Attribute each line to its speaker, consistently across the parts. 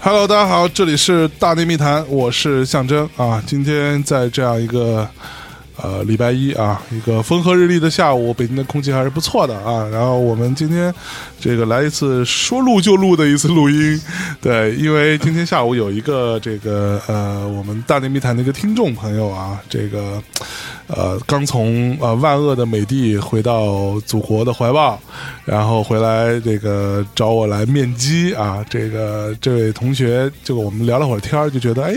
Speaker 1: Hello，大家好，这里是大内密谈，我是象征啊。今天在这样一个呃礼拜一啊，一个风和日丽的下午，北京的空气还是不错的啊。然后我们今天这个来一次说录就录的一次录音，对，因为今天下午有一个这个呃我们大内密谈的一个听众朋友啊，这个呃刚从呃万恶的美帝回到祖国的怀抱，然后回来这个找我来面基啊，这个这位同学，这个我们聊了会儿天儿，就觉得哎，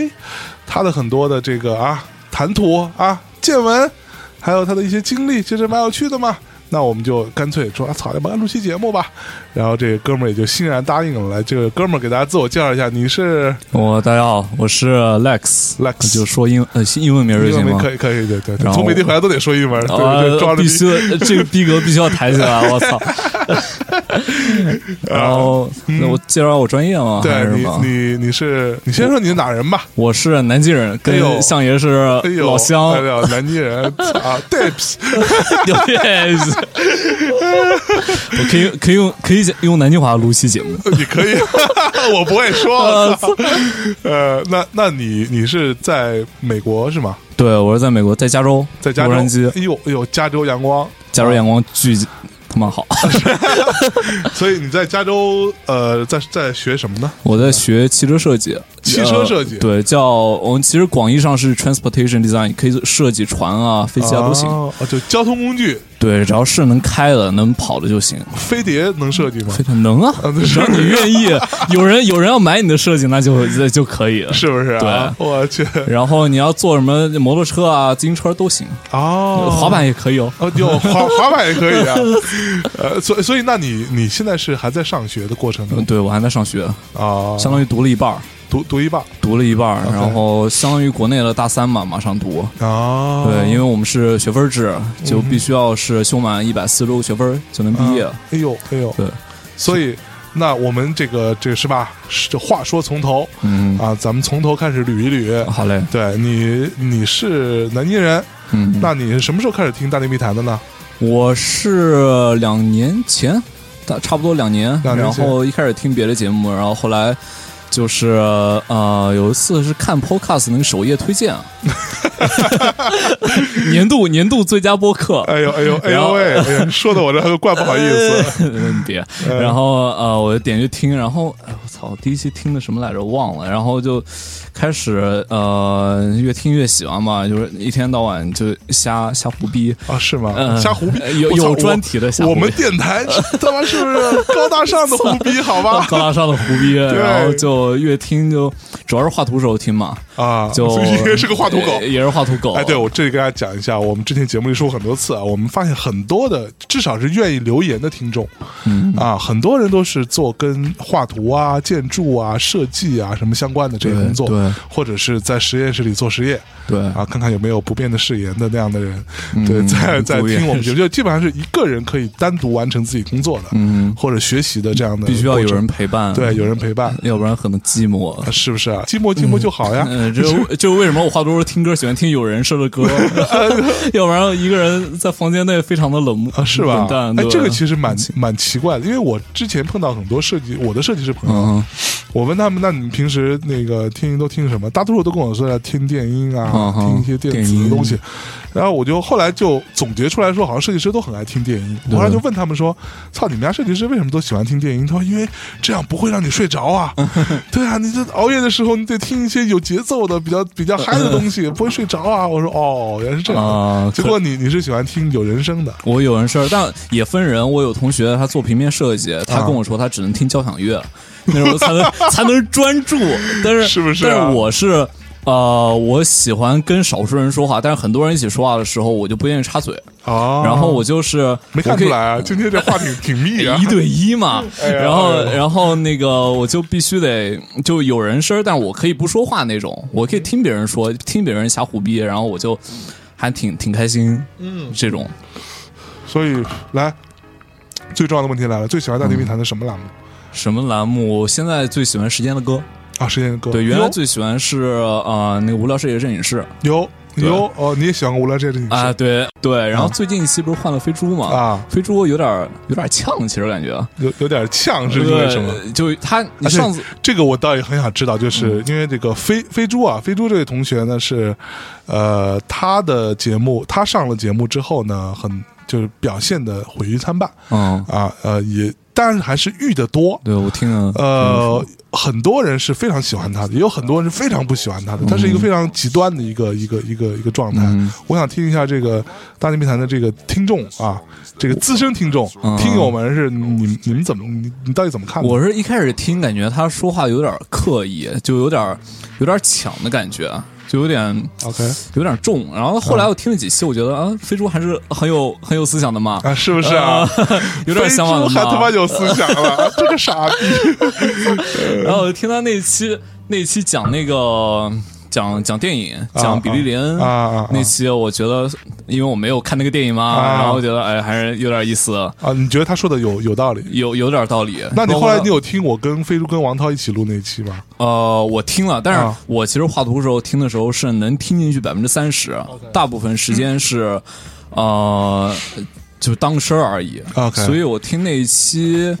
Speaker 1: 他的很多的这个啊谈吐啊见闻，还有他的一些经历，其实蛮有趣的嘛。那我们就干脆说，啊，操，要不然录期节目吧。然后这个哥们儿也就欣然答应了。来，这个哥们儿给大家自我介绍一下，你是
Speaker 2: 我大家好，我是 Lex，
Speaker 1: Lex
Speaker 2: 就说英呃英文名儿
Speaker 1: 英
Speaker 2: 行
Speaker 1: 文
Speaker 2: 吗？
Speaker 1: 可以可以对对，对
Speaker 2: 然后
Speaker 1: 从美帝回来都得说英文，对
Speaker 2: 啊
Speaker 1: 对，对，装着
Speaker 2: 必
Speaker 1: 逼
Speaker 2: 须的，这个逼格必须要抬起来，我操！然后那我介绍我专业吗？还
Speaker 1: 对
Speaker 2: 是什
Speaker 1: 你
Speaker 2: 么？
Speaker 1: 你你是你先说你是哪人吧。
Speaker 2: 我是南京人，
Speaker 1: 哎呦
Speaker 2: 跟相爷是
Speaker 1: 哎呦，
Speaker 2: 老乡
Speaker 1: 哎，呦，南京 人啊，Dips，
Speaker 2: 有点。我可以可以用可以用南京话录期节目。
Speaker 1: 你可以， 我不会说。我 操呃，那那你你是在美国是吗？
Speaker 2: 对，我是在美国，在加州，
Speaker 1: 在加州？
Speaker 2: 洛杉矶，
Speaker 1: 哎呦哎呦，加州阳 光，
Speaker 2: 加州阳光巨他妈好。
Speaker 1: 所以你在加州呃，在在学什么呢？
Speaker 2: 我在学汽车设计，
Speaker 1: 汽车设计
Speaker 2: 呃对，叫我们其实广义上是 transportation design，可以设计船啊、飞机啊都行。
Speaker 1: 哦，就交通工具，
Speaker 2: 对，只要是能开的、能跑的就行。
Speaker 1: 飞碟能设计吗
Speaker 2: 非？常能啊，
Speaker 1: 对
Speaker 2: 只要你愿意，有人有人要买你的设计，那就那就可以。
Speaker 1: 是不是、啊？对，我去，
Speaker 2: 然后你要做什么摩托车啊、自行车都行，
Speaker 1: 哦，
Speaker 2: 滑。板也可以哦。
Speaker 1: 哦，有 滑滑板也可以啊，呃，所以所以，那你你现在是还在上学的过程中
Speaker 2: 嗯对，我还在上学，
Speaker 1: 啊？
Speaker 2: 相当于读了一半儿，
Speaker 1: 读读一半
Speaker 2: 读了一半儿，然后相当于国内的大三嘛，马上读。
Speaker 1: 啊？
Speaker 2: 对，因为我们是学分制，就必须要是修满一百四十六个学分就能毕业。
Speaker 1: 啊哎呦，哎呦，
Speaker 2: 对，
Speaker 1: 所以那我们这个这个是吧？是这话说从头
Speaker 2: 嗯，
Speaker 1: 啊，咱们从头开始捋一捋。
Speaker 2: 好嘞，
Speaker 1: 对你，你是南京人，
Speaker 2: 嗯，
Speaker 1: 那你是什么时候开始听《大内密谈》的呢？
Speaker 2: 我是两年前，大差不多两年，
Speaker 1: 两年
Speaker 2: 然
Speaker 1: 前
Speaker 2: 后一开始听别的节目，然后后来就是呃，有一次是看 Podcast 那个首页 推荐啊， 年度年度最佳播客，
Speaker 1: 哎呦，哎 呦，哎
Speaker 2: 然
Speaker 1: 呦
Speaker 2: 后
Speaker 1: 喂，哎呀说的我这都怪不好意 思。
Speaker 2: 嗯别，然后呃，我就点去听，然后哎我操，第一期听的什么来着忘了，然后就开始呃越听越喜欢嘛，就是一天到晚就瞎瞎胡逼，
Speaker 1: 啊，是吗？
Speaker 2: 嗯
Speaker 1: 瞎胡逼，
Speaker 2: 有
Speaker 1: 我操
Speaker 2: 有专题的瞎胡
Speaker 1: 我
Speaker 2: 逼
Speaker 1: 我们电台是他妈是不是高大上的胡 逼？好吧，
Speaker 2: 高大上的胡 逼，然后就越听就主要是画图时候听嘛，
Speaker 1: 啊，
Speaker 2: 就
Speaker 1: 所以也是个画图狗
Speaker 2: 呃。也是画图狗。
Speaker 1: 哎，对，我这里跟大家讲一下，我们之前节目里说过很多次啊，我们发现很多的，至少是愿意留言的听众，
Speaker 2: 嗯
Speaker 1: 啊，很多人都是做跟画图啊、建筑啊、设计啊什么相关的这些
Speaker 2: 对
Speaker 1: 工作，
Speaker 2: 对
Speaker 1: 或者是在实验室里做实验
Speaker 2: 对嗯
Speaker 1: 啊，看看有没有不变的誓言的那样的人，对，在在
Speaker 2: 不变
Speaker 1: 听我们节目，就基本上是一个人可以单独完成自己工作的，
Speaker 2: 嗯，
Speaker 1: 或者学习的这样的，
Speaker 2: 必须要有人，陪伴，
Speaker 1: 对，，有人陪伴，
Speaker 2: 要不然很寂寞。
Speaker 1: 啊是不是啊？寂寞寂寞就好呀，
Speaker 2: 嗯，这就就为什么我画图时候听歌喜欢听有人设 的歌，要不然一个人在房间内非常的冷漠
Speaker 1: 啊，是吧
Speaker 2: 冷？淡
Speaker 1: 哎，
Speaker 2: 对
Speaker 1: 这个其实蛮蛮奇怪的，因为我之前碰到很多设计，我的设计师朋友，
Speaker 2: 嗯
Speaker 1: 我问他们，那你们平时那个听音都听什么？大多数都跟我说要听电音啊，
Speaker 2: 嗯哼
Speaker 1: 听一些电子
Speaker 2: 电
Speaker 1: 的
Speaker 2: 音
Speaker 1: 东西。然后我就后来就总结出来说，好像设计师都很爱听电音。我
Speaker 2: 对
Speaker 1: 后来就问他们说：“操，你们家设计师为什么都喜欢听电音？”他说：“因为这样不会让你睡着 啊。对啊，你这熬夜的时候，你得听一些有节奏的、比较比较嗨的东西，不会睡着啊。”我说：“哦，原来是这样。
Speaker 2: 啊，
Speaker 1: 结果你你是喜欢听有人声的
Speaker 2: 我有人事儿，但也分人。我有同学他做平面设计，他
Speaker 1: 啊
Speaker 2: 跟我说他只能听交响乐，那时候才能才能专注。但是
Speaker 1: 是不是啊
Speaker 2: 但是我是呃，我喜欢跟少数人说话，但是很多人一起说话的时候，我就不愿意插嘴。
Speaker 1: 哦，
Speaker 2: 然后我就是
Speaker 1: 没看
Speaker 2: 我
Speaker 1: 出
Speaker 2: 可以
Speaker 1: 来啊，今天这话挺挺密啊
Speaker 2: 一。对一嘛，
Speaker 1: 哎呀
Speaker 2: 然后、
Speaker 1: 哎呀
Speaker 2: 然后那个我就必须得就有人声儿，但我可以不说话那种，我可以听别人说，听别人瞎胡逼，然后我就还挺挺开心，嗯，这种嗯
Speaker 1: 所以来，最重要的问题来了，最喜欢大内密谈的什么栏目？
Speaker 2: 什么栏目？我现在最喜欢《时间的歌》。
Speaker 1: 啊，时间哥，
Speaker 2: 对，原来最喜欢是呃那个《无聊世界摄影师
Speaker 1: 有
Speaker 2: 对
Speaker 1: 有哦，你也喜欢无聊这个影》视
Speaker 2: 啊，对对。然后最近一期不是换了飞猪嘛？
Speaker 1: 啊，
Speaker 2: 飞猪有点有点呛，其实感觉
Speaker 1: 有有点呛，是因为什么？啊
Speaker 2: 对就他，你
Speaker 1: 而且
Speaker 2: 上次
Speaker 1: 这个我倒也很想知道，
Speaker 2: 嗯
Speaker 1: 就是因为这个飞飞猪啊，飞猪这位同学呢是，呃，他的节目，他上了节目之后呢，很就是表现的毁誉参半
Speaker 2: 嗯，
Speaker 1: 啊，呃，也当然还是遇的多，
Speaker 2: 对我听了，
Speaker 1: 呃，很多人是非常喜欢他的，也有很多人是非常不喜欢他的，他是一个非常极端的一个一个一个一个状态。
Speaker 2: 嗯
Speaker 1: 我想听一下这个大内密谈的这个听众啊，这个资深听众、
Speaker 2: 嗯
Speaker 1: 听友们是你们你们怎么你你到底怎么看的？
Speaker 2: 我是一开始听感觉他说话有点刻意，就有点有点抢的感觉，就有点
Speaker 1: OK
Speaker 2: 有点重。然后后来我听了几期，我觉得啊，飞猪还是很有很有思想的嘛，
Speaker 1: 啊，是不是啊？
Speaker 2: 有点想法 的
Speaker 1: 飞猪还他妈
Speaker 2: 嘛。
Speaker 1: 有思想了， 这个傻逼！
Speaker 2: 然后我听他那期那期讲那个讲讲电影，讲比利林恩
Speaker 1: 啊啊啊
Speaker 2: 那期，我觉得因为我没有看那个电影嘛，
Speaker 1: 啊
Speaker 2: 然后我觉得哎还是有点意思，
Speaker 1: 啊，你觉得他说的有有道理？
Speaker 2: 有有点道理。
Speaker 1: 那你
Speaker 2: 包
Speaker 1: 后
Speaker 2: 括
Speaker 1: 来你有听我跟飞猪跟王涛一起录那一期吗？
Speaker 2: 呃，我听了，但是
Speaker 1: 啊
Speaker 2: 我其实画图的时候听的时候是能听进去百分之三十，大部分时间是，呃，就当声儿而已。
Speaker 1: OK
Speaker 2: 所以我听那一期，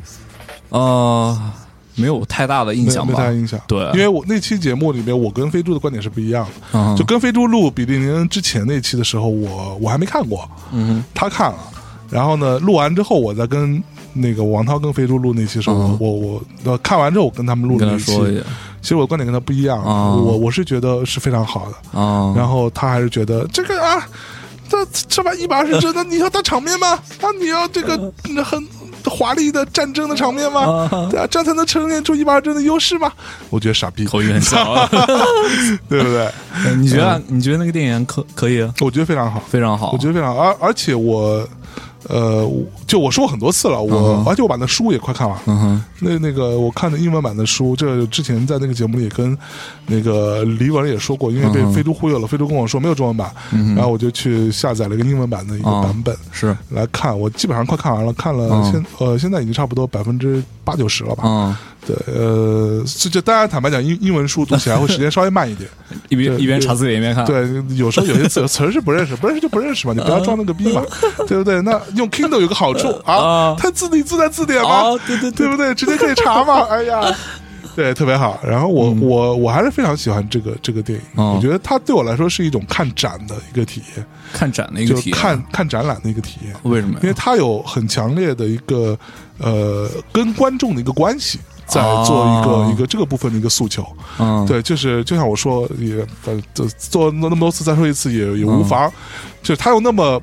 Speaker 2: 呃，没有太大的印
Speaker 1: 没
Speaker 2: 象
Speaker 1: 没
Speaker 2: 吧
Speaker 1: 太。印象，
Speaker 2: 对
Speaker 1: 因为我那期节目里面，我跟飞猪的观点是不一样的。
Speaker 2: 嗯
Speaker 1: 就跟飞猪录比利林恩之前那期的时候，我我还没看过，嗯，他看了，然后呢，录完之后，我再跟那个王涛跟飞猪录那期的时候，
Speaker 2: 嗯
Speaker 1: 我我我呃看完之后，我跟他们录
Speaker 2: 你
Speaker 1: 了那
Speaker 2: 跟他
Speaker 1: 期，
Speaker 2: 说一下
Speaker 1: 其实我的观点跟他不一样，
Speaker 2: 哦
Speaker 1: 我我是觉得是非常好的，
Speaker 2: 啊，
Speaker 1: 然后他还是觉得这个啊，这这把一把是真的，你要大场面吗？啊，你要这个嗯很华丽的战争的场面吗？对啊，这样才能呈现出一把真的优势吗？我觉得傻逼，
Speaker 2: 口音很强。
Speaker 1: 对不对？
Speaker 2: 你觉得你觉得那个电影可可以？
Speaker 1: 我觉得非常好。
Speaker 2: 非常
Speaker 1: 嗯
Speaker 2: 好
Speaker 1: 我。觉得非常，而而且我，呃，我就我说过很多次了，我、
Speaker 2: 嗯哼
Speaker 1: 而且我把那书也快看完了。
Speaker 2: 嗯哼，
Speaker 1: 那那个我看的英文版的书，这之前在那个节目里也跟那个李文也说过，因为被
Speaker 2: 嗯哼
Speaker 1: 飞猪忽悠了，飞猪跟我说没有中文版，
Speaker 2: 嗯
Speaker 1: 然
Speaker 2: 哼，
Speaker 1: 后我就去下载了一个英文版的一个
Speaker 2: 哦
Speaker 1: 版本。
Speaker 2: 是，
Speaker 1: 来看，我基本上快看完了，看了
Speaker 2: 嗯
Speaker 1: 现、呃现在已经差不多百分之八九十了吧。
Speaker 2: 嗯，
Speaker 1: 对，呃，这这当然坦白讲，英英文书读起来会时间稍微慢一点，
Speaker 2: 一边
Speaker 1: 对
Speaker 2: 一边
Speaker 1: 对
Speaker 2: 查字典一边看。
Speaker 1: 对，有时候有些词词儿是不认识，不认识就不认识嘛，你不要装那个逼嘛，对不对？那用 Kindle 有个好处啊
Speaker 2: 啊，
Speaker 1: 它自己自带字典嘛
Speaker 2: 哦，，对对对
Speaker 1: 对，不对？直接可以查嘛。哎呀，对，特别好。然后我我我还是非常喜欢这个这个电影，
Speaker 2: 哦
Speaker 1: 我觉得它对我来说是一种看展的一个体验，
Speaker 2: 看展的一个
Speaker 1: 就
Speaker 2: 体验。
Speaker 1: 看看展览的一个体验，
Speaker 2: 为什么呀？
Speaker 1: 因为它有很强烈的一个呃跟观众的一个关系。在做一
Speaker 2: 哦
Speaker 1: 个一个这个部分的一个诉求，
Speaker 2: 嗯，
Speaker 1: 对，就是就像我说，也反正做那么多次，再说一次也也
Speaker 2: 嗯
Speaker 1: 无妨。就是他有那么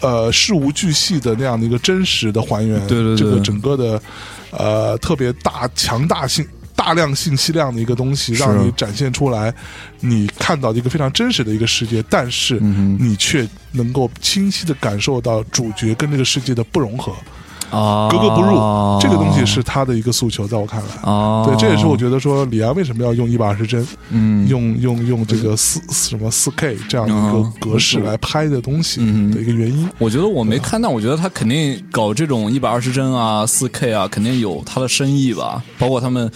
Speaker 1: 呃事无巨细的那样的一个真实的还原，
Speaker 2: 对对对
Speaker 1: 这个整个的呃特别大强大性。大量信息量的一个东西，
Speaker 2: 是啊
Speaker 1: 让你展现出来，你看到一个非常真实的一个世界，但是
Speaker 2: 嗯
Speaker 1: 你却能够清晰的感受到主角跟这个世界的不融合，
Speaker 2: 啊，
Speaker 1: 格格不入。
Speaker 2: 哦
Speaker 1: 这个东西是他的一个诉求，在我看来，
Speaker 2: 啊，
Speaker 1: 对，这也是我觉得说李安为什么要用一把是针，
Speaker 2: 嗯
Speaker 1: 用用用这个四什么四 K 这样一个
Speaker 2: 嗯
Speaker 1: 格式来拍的东西
Speaker 2: 嗯
Speaker 1: 的一个原因。
Speaker 2: 我觉得我没看，但我觉得他肯定搞这种一百二十帧啊、四 K 啊，肯定有他的深意吧。包括他们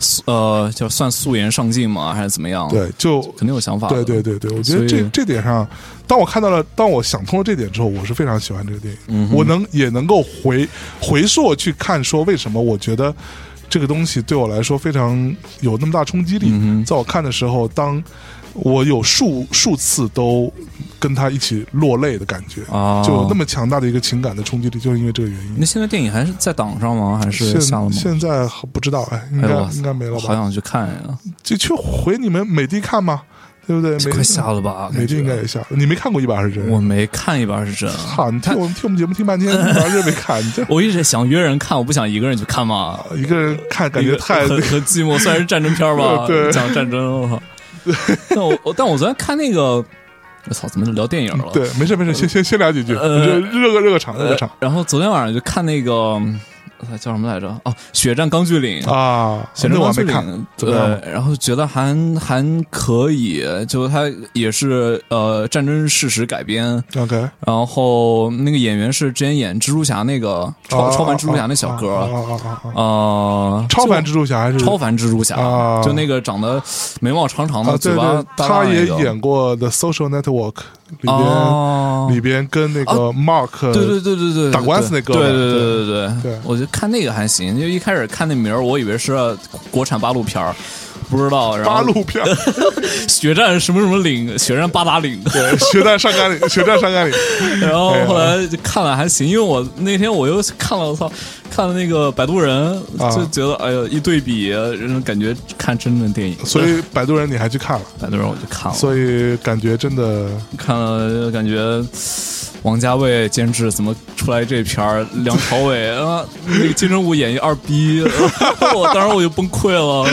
Speaker 2: 素呃，叫算素颜上镜嘛，还是怎么样？，
Speaker 1: 对，就
Speaker 2: 肯定有想法
Speaker 1: 对
Speaker 2: 的。
Speaker 1: 对对对，我觉得
Speaker 2: 所以
Speaker 1: 这这点上，当我看到了，当我想通了这点之后，我是非常喜欢这个电影，
Speaker 2: 嗯哼
Speaker 1: 我能也能够回回溯去看，说为什么我觉得这个东西对我来说非常有那么大冲击力。
Speaker 2: 嗯哼
Speaker 1: 在我看的时候，当我有数数次都跟他一起落泪的感觉。
Speaker 2: 啊，
Speaker 1: 就有那。么强大的一个情感的冲击力，就是因为这个原因。
Speaker 2: 那现在电影还是在档上吗？还是
Speaker 1: 现
Speaker 2: 下了吗？
Speaker 1: 现在好不知道，哎，应该、
Speaker 2: 哎呦我操
Speaker 1: 应该没了
Speaker 2: 好
Speaker 1: 吧？
Speaker 2: 想去看呀，
Speaker 1: 就去回你们美的看嘛，对不对？美
Speaker 2: 快下了吧？
Speaker 1: 美的应该也下了，你没看过一百二十帧？
Speaker 2: 我没看一百二十帧，
Speaker 1: 操！你听我们听我们节目听半天，一百二十没看，你这
Speaker 2: 我一直想约人看，我不想一个人去看嘛。
Speaker 1: 一个人看感觉太
Speaker 2: 很很寂 寞，虽然是战争片儿吧，
Speaker 1: 对
Speaker 2: 讲战争，我靠。但我我但我昨天看那个，我操，怎么聊电影了？
Speaker 1: 对，没事没事，先先先聊几句，
Speaker 2: 呃
Speaker 1: 就热个热个场，热个场
Speaker 2: 呃。然后昨天晚上就看那个嗯叫什么来着？哦，《血战钢锯岭》
Speaker 1: 啊，
Speaker 2: 血
Speaker 1: 那
Speaker 2: 战
Speaker 1: 我
Speaker 2: 钢
Speaker 1: 还
Speaker 2: 锯
Speaker 1: 没看，
Speaker 2: 岭，
Speaker 1: 怎么样
Speaker 2: 对，然后觉得还还可以，就它也是呃战争事实改编，
Speaker 1: OK，
Speaker 2: 然后那个演员是之前演蜘蛛侠那个超、
Speaker 1: 啊
Speaker 2: 超凡蜘蛛
Speaker 1: 啊
Speaker 2: 侠那小哥，
Speaker 1: 啊啊啊啊啊啊
Speaker 2: 呃，
Speaker 1: 超凡蜘
Speaker 2: 就
Speaker 1: 蛛侠还是
Speaker 2: 超凡蜘蛛侠，
Speaker 1: 啊
Speaker 2: 就那个长得眉毛长长的，
Speaker 1: 啊？对
Speaker 2: 嘴巴
Speaker 1: 对，
Speaker 2: 大
Speaker 1: 他
Speaker 2: 大
Speaker 1: 也
Speaker 2: 那个
Speaker 1: 演过《The Social Network》里边、
Speaker 2: 哦，
Speaker 1: 里边跟那个 Mark
Speaker 2: 对对对对对，
Speaker 1: 打官司那哥们
Speaker 2: 对
Speaker 1: 儿
Speaker 2: 对对对
Speaker 1: 对对
Speaker 2: 我就看那个还行，因为一开始看那名儿，我以为是国产八路片儿，不知道，然
Speaker 1: 八
Speaker 2: 后
Speaker 1: 路片儿，
Speaker 2: 血战什么什么岭，血战八达岭，
Speaker 1: 对，血战上甘岭，血战上甘岭，
Speaker 2: 然后
Speaker 1: 哎呀
Speaker 2: 后来就看了还行，因为我那天我又看了，我操，看了那个摆渡人，
Speaker 1: 啊
Speaker 2: 就觉得哎呦，一对比，人感觉看真正电影，
Speaker 1: 所以摆渡人你还去看了，
Speaker 2: 摆渡人我就看了，
Speaker 1: 所以感觉真的
Speaker 2: 看了就感觉。王家卫监制怎么出来这片儿？梁朝 伟啊，那个金城武演一二逼， 我当时我就崩溃了。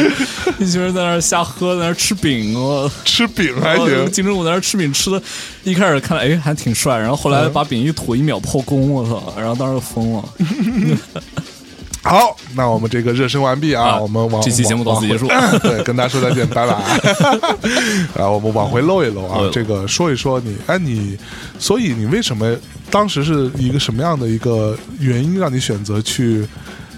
Speaker 2: 一群人在那儿瞎喝，在那儿吃饼，我
Speaker 1: 吃饼还
Speaker 2: 然后
Speaker 1: 行，
Speaker 2: 金城武在那儿吃饼吃的，一开始看哎还挺帅，然后后
Speaker 1: 嗯
Speaker 2: 来把饼一吐，一秒破功，我操！然后当时就疯了。
Speaker 1: 好，那我们这个热身完毕啊，
Speaker 2: 啊
Speaker 1: 我们往
Speaker 2: 这期节目到此结束
Speaker 1: 往回 对，跟大家说再见， 拜拜。然后我们往回搂一搂啊
Speaker 2: 搂一，搂
Speaker 1: 这个说一说你，哎，你，所以你为什么当时是一个什么样的一个原因让你选择去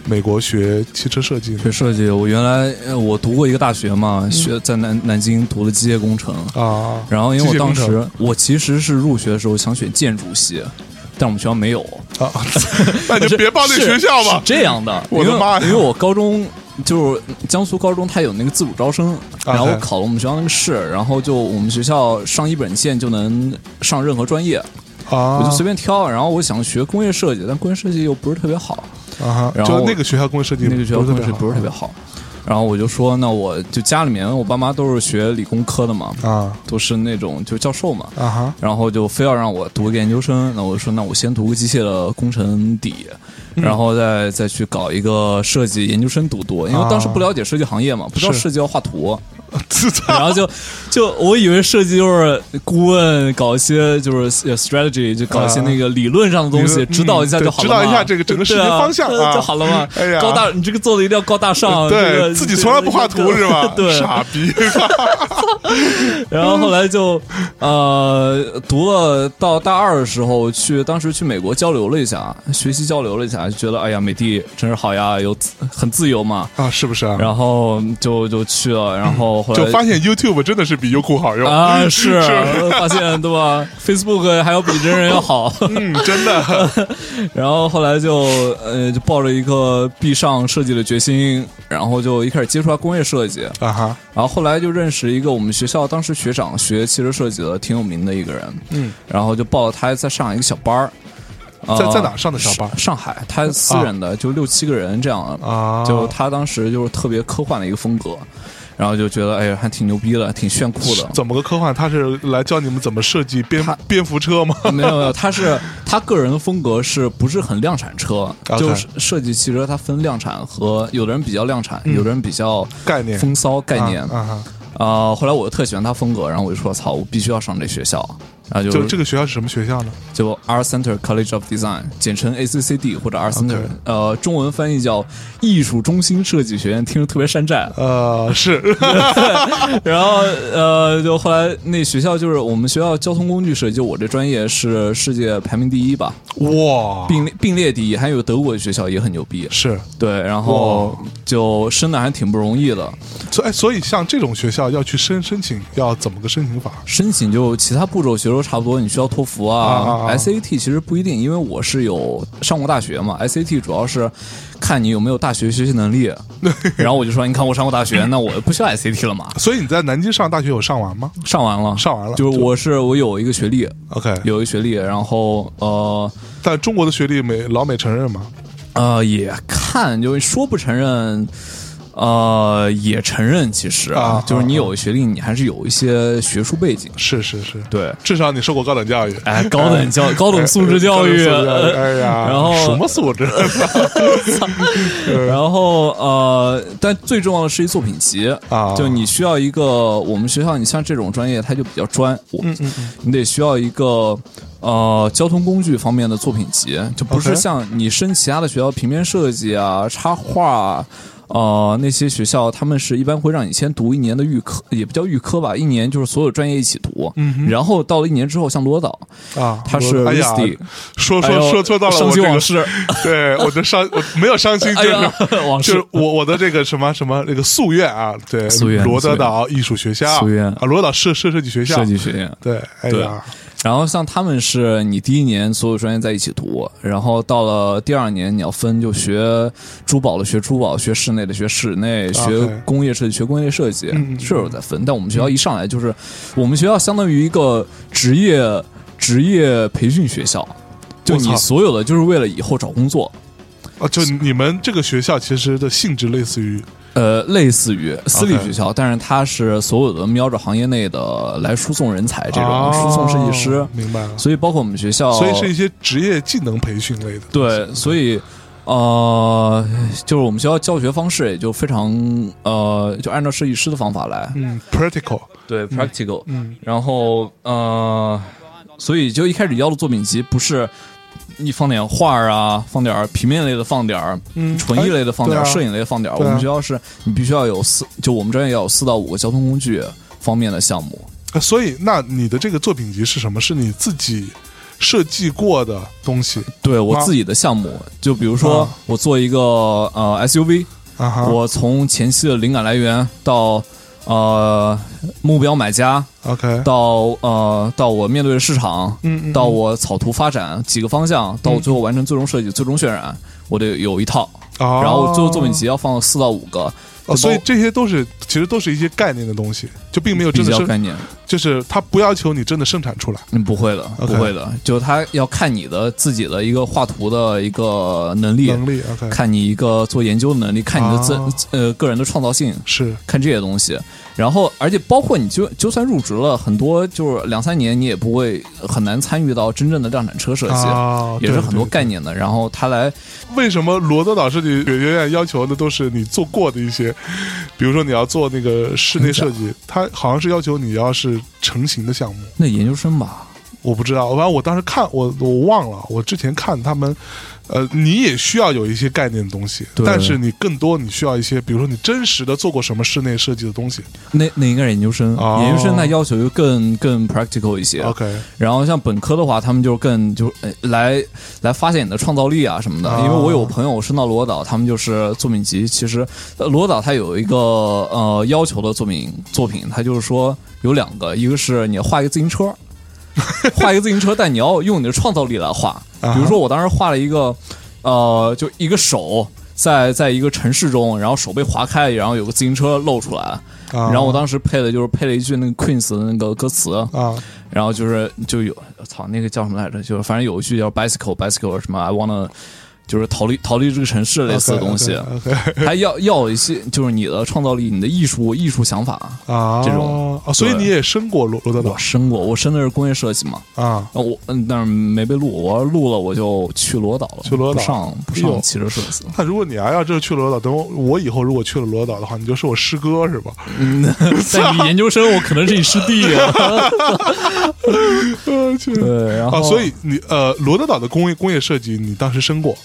Speaker 1: 美国学汽车设计呢？
Speaker 2: 学设计，我原来呃我读过一个大学嘛，学在南南京读的机械工程。
Speaker 1: 啊，
Speaker 2: 然后因为我
Speaker 1: 机械
Speaker 2: 当
Speaker 1: 工程
Speaker 2: 时我其实是入学的时候想选建筑系，但我们学校没有。
Speaker 1: 啊， 那你就别报那学校
Speaker 2: 是
Speaker 1: 吧
Speaker 2: 是。这样的，
Speaker 1: 我的
Speaker 2: 因为
Speaker 1: 妈呀
Speaker 2: 因为我高中就是江苏高中，它有那个自主招生，
Speaker 1: 啊
Speaker 2: 然后
Speaker 1: 嗨
Speaker 2: 考了我们学校那个试，然后就我们学校上一本线就能上任何专业，
Speaker 1: 啊，
Speaker 2: 我就随便挑。然后我想学工业设计，但工业设计又不是特别好，
Speaker 1: 便啊哈，
Speaker 2: 然后
Speaker 1: 就那个学校工业设计，
Speaker 2: 那个学校工业设计不是特别
Speaker 1: 好
Speaker 2: 好。然后我就说，那我就家里面我爸妈都是学理工科的嘛，
Speaker 1: 啊
Speaker 2: 都是那种就教授嘛。
Speaker 1: 啊哈
Speaker 2: 然后就非要让我读个研究生，那我说那我先读个机械的工程底，
Speaker 1: 嗯
Speaker 2: 然后再再去搞一个设计研究生读读，因为当时不了解设计行业嘛，不知道
Speaker 1: 是
Speaker 2: 设计要 画图，然
Speaker 1: 啊，
Speaker 2: 后就就我以为设计就是顾问搞一些就是 strategy，就搞一些
Speaker 1: 啊
Speaker 2: 那个理论上的东
Speaker 1: 理
Speaker 2: 西，
Speaker 1: 论
Speaker 2: 指导一下
Speaker 1: 嗯对
Speaker 2: 就好了嘛，
Speaker 1: 指导一下这个整个事情
Speaker 2: 对啊
Speaker 1: 方向
Speaker 2: 呃
Speaker 1: 啊
Speaker 2: 就好了嘛。
Speaker 1: 哎呀
Speaker 2: 高大，你这个做的一定要高大上，啊这
Speaker 1: 对
Speaker 2: 个
Speaker 1: 自己从来不画图是吧？
Speaker 2: 对，
Speaker 1: 傻逼，
Speaker 2: 然后后来就呃读了到大二的时候去，当时去美国交流了一下，学习交流了一下，就觉得哎呀美帝真是好呀，有自很自由嘛。
Speaker 1: 啊，是不是啊？
Speaker 2: 然后就就去了，然后后来
Speaker 1: 就发现 YouTube 真的是比优酷好用，
Speaker 2: 啊 是发现对吧？Facebook 还要比真人 要好。
Speaker 1: 嗯，真 的
Speaker 2: 然后后来就呃就抱着一个必上设计的决心，然后就一开始接触到工业设计，
Speaker 1: 啊哈，
Speaker 2: 然后后来就认识一个我们学校当时学长学汽车设计的，挺有名的一个人，
Speaker 1: 嗯，
Speaker 2: 然后就报了他在上一个小班儿，呃
Speaker 1: 在在哪上的小班儿
Speaker 2: 上上海，他私人的，就六七个人这样，
Speaker 1: 啊，
Speaker 2: 就他当时就是特别科幻的一个风格，然后就觉得哎呀还挺牛逼的，挺炫酷的。
Speaker 1: 怎么个科幻？他是来教你们怎么设计蝙
Speaker 2: 他
Speaker 1: 蝙蝠车吗？
Speaker 2: 没有没有，他是 他个人的风格是不是很量产车？
Speaker 1: OK
Speaker 2: 就是设计汽车，它分量产和有的人比较量产，有的人比较
Speaker 1: 嗯概念
Speaker 2: 风骚概念
Speaker 1: 啊啊哈，
Speaker 2: 啊、后来我就特喜欢他风格，然后我就说操，我必须要上这学校，然后就
Speaker 1: 就这个学校是什么学校呢？
Speaker 2: 就 Art Center College of Design，简称 ACCD 或者 Art Center，、
Speaker 1: OK。
Speaker 2: 呃，中文翻译叫艺术中心设计学院，听着特别山寨
Speaker 1: 呃， 是
Speaker 2: 然后呃，就后来那学校就是我们学校交通工具设计，就我这专业是世界排名第一吧，
Speaker 1: 哦哇，
Speaker 2: 并列并列第一，还有德国的学校也很牛逼。
Speaker 1: 是，
Speaker 2: 对，然后就升的还挺不容易的，
Speaker 1: 所以所以像这种学校要去申申请，要怎么个申请法？
Speaker 2: 申请就其他步骤其实都差不多，你需要托福啊
Speaker 1: 啊啊啊
Speaker 2: s a t 其实不一定，因为我是有上过大学嘛，SAT 主要是看你有没有大学学习能力，然后我就说，你看我上过大 学，那我不需要 SAT 了嘛，
Speaker 1: 所以你在南京上大学有上完吗
Speaker 2: 上完了，
Speaker 1: 上完了
Speaker 2: 就是我是我有一个学历，
Speaker 1: ？OK，
Speaker 2: 有一个学历，然后呃
Speaker 1: 但中国的学历美老美承认吗？
Speaker 2: 呃也看，就是说不承认。呃，也承认，其实
Speaker 1: 啊
Speaker 2: 就是你
Speaker 1: 啊
Speaker 2: 有学历，你还是有一些学术背景，
Speaker 1: 是是是，
Speaker 2: 对，
Speaker 1: 至少你受过高等教育。
Speaker 2: 哎，高等教高等素质教
Speaker 1: 高等
Speaker 2: 育，
Speaker 1: 素质教
Speaker 2: 呃
Speaker 1: 哎呀，
Speaker 2: 然后
Speaker 1: 什么 素质？
Speaker 2: 然后呃，但最重要的是一作品集
Speaker 1: 啊
Speaker 2: 就你需嗯要一个我们学校，你像这种专业，它就比较专，我你得需要一个呃交通工具方面的作品集，就不是
Speaker 1: OK
Speaker 2: 像你升其他的学校平面设计啊、插画啊。呃，那些学校他们是一般会让你先读一年的预科，也不叫预科吧，一年就是所有专业一起读。嗯，然后到了一年之后，像罗导，
Speaker 1: 啊，
Speaker 2: 他
Speaker 1: 我
Speaker 2: 是
Speaker 1: 哎呀
Speaker 2: Misty，，
Speaker 1: 说
Speaker 2: 哎
Speaker 1: 说
Speaker 2: 呦
Speaker 1: 说错到了
Speaker 2: 伤
Speaker 1: 我这
Speaker 2: 心往
Speaker 1: 个，
Speaker 2: 事，
Speaker 1: 对我的伤，我没有伤心，就
Speaker 2: 哎
Speaker 1: 是
Speaker 2: 呀，往
Speaker 1: 就
Speaker 2: 事
Speaker 1: 是我我的这个什么什么那个夙愿啊，对，
Speaker 2: 夙愿
Speaker 1: 罗德岛艺术学校，
Speaker 2: 夙愿
Speaker 1: 啊，罗德岛设设设计学校
Speaker 2: 设，计学院。
Speaker 1: 对，哎
Speaker 2: 对
Speaker 1: 呀，
Speaker 2: 然后像他们是你第一年所有专业在一起读，然后到了第二年你要分，就学珠宝的学珠宝，学室内的学室
Speaker 1: 啊
Speaker 2: 内，学工业设计学工业设计，
Speaker 1: 嗯
Speaker 2: 是有在分。但我们学校一上来就是，我们学校相当于一个职业职业培训学校，就
Speaker 1: 我
Speaker 2: 你
Speaker 1: 操
Speaker 2: 所有的就是为了以后找工作。
Speaker 1: 啊，就你们这个学校其实的性质类似于
Speaker 2: 呃，类似于私立学校但是它是所有的瞄着行业内的来输送人才这种、
Speaker 1: 啊
Speaker 2: 输送设计师，
Speaker 1: 明白了，
Speaker 2: 所以包括我们学校，
Speaker 1: 所以是一些职业技能培训类的，
Speaker 2: 对，所以呃，就是我们学校教学方式也就非常呃，就按照设计师的方法来，
Speaker 1: 嗯，practical，
Speaker 2: 对 practical，、
Speaker 1: 嗯
Speaker 2: 然后呃，所以就一开始要的作品集不是。你放点画儿啊，放点儿平面类的，放点儿
Speaker 1: 嗯
Speaker 2: 纯艺类的，放点儿、
Speaker 1: 哎对啊
Speaker 2: 摄影类的，放点儿。我
Speaker 1: 对啊
Speaker 2: 们学校是你必须要有四，就我们专业要有四到五个交通工具方面的项目。
Speaker 1: 啊所以那你的这个作品集是什么？是你自己设计过的东西
Speaker 2: 对我
Speaker 1: 啊
Speaker 2: 自己的项目，就比如说
Speaker 1: 啊
Speaker 2: 我做一个呃 SUV，
Speaker 1: 啊哈
Speaker 2: 我从前期的灵感来源到呃目标买家，
Speaker 1: ，OK，
Speaker 2: 到呃到我面对的市场，
Speaker 1: 嗯嗯
Speaker 2: 到我草图发展几个方向，到我最后完成最终设计、最终渲染，我得有一套。
Speaker 1: 哦
Speaker 2: 然后我最后作品集要放四到五个，
Speaker 1: 哦，所以
Speaker 2: 就
Speaker 1: 这些都是其实都是一些概念的东西，就并没有
Speaker 2: 比
Speaker 1: 真的
Speaker 2: 较
Speaker 1: 生，
Speaker 2: 概念，
Speaker 1: 就是它不要求你真的生产出来。
Speaker 2: 嗯，不会的，不
Speaker 1: OK
Speaker 2: 会的，就他要看你的自己的一个画图的一个能力，
Speaker 1: 能力 OK
Speaker 2: 看你一个做研究的能力，看你的自、
Speaker 1: 哦
Speaker 2: 呃个人的创造性，
Speaker 1: 是
Speaker 2: 看这些东西，然后而且包括你就就算入职了很多，就是两三年你也不会很难参与到真正的量产车设计，
Speaker 1: 啊，
Speaker 2: 也是
Speaker 1: 对
Speaker 2: 很多
Speaker 1: 对
Speaker 2: 概念的。然后他来
Speaker 1: 为什么罗德岛设计学院要求的都是你做过的一些，比如说你要做那个室内设计，它好像是要求你要是成型的项目，
Speaker 2: 那研究生吧，
Speaker 1: 我不知道。反正我当时看我我忘了，我之前看他们，呃，你也需要有一些概念的东西，
Speaker 2: 对
Speaker 1: 但是你更多你需要一些，比如说你真实的做过什么室内设计的东西。
Speaker 2: 那那应该是研究生，
Speaker 1: 哦
Speaker 2: 研究生他要求就更更 practical 一些。
Speaker 1: OK，
Speaker 2: 然后像本科的话，他们就更就呃来来发现你的创造力啊什么的。
Speaker 1: 哦
Speaker 2: 因为我有朋友升到罗岛，他们就是作品集。其实呃罗岛它有一个呃要求的作品作品，它就是说有两个，一个是你要画一个自行车， 画一个自行车，但你要用你的创造力来画。
Speaker 1: 啊哈
Speaker 2: 比如说我当时画了一个呃，就一个手。在在一个城市中，然后手被划开，然后有个自行车露出来，
Speaker 1: 啊
Speaker 2: 然后我当时配的就是配了一句那个 Queen's 的那个歌词，
Speaker 1: 啊
Speaker 2: 然后就是就有操那个叫什么来着？就是反正有一句叫 bicycle bicycle 什么 I wanna，就是逃离逃离这个城市类似的东西，
Speaker 1: OK，, o k
Speaker 2: 还要要一些就是你的创造力、你的艺术艺术想法。
Speaker 1: 啊，
Speaker 2: 这种
Speaker 1: 啊，所以
Speaker 2: 对
Speaker 1: 你也升过罗罗德岛
Speaker 2: 我申过，我申的是工业设计嘛，
Speaker 1: 啊？
Speaker 2: 然后我嗯，但是没被录，我要录了我就去罗岛了，
Speaker 1: 去罗岛
Speaker 2: 不上不
Speaker 1: 哎呦
Speaker 2: 上汽车设 计了，
Speaker 1: 那如果你啊要这去罗德岛，等我我以后如果去了罗德岛的话，你就是我师哥是吧？
Speaker 2: 但你研究生我可能是你师 弟 啊，
Speaker 1: 哦呃，去
Speaker 2: 对，然后、
Speaker 1: 啊，所以你呃罗德岛的工业工业设计你当时升过，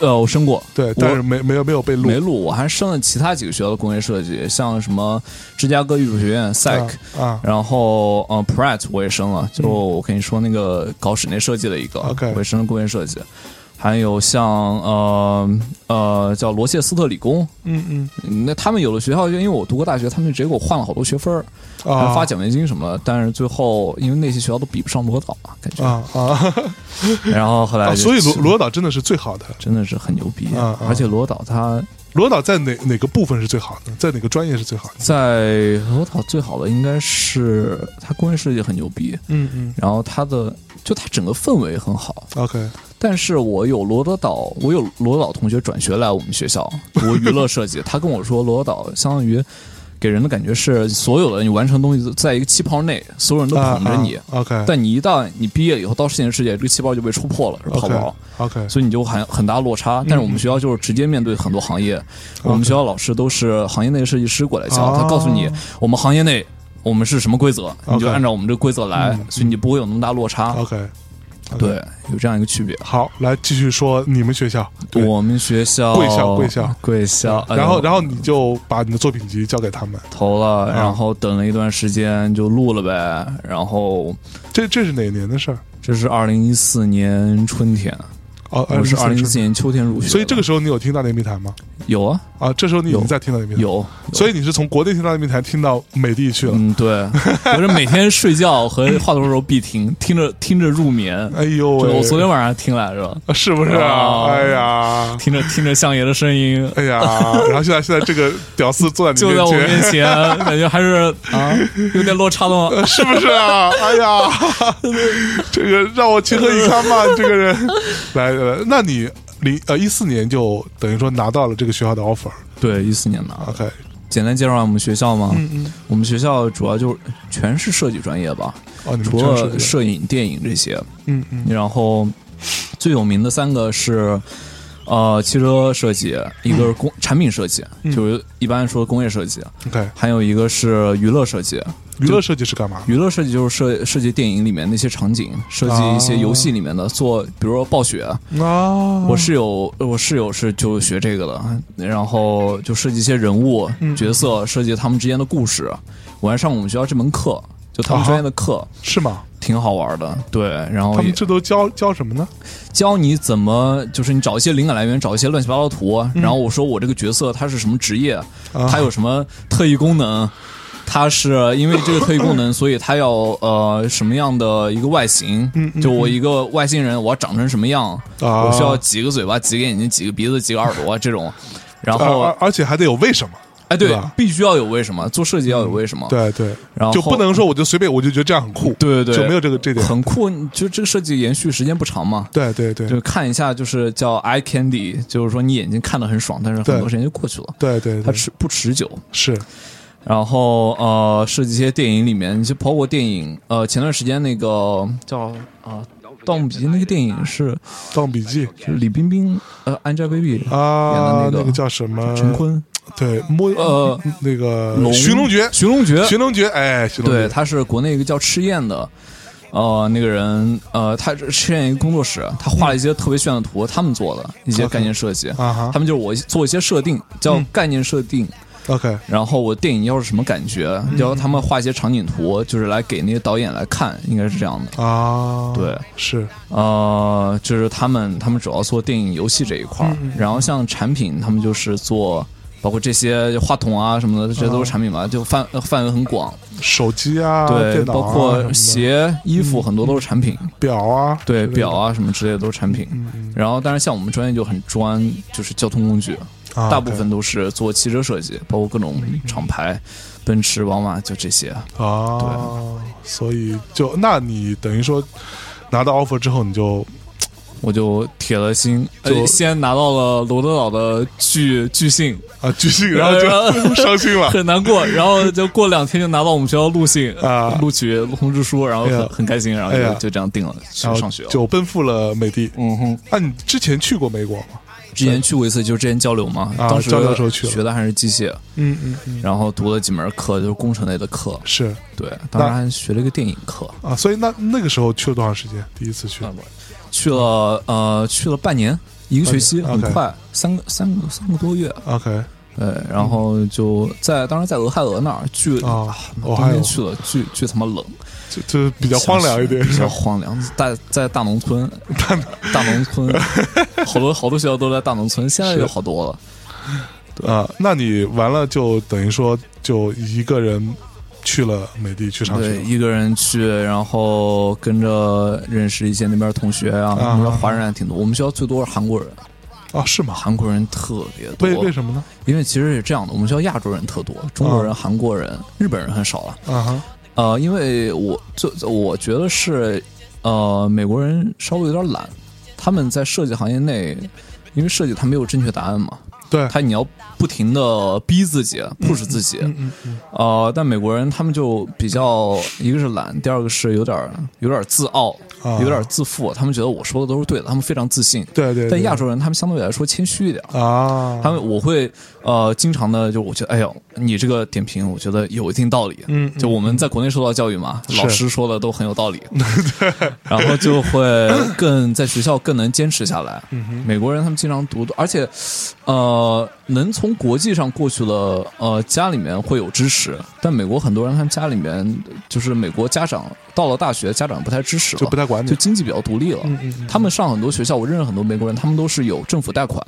Speaker 2: 呃我申过，
Speaker 1: 对，但是没没有没有被录
Speaker 2: 没录，我还升了其他几个学校的工业设计，像什么芝加哥艺术学院 SAC，、
Speaker 1: 啊啊
Speaker 2: 然后嗯、呃、，Pratt 我也升了，就我跟你说那个搞室内设计的一个
Speaker 1: OK
Speaker 2: 我也升了工业设计，还有像呃呃叫罗切斯特理工，
Speaker 1: 嗯嗯
Speaker 2: 嗯那他们有的学校就因为我读过大学，他们就直接给我换了好多学分儿，还
Speaker 1: 啊
Speaker 2: 发奖学金什么的，但是最后因为那些学校都比不上罗导嘛，感觉，
Speaker 1: 啊啊
Speaker 2: 然后后来就、
Speaker 1: 啊！所以罗罗德岛真的是最好的。
Speaker 2: 真的是很牛逼，
Speaker 1: 啊啊
Speaker 2: 而且罗导他
Speaker 1: 罗德岛在哪哪个部分是最好的？在哪个专业是最好的？
Speaker 2: 在罗导最好的应该是他工业设计很牛逼，
Speaker 1: 嗯嗯
Speaker 2: 然后他的就他整个氛围很好。
Speaker 1: ，OK
Speaker 2: 但是我有罗德岛，我有罗德岛同学转学来我们学校读娱乐设计，他跟我说罗德岛相当于给人的感觉是所有的你完成的东西都在一个气泡内，所有人都
Speaker 1: 啊，
Speaker 2: 捧着你。
Speaker 1: 啊 OK，
Speaker 2: 但你一旦你毕业以后到现实世界，这个气泡就被戳破了，是泡泡。
Speaker 1: OK
Speaker 2: 所以你就很很大落
Speaker 1: 嗯
Speaker 2: 差。但是我们学校就是直接面对很多行业，我们学校老师都是行业内设计师过来教，
Speaker 1: 哦
Speaker 2: 他告诉你我们行业内。我们是什么规则，你就
Speaker 1: OK 嗯
Speaker 2: 按照我们这个规则来，所以你不会有那么大落差。
Speaker 1: OK，
Speaker 2: 对，有这样一个区别。
Speaker 1: 好，来继续说你们学校，对，
Speaker 2: 我们学校
Speaker 1: 贵校贵校
Speaker 2: 贵校，哎
Speaker 1: 然后嗯
Speaker 2: 然后
Speaker 1: 然后你就把你的作品集交给他们，
Speaker 2: 投了，然后等了一段时间就录了呗。然后
Speaker 1: 这这是哪年的事儿？
Speaker 2: 这是二零一四年春天，
Speaker 1: 哦，
Speaker 2: 我是二零一
Speaker 1: 2014
Speaker 2: 四年秋天入学的，
Speaker 1: 所以这个时候你有听大内密谈吗？
Speaker 2: 有啊
Speaker 1: 啊，这时候你已
Speaker 2: 有
Speaker 1: 经在听大内密谈，
Speaker 2: 有，有
Speaker 1: 所以你是从国内听大内密谈听到美的去了。
Speaker 2: 嗯，对，我是每天睡觉和话筒的时候必听，听着听着入眠。
Speaker 1: 哎呦
Speaker 2: 就
Speaker 1: 喂，
Speaker 2: 我昨天晚上听来着，
Speaker 1: 是不是啊？
Speaker 2: 哦
Speaker 1: 哎呀，
Speaker 2: 听着听着相爷的声音，
Speaker 1: 哎呀，然后现在现在这个屌丝坐在你
Speaker 2: 就在我
Speaker 1: 面前
Speaker 2: 面， 前，感觉还是啊有点落差的吗？
Speaker 1: 是不是啊？哎 呀，这个让我情何以堪嘛！这个人，来，来那你零呃一四年就等于说拿到了这个学校的 offer。
Speaker 2: 对，一四年的。
Speaker 1: OK，
Speaker 2: 简单介绍一下我们学校吗？
Speaker 1: 嗯
Speaker 2: 我们学校主要就是全是设计专业吧，
Speaker 1: 哦，你们
Speaker 2: 除
Speaker 1: 全是
Speaker 2: 了
Speaker 1: 的
Speaker 2: 摄影、电影这些。
Speaker 1: 嗯嗯
Speaker 2: 然后最有名的三个是。呃，汽车设计，一个是工、产品设计，
Speaker 1: 嗯
Speaker 2: 就是一般说工业设计，
Speaker 1: ，OK，
Speaker 2: 还有一个是娱乐设计，
Speaker 1: 娱乐设计是干嘛？
Speaker 2: 娱乐设计就是设设计电影里面那些场景，设计一些游戏里面的，做比如说暴雪，
Speaker 1: 啊，
Speaker 2: 我室友我室友是就学这个的，然后就设计一些人物、
Speaker 1: 嗯
Speaker 2: 角色，设计他们之间的故事。我还上我们学校这门课，就他
Speaker 1: 啊
Speaker 2: 们
Speaker 1: 哈
Speaker 2: 专业的课，
Speaker 1: 是吗？
Speaker 2: 挺好玩的。对，然
Speaker 1: 他
Speaker 2: 后
Speaker 1: 们
Speaker 2: 哦也
Speaker 1: 这都教教什么呢？
Speaker 2: 教你怎么，就是你找一些灵感来源，找一些乱七八糟的图，啊
Speaker 1: 嗯
Speaker 2: 然后我说我这个角色他是什么职业，
Speaker 1: 啊
Speaker 2: 他有什么特异功能，他是因为这个特异功 能，所以他要呃什么样的一个外形，就我一个外星人，我要长成什么样，
Speaker 1: 嗯啊
Speaker 2: 我需要几个嘴巴，几个眼睛，几个鼻子，几个耳朵这种，然
Speaker 1: 而
Speaker 2: 后、
Speaker 1: 呃而而且还得有为什么？
Speaker 2: 哎对
Speaker 1: 啊对吧，嗯
Speaker 2: 必须要有为什么，做设计要有为什么，
Speaker 1: 对对，
Speaker 2: 然后
Speaker 1: 就不能说我就随便我就觉得这样很酷，
Speaker 2: 对对对，
Speaker 1: 就没有这个这点。
Speaker 2: 很酷，就这个设计延续时间不长嘛，
Speaker 1: 对对对
Speaker 2: 就看一下，就是叫 eye candy，就是说你眼睛看得很爽，但是
Speaker 1: 对
Speaker 2: 很多时间就过去了，
Speaker 1: 对对对，
Speaker 2: 它持不持久。
Speaker 1: 是
Speaker 2: 然后呃，设计一些电影里面，就包括电影，呃，前段时间那个叫啊《盗墓笔记》那个电影是
Speaker 1: 《盗墓笔记》
Speaker 2: 是李冰冰呃 Angelababy
Speaker 1: 啊
Speaker 2: 演的那，个
Speaker 1: 那个叫什么？
Speaker 2: 陈坤
Speaker 1: 对，摸
Speaker 2: 呃
Speaker 1: 那个
Speaker 2: 龙
Speaker 1: 寻龙诀，
Speaker 2: 寻龙诀，
Speaker 1: 寻龙诀，哎，寻龙
Speaker 2: 对，
Speaker 1: 诀，
Speaker 2: 他是国内一个叫赤焰的。呃，那个人，呃，他是赤焰一个工作室，他画了一些特别炫的图，他们做的一些
Speaker 1: OK
Speaker 2: 概念设计
Speaker 1: 啊嗯哈
Speaker 2: 他们就是我做一些设定，叫概念设定，
Speaker 1: ，OK，
Speaker 2: 然后我电影要是什么感觉，
Speaker 1: 嗯
Speaker 2: 要他们画一些场景图，就是来给那些导演来看，应该是这样的。
Speaker 1: 啊，
Speaker 2: 对，
Speaker 1: 是
Speaker 2: 呃，就是他们他们主要做电影、游戏这一块
Speaker 1: 嗯
Speaker 2: 儿，然后像产品，他们就是做包括这些话筒啊什么的，这些都是产品吧，就范呃范围很广，
Speaker 1: 手机嗯啊，
Speaker 2: 对，
Speaker 1: 电脑啊
Speaker 2: 包
Speaker 1: 什么
Speaker 2: 括
Speaker 1: 的
Speaker 2: 鞋、衣服很多都是产品，
Speaker 1: 表啊，之
Speaker 2: 对，
Speaker 1: 类的嗯
Speaker 2: 表啊什么之类的都是产品。然后，但是像我们专业就很专，就是交通工具，
Speaker 1: 啊
Speaker 2: 大部分都是做汽车设计，包括各种厂牌，奔驰、宝马就这些。
Speaker 1: 对啊，所以就那你等于说拿到 offer 之后，你就
Speaker 2: 我就铁了心，
Speaker 1: 就
Speaker 2: 呃先拿到了罗德岛的巨 巨信，
Speaker 1: 啊拒信，然后就 伤心了。
Speaker 2: 很难过。然后就过两天就拿到我们学校录信
Speaker 1: 啊
Speaker 2: 录取通知书，然后
Speaker 1: 哎
Speaker 2: 很
Speaker 1: 呀
Speaker 2: 很开心，然后
Speaker 1: 哎呀
Speaker 2: 就就这样定了，去
Speaker 1: 然后
Speaker 2: 上学了。
Speaker 1: 就奔赴了美的。
Speaker 2: 嗯哼，
Speaker 1: 那、你之前去过美国吗？
Speaker 2: 之前去过一次，就是之前交流嘛，
Speaker 1: 啊
Speaker 2: 当时
Speaker 1: 交流的时候去了
Speaker 2: 学的还是机械，
Speaker 1: 嗯嗯嗯，
Speaker 2: 然后读了几门课，就是工程类的课。
Speaker 1: 是
Speaker 2: 对，当时还学了一个电影课，
Speaker 1: 啊，所以那那个时候去了多长时间？第一次
Speaker 2: 嗯
Speaker 1: 去，
Speaker 2: 去了呃去了半年，一个学期，
Speaker 1: 半年
Speaker 2: 很
Speaker 1: OK
Speaker 2: 快，三个三个三个多月。
Speaker 1: OK，
Speaker 2: 对，然后就在当时在俄亥俄那儿，巨
Speaker 1: 啊
Speaker 2: 啊
Speaker 1: 俄亥
Speaker 2: 冬
Speaker 1: 俄
Speaker 2: 天去了，巨巨他妈冷，
Speaker 1: 就就比较荒凉一点，
Speaker 2: 比
Speaker 1: 是吧？
Speaker 2: 较荒凉，在在大 农村， 大农村，好多好多学校都在大农村，现在就好多了。
Speaker 1: 啊，那你完了就等于说就一个人去了美的去上学
Speaker 2: 对，一个人去，然后跟着认识一些那边同学啊，那边华人还挺多。我们学校最多是韩国人，
Speaker 1: 啊？是吗？
Speaker 2: 韩国人特别多。
Speaker 1: 为为什么呢？
Speaker 2: 因为其实是这样的，我们学校亚洲人特多，中国人、
Speaker 1: 嗯
Speaker 2: 韩国人、日本人很少了。
Speaker 1: 啊哈，
Speaker 2: 呃，因为我最我觉得是，呃，美国人稍微有点懒，他们在设计行业内，因为设计他没有正确答案嘛，
Speaker 1: 对
Speaker 2: 他你要不停的逼自己，push 自己。
Speaker 1: 嗯嗯
Speaker 2: 呃，但美国人他们就比较，一个是懒，第二个是有点儿有点儿自傲
Speaker 1: 啊，
Speaker 2: 有点儿自负，他们觉得我说的都是对的，他们非常自信。
Speaker 1: 对对对
Speaker 2: 但亚洲人他们相对来说谦虚一点儿。
Speaker 1: 啊，
Speaker 2: 他们我会呃经常的就我觉得哎呦你这个点评我觉得有一定道理，
Speaker 1: 嗯嗯
Speaker 2: 就我们在国内受到教育嘛，
Speaker 1: 是
Speaker 2: 老师说的都很有 道理，然后就会更在学校更能坚持下来。
Speaker 1: 嗯
Speaker 2: 美国人他们经常读，而且呃能从国际上过去了，呃家里面会有支持，但美国很多人他们家里面就是美国家长到了大学家长不太支持了，
Speaker 1: 就不太管
Speaker 2: 就
Speaker 1: 你
Speaker 2: 经济比较独立了。
Speaker 1: 嗯嗯嗯
Speaker 2: 他们上很多学校，我认识很多美国人，他们都是有政府贷款。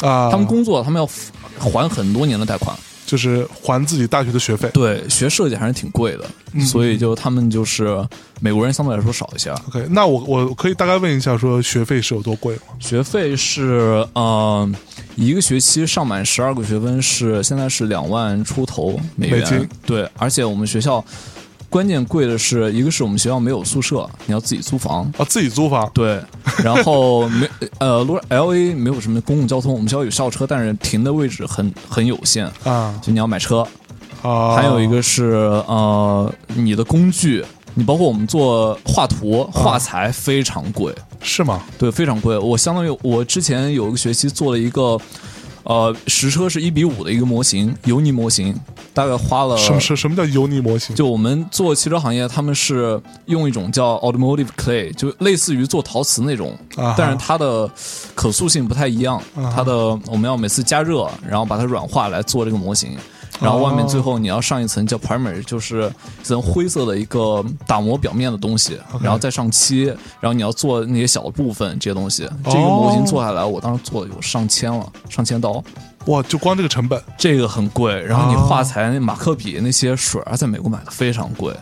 Speaker 1: 啊，
Speaker 2: 他们工作，他们要付还很多年的贷款，
Speaker 1: 就是还自己大学的学费。
Speaker 2: 对，学设计还是挺贵的，所以就他们就是美国人相对来说少一些，
Speaker 1: OK，那我我可以大概问一下，说学费是有多贵吗？
Speaker 2: 学费是呃一个学期上满十二个学分是现在是两万出头美元，
Speaker 1: 美金
Speaker 2: 对，而且我们学校关键贵的是一个是我们学校没有宿舍，你要自己租房。
Speaker 1: 啊，自己租房
Speaker 2: 对，然后没呃， 洛 L A 没有什么公共交通，我们学校有校车，但是停的位置很很有限，
Speaker 1: 啊
Speaker 2: 就你要买车。
Speaker 1: 啊，
Speaker 2: 还有一个是呃，你的工具，你包括我们做画图、
Speaker 1: 嗯
Speaker 2: 画材非常贵，
Speaker 1: 是吗？
Speaker 2: 对，非常贵。我相当于我之前有一个学期做了一个，呃，实车是一比五的一个模型，油泥模型，大概花了
Speaker 1: 什么什什么叫油泥模型？
Speaker 2: 呃就我们做汽车行业，他们是用一种叫 automotive clay，就类似于做陶瓷那种
Speaker 1: 啊哈，
Speaker 2: 但是它的可塑性不太一样
Speaker 1: 啊哈。
Speaker 2: 它的呃我们要每次加热，然后把它软化来做这个模型，然后外面最后你要上一层叫 primer，就是一层灰色的一个打磨表面的东西，然后再上漆，然后你要做那些小的部分这些东
Speaker 1: 哦
Speaker 2: 西。这个模型做下来，我当时做了有上千了，上千刀。
Speaker 1: 哇，就光这个成本
Speaker 2: 这个很贵，然后你
Speaker 1: 哦
Speaker 2: 画材、那马克笔那些水儿，在美国买的非常贵。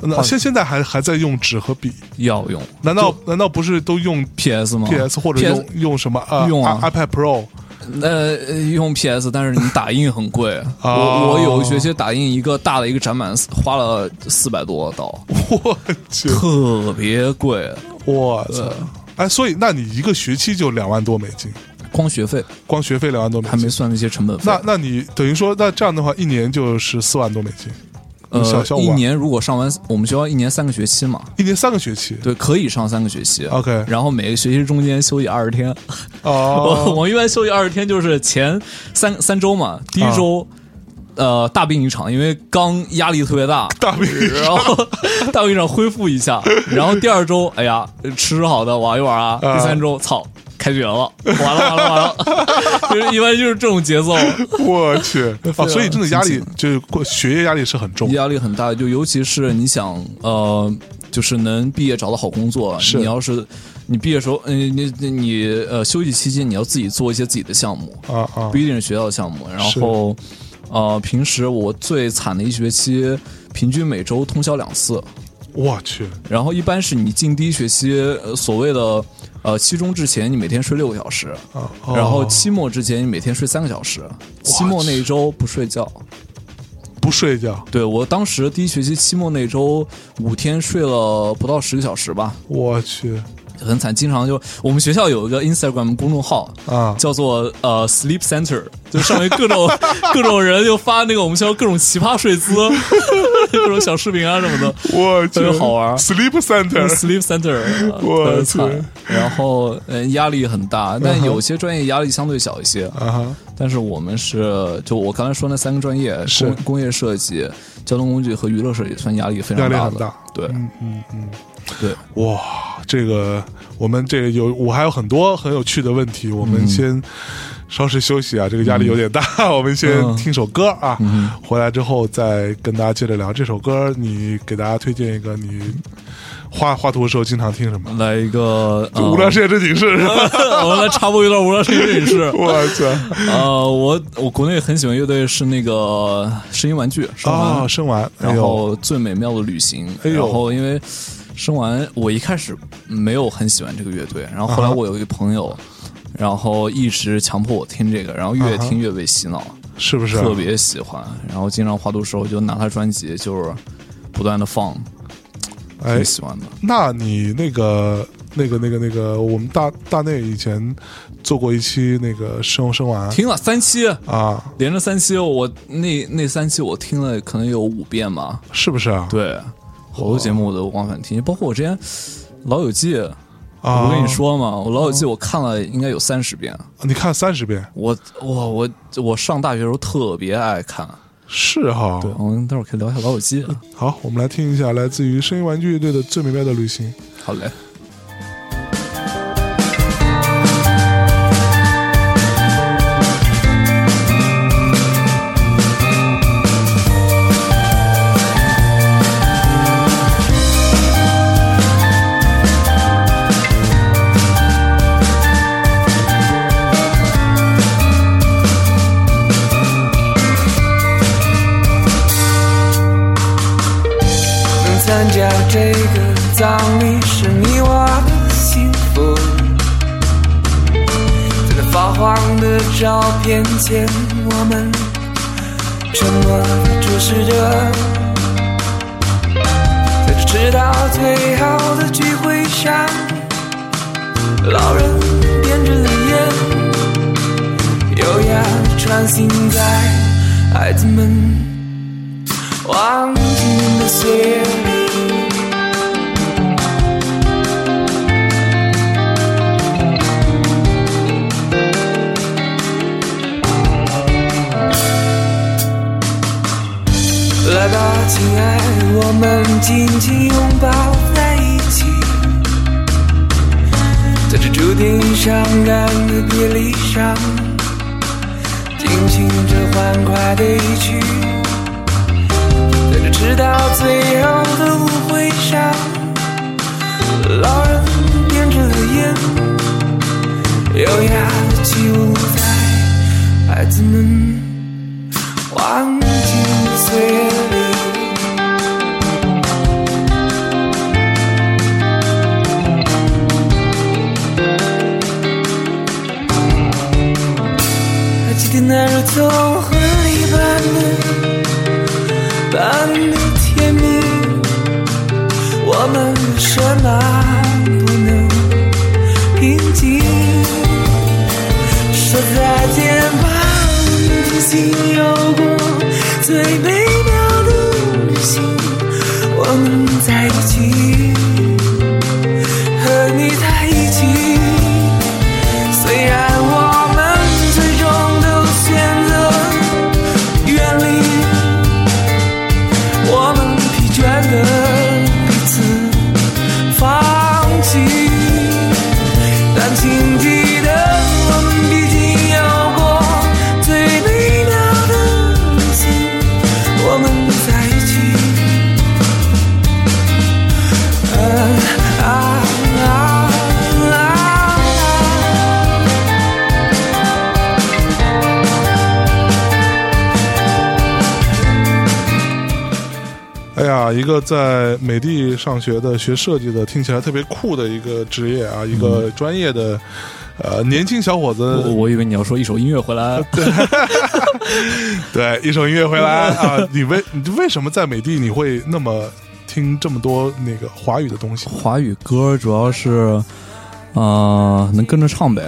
Speaker 1: 那现现在还还在用纸和笔？
Speaker 2: 要用
Speaker 1: 难道难道不是都用
Speaker 2: PS 吗
Speaker 1: PS 或者用用什么啊
Speaker 2: 啊用啊
Speaker 1: i- iPad Pro
Speaker 2: 呃用 PS，但是你打印很 贵。
Speaker 1: 啊
Speaker 2: 我我有一学期打印一个大的一个展板，花了四百多刀，
Speaker 1: 我去，
Speaker 2: 特别贵，
Speaker 1: 我操！
Speaker 2: 呃
Speaker 1: 哎，所以那你一个学期就两万多美金，
Speaker 2: 光学费
Speaker 1: 光学费两万多美
Speaker 2: 还没
Speaker 1: 金。
Speaker 2: 算那些成本费
Speaker 1: 那。那你等于说，那这样的话，一年就十四万多美金，小
Speaker 2: 呃
Speaker 1: 小，五
Speaker 2: 一
Speaker 1: 万，
Speaker 2: 年如果上完，我们学校一年三个学期嘛，
Speaker 1: 啊一年三个学期。
Speaker 2: 对，可以上三个学期。
Speaker 1: OK
Speaker 2: 然后每个学期中间休息二十天。我
Speaker 1: 哦，
Speaker 2: 我一般休息二十天，就是前三三周嘛，第
Speaker 1: 啊
Speaker 2: 一周，呃，大病一场，因为刚压力特别大，
Speaker 1: 大 病一场
Speaker 2: 然后大病一场恢复一 下，然后第二周，哎呀，吃好的玩一玩啊，
Speaker 1: 啊
Speaker 2: 第三周，操，开学了，完了完了 完了，就是一般就是这种节奏，
Speaker 1: 我 去啊！所以真的压力
Speaker 2: 亲
Speaker 1: 就是过学业压力是很重
Speaker 2: 压力很大，就尤其是你想呃，就是能毕业找到好工作，
Speaker 1: 是
Speaker 2: 你要是你毕业时候，嗯、你你你呃休息期间你要自己做一些自己的项目，
Speaker 1: 啊啊
Speaker 2: 不！一定是学校的项目。然后，呃，平时我最惨的一学期，平均每周通宵两次。
Speaker 1: 我去
Speaker 2: 然后一般是你进第一学期，呃所谓的呃期中之前，你每天睡六个小时，
Speaker 1: 啊！哦
Speaker 2: 然后期末之前你每天睡三个小时，期末那一周不睡觉。
Speaker 1: 不睡觉，
Speaker 2: 对我当时第一学期期末那周五天睡了不到十个小时吧，
Speaker 1: 我去
Speaker 2: 很惨。经常就我们学校有一个 Instagram 公众号，
Speaker 1: 啊！
Speaker 2: 叫做呃 Sleep Center，就上面各 种各种人就发那个我们学校各种奇葩睡姿， 各种小视频啊什么的。
Speaker 1: 我 去
Speaker 2: 特别好玩 儿
Speaker 1: Sleep Center
Speaker 2: Sleep Center，呃
Speaker 1: 我
Speaker 2: 特
Speaker 1: 去嗯
Speaker 2: 别惨，然后呃压力很大，但有些专业压力相对小一些。
Speaker 1: 啊哈
Speaker 2: 但是我们是就我刚才说那三个专业，
Speaker 1: 是
Speaker 2: 工工业设计、交通工具和娱乐设计，算压力非
Speaker 1: 压
Speaker 2: 常
Speaker 1: 力
Speaker 2: 大
Speaker 1: 很
Speaker 2: 的。
Speaker 1: 大。
Speaker 2: 对
Speaker 1: 嗯嗯嗯，
Speaker 2: 对，
Speaker 1: 哇，这个我们这个有我还有很多很有趣的问题，我们先稍事休息啊，这个压力有点大， 我们先
Speaker 2: 嗯嗯
Speaker 1: 听首歌啊，
Speaker 2: 嗯
Speaker 1: 回来之后再跟大家接着聊。这首歌你给大家推荐一个，你画画图的时候经常听什么？
Speaker 2: 来一个
Speaker 1: 就无聊
Speaker 2: 呃
Speaker 1: 世界真警示是吧？
Speaker 2: 我们来插播一段无聊实 验室。
Speaker 1: 我操！
Speaker 2: 呃，我我国内很喜欢乐队是那个声音玩具，声玩
Speaker 1: 啊，生完，哎
Speaker 2: 嗯然
Speaker 1: 呦，
Speaker 2: 后最美妙的旅行，
Speaker 1: 哎呦
Speaker 2: 然后因为生完我一开始没有很喜欢这个乐队，然后后来
Speaker 1: 啊哈
Speaker 2: 我有一个朋友，然后一直强迫我听这个，然后越
Speaker 1: 啊哈
Speaker 2: 听越被洗脑，
Speaker 1: 是不是啊
Speaker 2: 特别喜欢，然后经常花多时候就拿他专辑就是不断的放，
Speaker 1: 哎
Speaker 2: 挺？喜欢的。
Speaker 1: 那你那个那个那个那个，我们大大内以前做过一期那个生活生完
Speaker 2: 听了三期，
Speaker 1: 啊，
Speaker 2: 连着三期，我那那三期我听了可能有五遍吧。
Speaker 1: 是不是啊？
Speaker 2: 对，好多节目我都往返听，包括我之前《老友记》，我不跟你
Speaker 1: 啊，
Speaker 2: 说嘛，我《老友记》我看了应该有三十遍。
Speaker 1: 你看三十遍
Speaker 2: 我哇我我上大学的时候特别爱看。
Speaker 1: 是哈？
Speaker 2: 对，我们待会儿可以聊一下《老友记》。啊
Speaker 1: 好，我们来听一下来自于声音玩具乐队的《最美妙的旅行》。
Speaker 2: 好嘞。
Speaker 3: 能参加这个葬礼是你我的幸福。在那发黄的照片前，我们沉默地注视着。在这迟到最好的聚会上，老人点着了烟，优雅地穿行在孩子们。忘情的岁月里，来吧，亲爱的，我们紧紧拥抱在一起，在这注定伤感的别离上，尽情这欢快的一曲。在这直到最后的舞会上，老人点着了烟，优雅的起舞在孩子们忘情的岁月里。还记得那如同婚礼般的般的甜蜜，我们为什么不能平静？说再见吧，我们曾经有过最美妙的旅行，我们在一起，和你在一起，虽然我们最终都选择远离。我们疲倦的彼此放弃，但请记得，我们毕竟有过最美妙的旅行，我们在一起。啊啊啊啊！
Speaker 1: 哎呀，一个在美的上学的学设计的，听起来特别酷的一个职业啊，一个专业的，呃，年轻小伙
Speaker 2: 我
Speaker 1: 子，
Speaker 2: 我以为你要说一首音乐 回来，
Speaker 1: 对，一首音乐回来啊，你为你为什么在美的你会那么听这么多那个华语的东西？
Speaker 2: 华语歌主要是，呃，能跟着唱呗。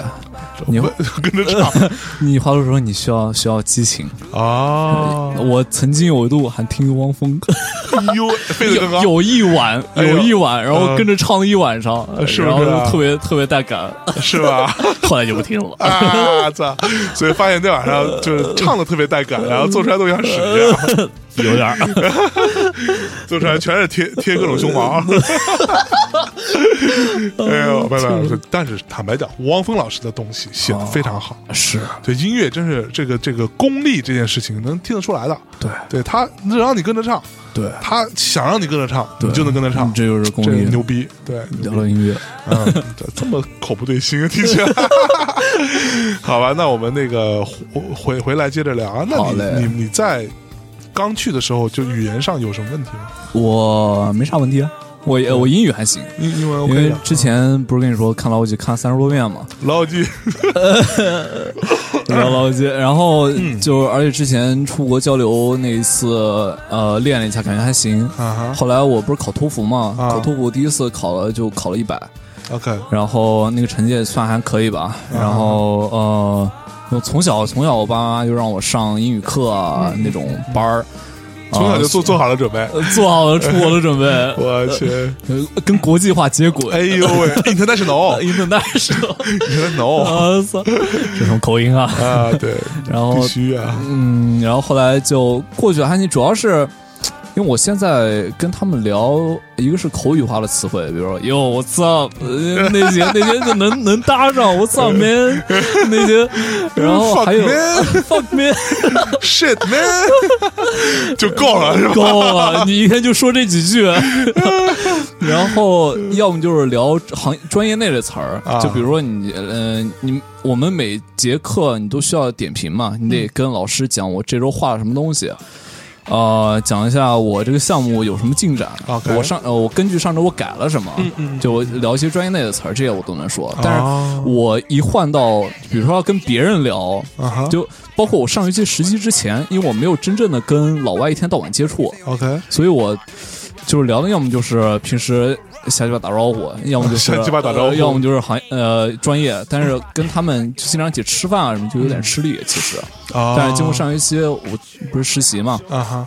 Speaker 2: 你
Speaker 1: 我 跟着唱
Speaker 2: 你话都说你需要需要激情，
Speaker 1: 啊，
Speaker 2: 我曾经有一度还听汪峰，
Speaker 1: 哎呦，飞得更高，
Speaker 2: 有一晚
Speaker 1: 哎呦
Speaker 2: 有一晚，然后跟着唱了一晚上，
Speaker 1: 是不
Speaker 2: 然后
Speaker 1: 是啊
Speaker 2: 特别特别带感，
Speaker 1: 是吧？
Speaker 2: 后来就不听了。
Speaker 1: 啊，操！所以发现那晚上就是唱的特别带感，然后做出来都像屎一样。
Speaker 2: 有点儿，
Speaker 1: 做出来全是贴贴各种胸毛。哎呦，拜拜老师！但是坦白讲，汪峰老师的东西写的非常好，
Speaker 2: 是
Speaker 1: 对音乐真是这个这个功力这件事情能听得出来的。
Speaker 2: 对
Speaker 1: 对他让你跟着唱，
Speaker 2: 对，
Speaker 1: 他想让你跟着唱，你
Speaker 2: 对
Speaker 1: 就能跟着唱，
Speaker 2: 这就是功
Speaker 1: 这
Speaker 2: 力。
Speaker 1: 牛逼！对，
Speaker 2: 聊聊音乐，
Speaker 1: 嗯，这这么口不对心，听 起来。好吧，那我们那个回回回来接着聊啊。那
Speaker 2: 好嘞
Speaker 1: 你你你在刚去的时候，就语言上有什么问题吗？
Speaker 2: 我没啥问题啊，我也我英语还行。
Speaker 1: 英英文
Speaker 2: 因
Speaker 1: OK
Speaker 2: 为
Speaker 1: 的。
Speaker 2: 之前不是跟你说看老友记看三十多遍 嘛，
Speaker 1: 老友 记
Speaker 2: 聊老友记，然后
Speaker 1: 嗯
Speaker 2: 就而且之前出国交流那一次，呃，练了一下，感觉还行。
Speaker 1: 啊哈
Speaker 2: 后来我不是考托福嘛，
Speaker 1: 啊
Speaker 2: 考托福第一次考了就考了一百，
Speaker 1: OK，
Speaker 2: 然后那个成绩也算还可以吧。
Speaker 1: 啊
Speaker 2: 然后呃，我从小从小我爸妈就让我上英语课啊那种班儿，
Speaker 1: 嗯从小就
Speaker 2: 做
Speaker 1: 做做好了准备。，
Speaker 2: 做好了出国的准备
Speaker 1: 我去，
Speaker 2: 呃跟国际化接轨。
Speaker 1: 哎呦 喂，international，international，
Speaker 2: international，我 啊操，这种口音啊！
Speaker 1: 啊，对，
Speaker 2: 然后
Speaker 1: 必须啊，
Speaker 2: 嗯，然后后来就过去了。还你主要是因为我现在跟他们聊，一个是口语化的词汇，比如说“哟，我操”，呃那些那些就能能搭上“我操 man” 那些，然后
Speaker 1: Fuck
Speaker 2: 还有
Speaker 1: man
Speaker 2: “fuck man”，
Speaker 1: shit man，就 够了是吧？
Speaker 2: 够了，啊你一天就说这 几句。然后要么就是聊行专业内的词儿，
Speaker 1: 啊
Speaker 2: 就比如说你，呃，你我们每节课你都需要点评嘛，你得跟老师讲我这周画了什么东西。呃，讲一下我这个项目有什么进展。
Speaker 1: OK 嗯
Speaker 2: 我上呃，我根据上周我改了什么，就我聊一些专业内的词儿，这些我都能说。但
Speaker 1: 哦
Speaker 2: 是我一换到，比如说要跟别人聊，
Speaker 1: 啊哈
Speaker 2: 就包括我上一期实习之前，因为我没有真正的跟老外一天到晚接触，
Speaker 1: ，OK，
Speaker 2: 所以我就是聊的，要么就是平时瞎鸡巴打 招呼，要么就是
Speaker 1: 瞎鸡巴打招呼
Speaker 2: 呃要么就是行呃专业，但是跟他们就经常一起吃饭啊什么，就有点吃力其实。
Speaker 1: 啊，
Speaker 2: 但是经过上学期，我不是实习嘛，
Speaker 1: 啊哈，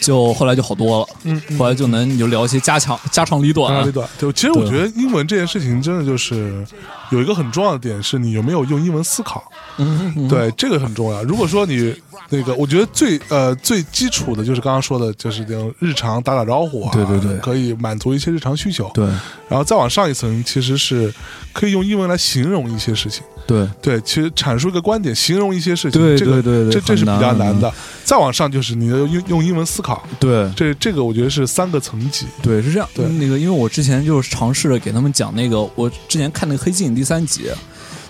Speaker 2: 就后来就好多了，嗯，后来就能你就聊一些家常家长里短
Speaker 1: 啊，
Speaker 2: 啊
Speaker 1: 这，段就其实我觉得英文这件事情真的就是有一个很重要的点是你有没有用英文思考，
Speaker 2: 嗯嗯
Speaker 1: 对这个很重要。如果说你那个，我觉得最呃最基础的就是刚刚说的，就是这种日常打打招呼啊，
Speaker 2: 对对对
Speaker 1: 可以满足一些日常需求。，
Speaker 2: 对
Speaker 1: 然后再往上一层，其实是可以用英文来形容一些事情。
Speaker 2: 对
Speaker 1: 对，其实阐述一个观点，形容一些事情，
Speaker 2: 对
Speaker 1: 这个
Speaker 2: 对对对
Speaker 1: 这这是比较
Speaker 2: 很难
Speaker 1: 难的。再往上就是你要用用英文思考，
Speaker 2: 对
Speaker 1: 这这个我觉得是三个层级。
Speaker 2: 对，是这样。
Speaker 1: 对
Speaker 2: 那个，因为我之前就是尝试着给他们讲那个，我之前看那个《黑镜》第三集，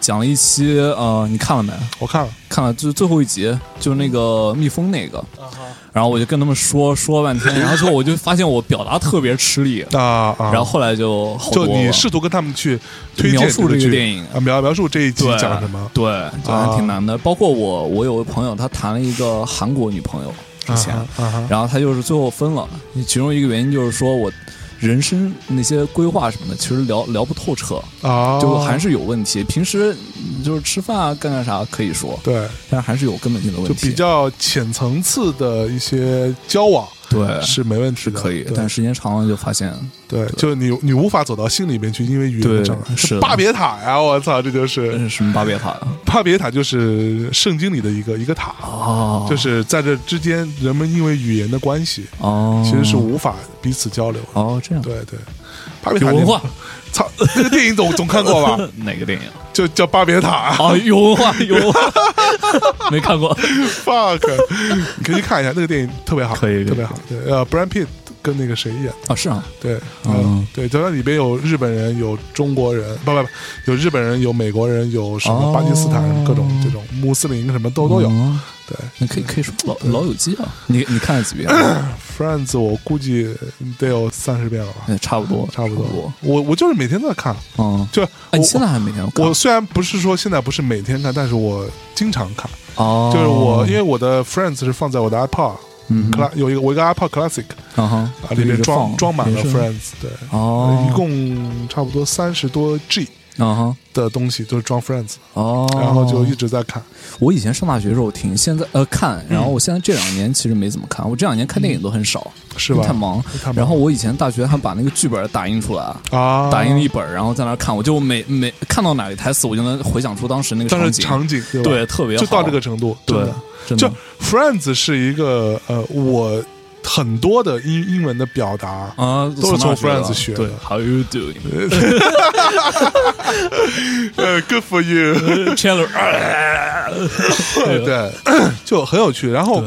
Speaker 2: 讲了一期，呃，你看了没？
Speaker 1: 我看了，
Speaker 2: 看了，就是最后一集，就是那个蜜蜂那个。
Speaker 1: 啊
Speaker 2: 然后我就跟他们说说半天，然后最后我就发现我表达特别吃力，
Speaker 1: 啊啊，
Speaker 2: 然后后来就好多
Speaker 1: 就
Speaker 2: 了
Speaker 1: 你试图跟他们去推荐
Speaker 2: 描述这个
Speaker 1: 剧
Speaker 2: 电影
Speaker 1: 啊，描描述这一集
Speaker 2: 对
Speaker 1: 讲啊了什么
Speaker 2: 对，就还挺难的。包括我，我有个朋友，他谈了一个韩国女朋友之前，
Speaker 1: 啊哈啊哈
Speaker 2: 然后他就是最后分了，其中一个原因就是说我人生那些规划什么的，其实聊聊不透彻。
Speaker 1: 啊，
Speaker 2: 就还是有问题。平时嗯就是吃饭啊，干干啥可以说，
Speaker 1: 对，
Speaker 2: 但是还是有根本性的问
Speaker 1: 就
Speaker 2: 题。
Speaker 1: 比较浅层次的一些交往
Speaker 2: 对
Speaker 1: 是没问题
Speaker 2: 是
Speaker 1: 的，
Speaker 2: 可以，
Speaker 1: 对
Speaker 2: 但时间长了就发现，
Speaker 1: 对，就你你无法走到心里面去，因为语言的
Speaker 2: 对
Speaker 1: 障碍。
Speaker 2: 是的
Speaker 1: 巴别塔呀，我操，这就是
Speaker 2: 是什么巴别塔啊
Speaker 1: 巴别塔，就是圣经里的一个一个塔，
Speaker 2: 哦，
Speaker 1: 就是在这之间，人们因为语言的关系，
Speaker 2: 哦，
Speaker 1: 其实是无法彼此交流的。
Speaker 2: 哦这样
Speaker 1: 对对，巴别塔
Speaker 2: 有文化，
Speaker 1: 操，那个电影总总看过吧？
Speaker 2: 哪个电影？
Speaker 1: 就叫巴别塔。
Speaker 2: 哦，有文化，有文化， 没看过。
Speaker 1: fuck，你可以去看一下那个电影，特别好，
Speaker 2: 可以
Speaker 1: 特别好。对，呃，Brad Pitt 跟那个谁演的，
Speaker 2: 哦，是啊，
Speaker 1: 对，嗯
Speaker 2: 嗯，
Speaker 1: 对，它里边有日本人，有中国人，不不不，有日本人，有美国人，有什么
Speaker 2: 哦
Speaker 1: 巴基斯坦人，各种这种穆斯林什么都都有。
Speaker 2: 哦
Speaker 1: 对
Speaker 2: 那可以可以说老老友记啊，你你看了 几遍？
Speaker 1: ，Friends 我估计得有三十遍了吧，
Speaker 2: 哎差不多，
Speaker 1: 差不
Speaker 2: 多。
Speaker 1: 多。我我就是每天都在看，
Speaker 2: 嗯，
Speaker 1: 就
Speaker 2: 哎，
Speaker 1: 我
Speaker 2: 你现在还每天看
Speaker 1: 我虽然不是说现在不是每天看，但是我经常看，
Speaker 2: 哦，
Speaker 1: 就是我因为我的 Friends 是放在我的 iPod
Speaker 2: 嗯
Speaker 1: Cla- 有一个我一个 iPod Classic。
Speaker 2: 啊哈
Speaker 1: 啊，里面装
Speaker 2: 放
Speaker 1: 装满了
Speaker 2: 没事
Speaker 1: Friends，对，
Speaker 2: 哦，
Speaker 1: 一共差不多三十多 G
Speaker 2: 啊哈
Speaker 1: 的东西都是装 Friends，
Speaker 2: 哦，
Speaker 1: 然后就一直在看。
Speaker 2: 我以前上大学的时候听，现在呃看，然后我现在这两年其实没怎么看，我这两年看电影都很少，
Speaker 1: 嗯是吧
Speaker 2: 太忙
Speaker 1: 太忙。
Speaker 2: 然后我以前大学还把那个剧本打印出来。
Speaker 1: 啊，
Speaker 2: 打印一本儿，然后在那儿看，我就每每看到哪个台词，我就能回想出当时那个
Speaker 1: 但是
Speaker 2: 场景，
Speaker 1: 场景对吧
Speaker 2: 对特别好
Speaker 1: 就到这个程度，真
Speaker 2: 对
Speaker 1: 的，
Speaker 2: 真
Speaker 1: 就
Speaker 2: 的
Speaker 1: Friends 是一个呃，我很多的英英文的表达，
Speaker 2: 啊，
Speaker 1: 都是从
Speaker 2: 那儿
Speaker 1: Friends 学的
Speaker 2: 对，How you doing,
Speaker 1: 呃，Good for you，
Speaker 2: Chandler？啊
Speaker 1: 哎 对， 就很有趣。然后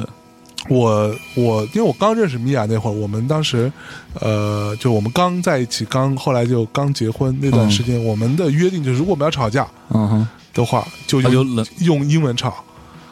Speaker 1: 我我因为我刚认识米娅那会儿，我们当时呃，就我们刚在一起，刚后来就刚结婚那段时间，我们的约定就是，如果我们要吵架
Speaker 2: 嗯哼，
Speaker 1: 的话，就
Speaker 2: 那就
Speaker 1: 用
Speaker 2: 冷
Speaker 1: 用英文吵。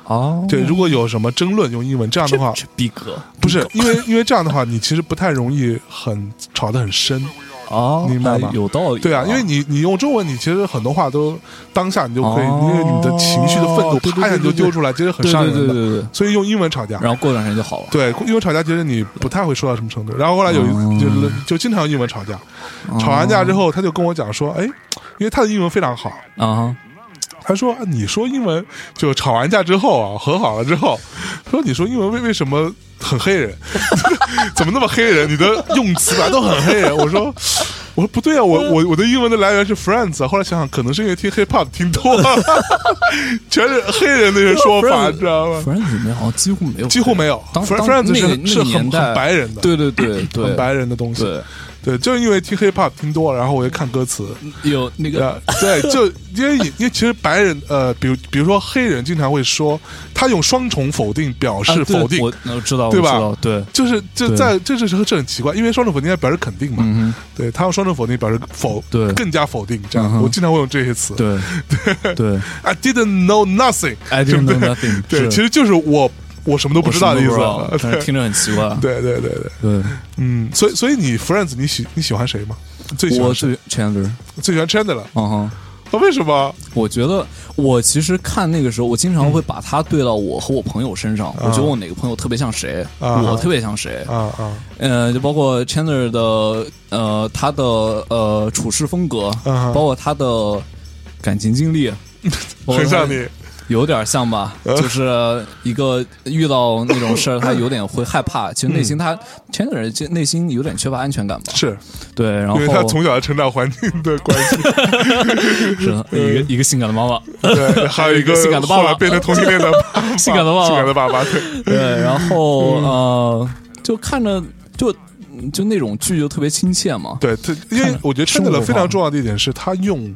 Speaker 2: 哦，
Speaker 1: 对，如果有什么争论，用英文。这样的话，
Speaker 2: 这逼格
Speaker 1: 不是因为因为这样的话，你其实不太容易很吵得很深。
Speaker 2: 哦，
Speaker 1: 明白吗
Speaker 2: 哎有道理。
Speaker 1: 对啊，因为你你用中文，你其实很多话都当下你就可以，
Speaker 2: 哦
Speaker 1: 因为你的情绪的愤怒
Speaker 2: 对对
Speaker 1: 啪一下就
Speaker 2: 对
Speaker 1: 丢出来，其实很
Speaker 2: 对
Speaker 1: 伤
Speaker 2: 对
Speaker 1: 人的。
Speaker 2: 对对对，
Speaker 1: 所以用英文吵架，
Speaker 2: 然后过段时间就好了。
Speaker 1: 对，因为吵架其实你不太会说到什么程度。然后后来有一
Speaker 2: 哦
Speaker 1: 次就、就经常用英文吵架，吵完架之后他就跟我讲说，哎，因为他的英文非常好，
Speaker 2: 啊，
Speaker 1: 他说啊你说英文就吵完架之后啊和好了之后，他说你说英文为为什么很黑人， 怎么那么黑人？你的用词啊都很黑 人。我说。我说不对啊，我我我的英文的来源是 Friends，啊后来想想可能是因为听 hip hop 听多了， 全是黑人的人说法，
Speaker 2: Friends-
Speaker 1: 知道吗？
Speaker 2: 反正里面好像几乎没有，
Speaker 1: 几乎没有
Speaker 2: 当
Speaker 1: ，Friends
Speaker 2: 当
Speaker 1: Friends
Speaker 2: 那
Speaker 1: 是
Speaker 2: 个
Speaker 1: 很
Speaker 2: 那
Speaker 1: 是
Speaker 2: 个
Speaker 1: 很
Speaker 2: 年代
Speaker 1: 很白人的
Speaker 2: 对 对对对，
Speaker 1: 很白人的东西。
Speaker 2: 对，
Speaker 1: 对，就是因为听 hip hop 听多了，然后我就看歌词，
Speaker 2: 有那个
Speaker 1: 呃，对，就因为因为其实白人呃，比如比如说黑人经常会说，他用双重否定表示
Speaker 2: 啊对
Speaker 1: 否定，
Speaker 2: 我我知道，
Speaker 1: 对
Speaker 2: 我
Speaker 1: 吧
Speaker 2: 知道对，
Speaker 1: 就是这
Speaker 2: 对
Speaker 1: 在这是这很奇怪，因为双重否定要表示肯定嘛，
Speaker 2: 嗯哼，
Speaker 1: 对他用双重否定表示否，
Speaker 2: 对
Speaker 1: 更加否定这样，
Speaker 2: 嗯哼
Speaker 1: 我经常会用这些词，
Speaker 2: 对 对
Speaker 1: i didn't know nothing，
Speaker 2: ，I
Speaker 1: 对
Speaker 2: didn't
Speaker 1: 不
Speaker 2: know
Speaker 1: 对？
Speaker 2: nothing，
Speaker 1: 对，
Speaker 2: 是
Speaker 1: 其实就是我我什么都不知道的意
Speaker 2: 我什么都不知 道
Speaker 1: 思，啊
Speaker 2: 但是听着很奇怪。
Speaker 1: 对对对对，
Speaker 2: 对，
Speaker 1: 嗯，所以所以你 Friends 你喜你喜欢谁吗？最喜
Speaker 2: 我
Speaker 1: 欢谁？
Speaker 2: 是 Chandler，
Speaker 1: 最喜欢 Chandler，
Speaker 2: 嗯哼。
Speaker 1: 啊为什么？
Speaker 2: 我觉得我其实看那个时候，我经常
Speaker 1: 嗯
Speaker 2: 会把它对到我和我朋友身上。我觉得我哪个朋友特别像谁，
Speaker 1: 啊
Speaker 2: 我特别像谁。
Speaker 1: 啊啊
Speaker 2: 呃，就包括 Chandler 的呃他的呃处事风格，
Speaker 1: 啊
Speaker 2: 包括他的感情 经历，包括他
Speaker 1: 很像你，嗯
Speaker 2: 有点像吧，就是一个遇到那种事儿，他有点会害怕。其实内
Speaker 1: 嗯
Speaker 2: 心他 Chandler 这内心有点缺乏安全感吧。
Speaker 1: 是
Speaker 2: 对，然后
Speaker 1: 因为他从小的成长环境的关 系，
Speaker 2: 是
Speaker 1: 嗯
Speaker 2: 一个一个性感的妈妈。
Speaker 1: 对，还有一个
Speaker 2: 性感的爸爸
Speaker 1: 后来变成同性恋的爸爸
Speaker 2: 性感的爸爸
Speaker 1: 性感的爸爸，对，
Speaker 2: 对，然后
Speaker 1: 嗯
Speaker 2: 呃，就看着就就那种剧就特别亲切嘛。
Speaker 1: 对，他因 为我觉得
Speaker 2: 生
Speaker 1: Chandler
Speaker 2: 活化
Speaker 1: 非常重要的一点是他用，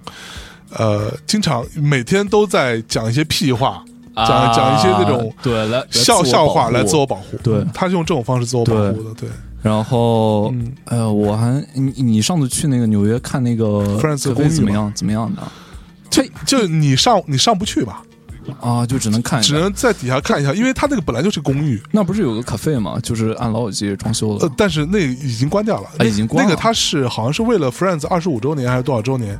Speaker 1: 呃，经常每天都在讲一些屁话，讲
Speaker 2: 啊
Speaker 1: 讲一些那种
Speaker 2: 对来来
Speaker 1: 笑
Speaker 2: 自我
Speaker 1: 笑
Speaker 2: 保
Speaker 1: 话
Speaker 2: 护
Speaker 1: 来自我保护，
Speaker 2: 对
Speaker 1: 他是用这种方式自我保护的，对，
Speaker 2: 然后
Speaker 1: 嗯
Speaker 2: 呃，我还你你上次去那个纽约看那个
Speaker 1: Friends 的
Speaker 2: 咖啡
Speaker 1: 公寓
Speaker 2: 怎么
Speaker 1: 吗
Speaker 2: 样？怎么样的
Speaker 1: 就就你上你上不去吧，
Speaker 2: 啊？就只能看一
Speaker 1: 只
Speaker 2: 下。
Speaker 1: 能在底下看一下，因为他那个本来就是公寓，
Speaker 2: 那不是有个咖啡吗？就是按老友记装修的
Speaker 1: 呃，但是那个已经关掉了，
Speaker 2: 啊已经关
Speaker 1: 那
Speaker 2: 了
Speaker 1: 个他是好像是为了 Friends 二十五周年还是多少周年，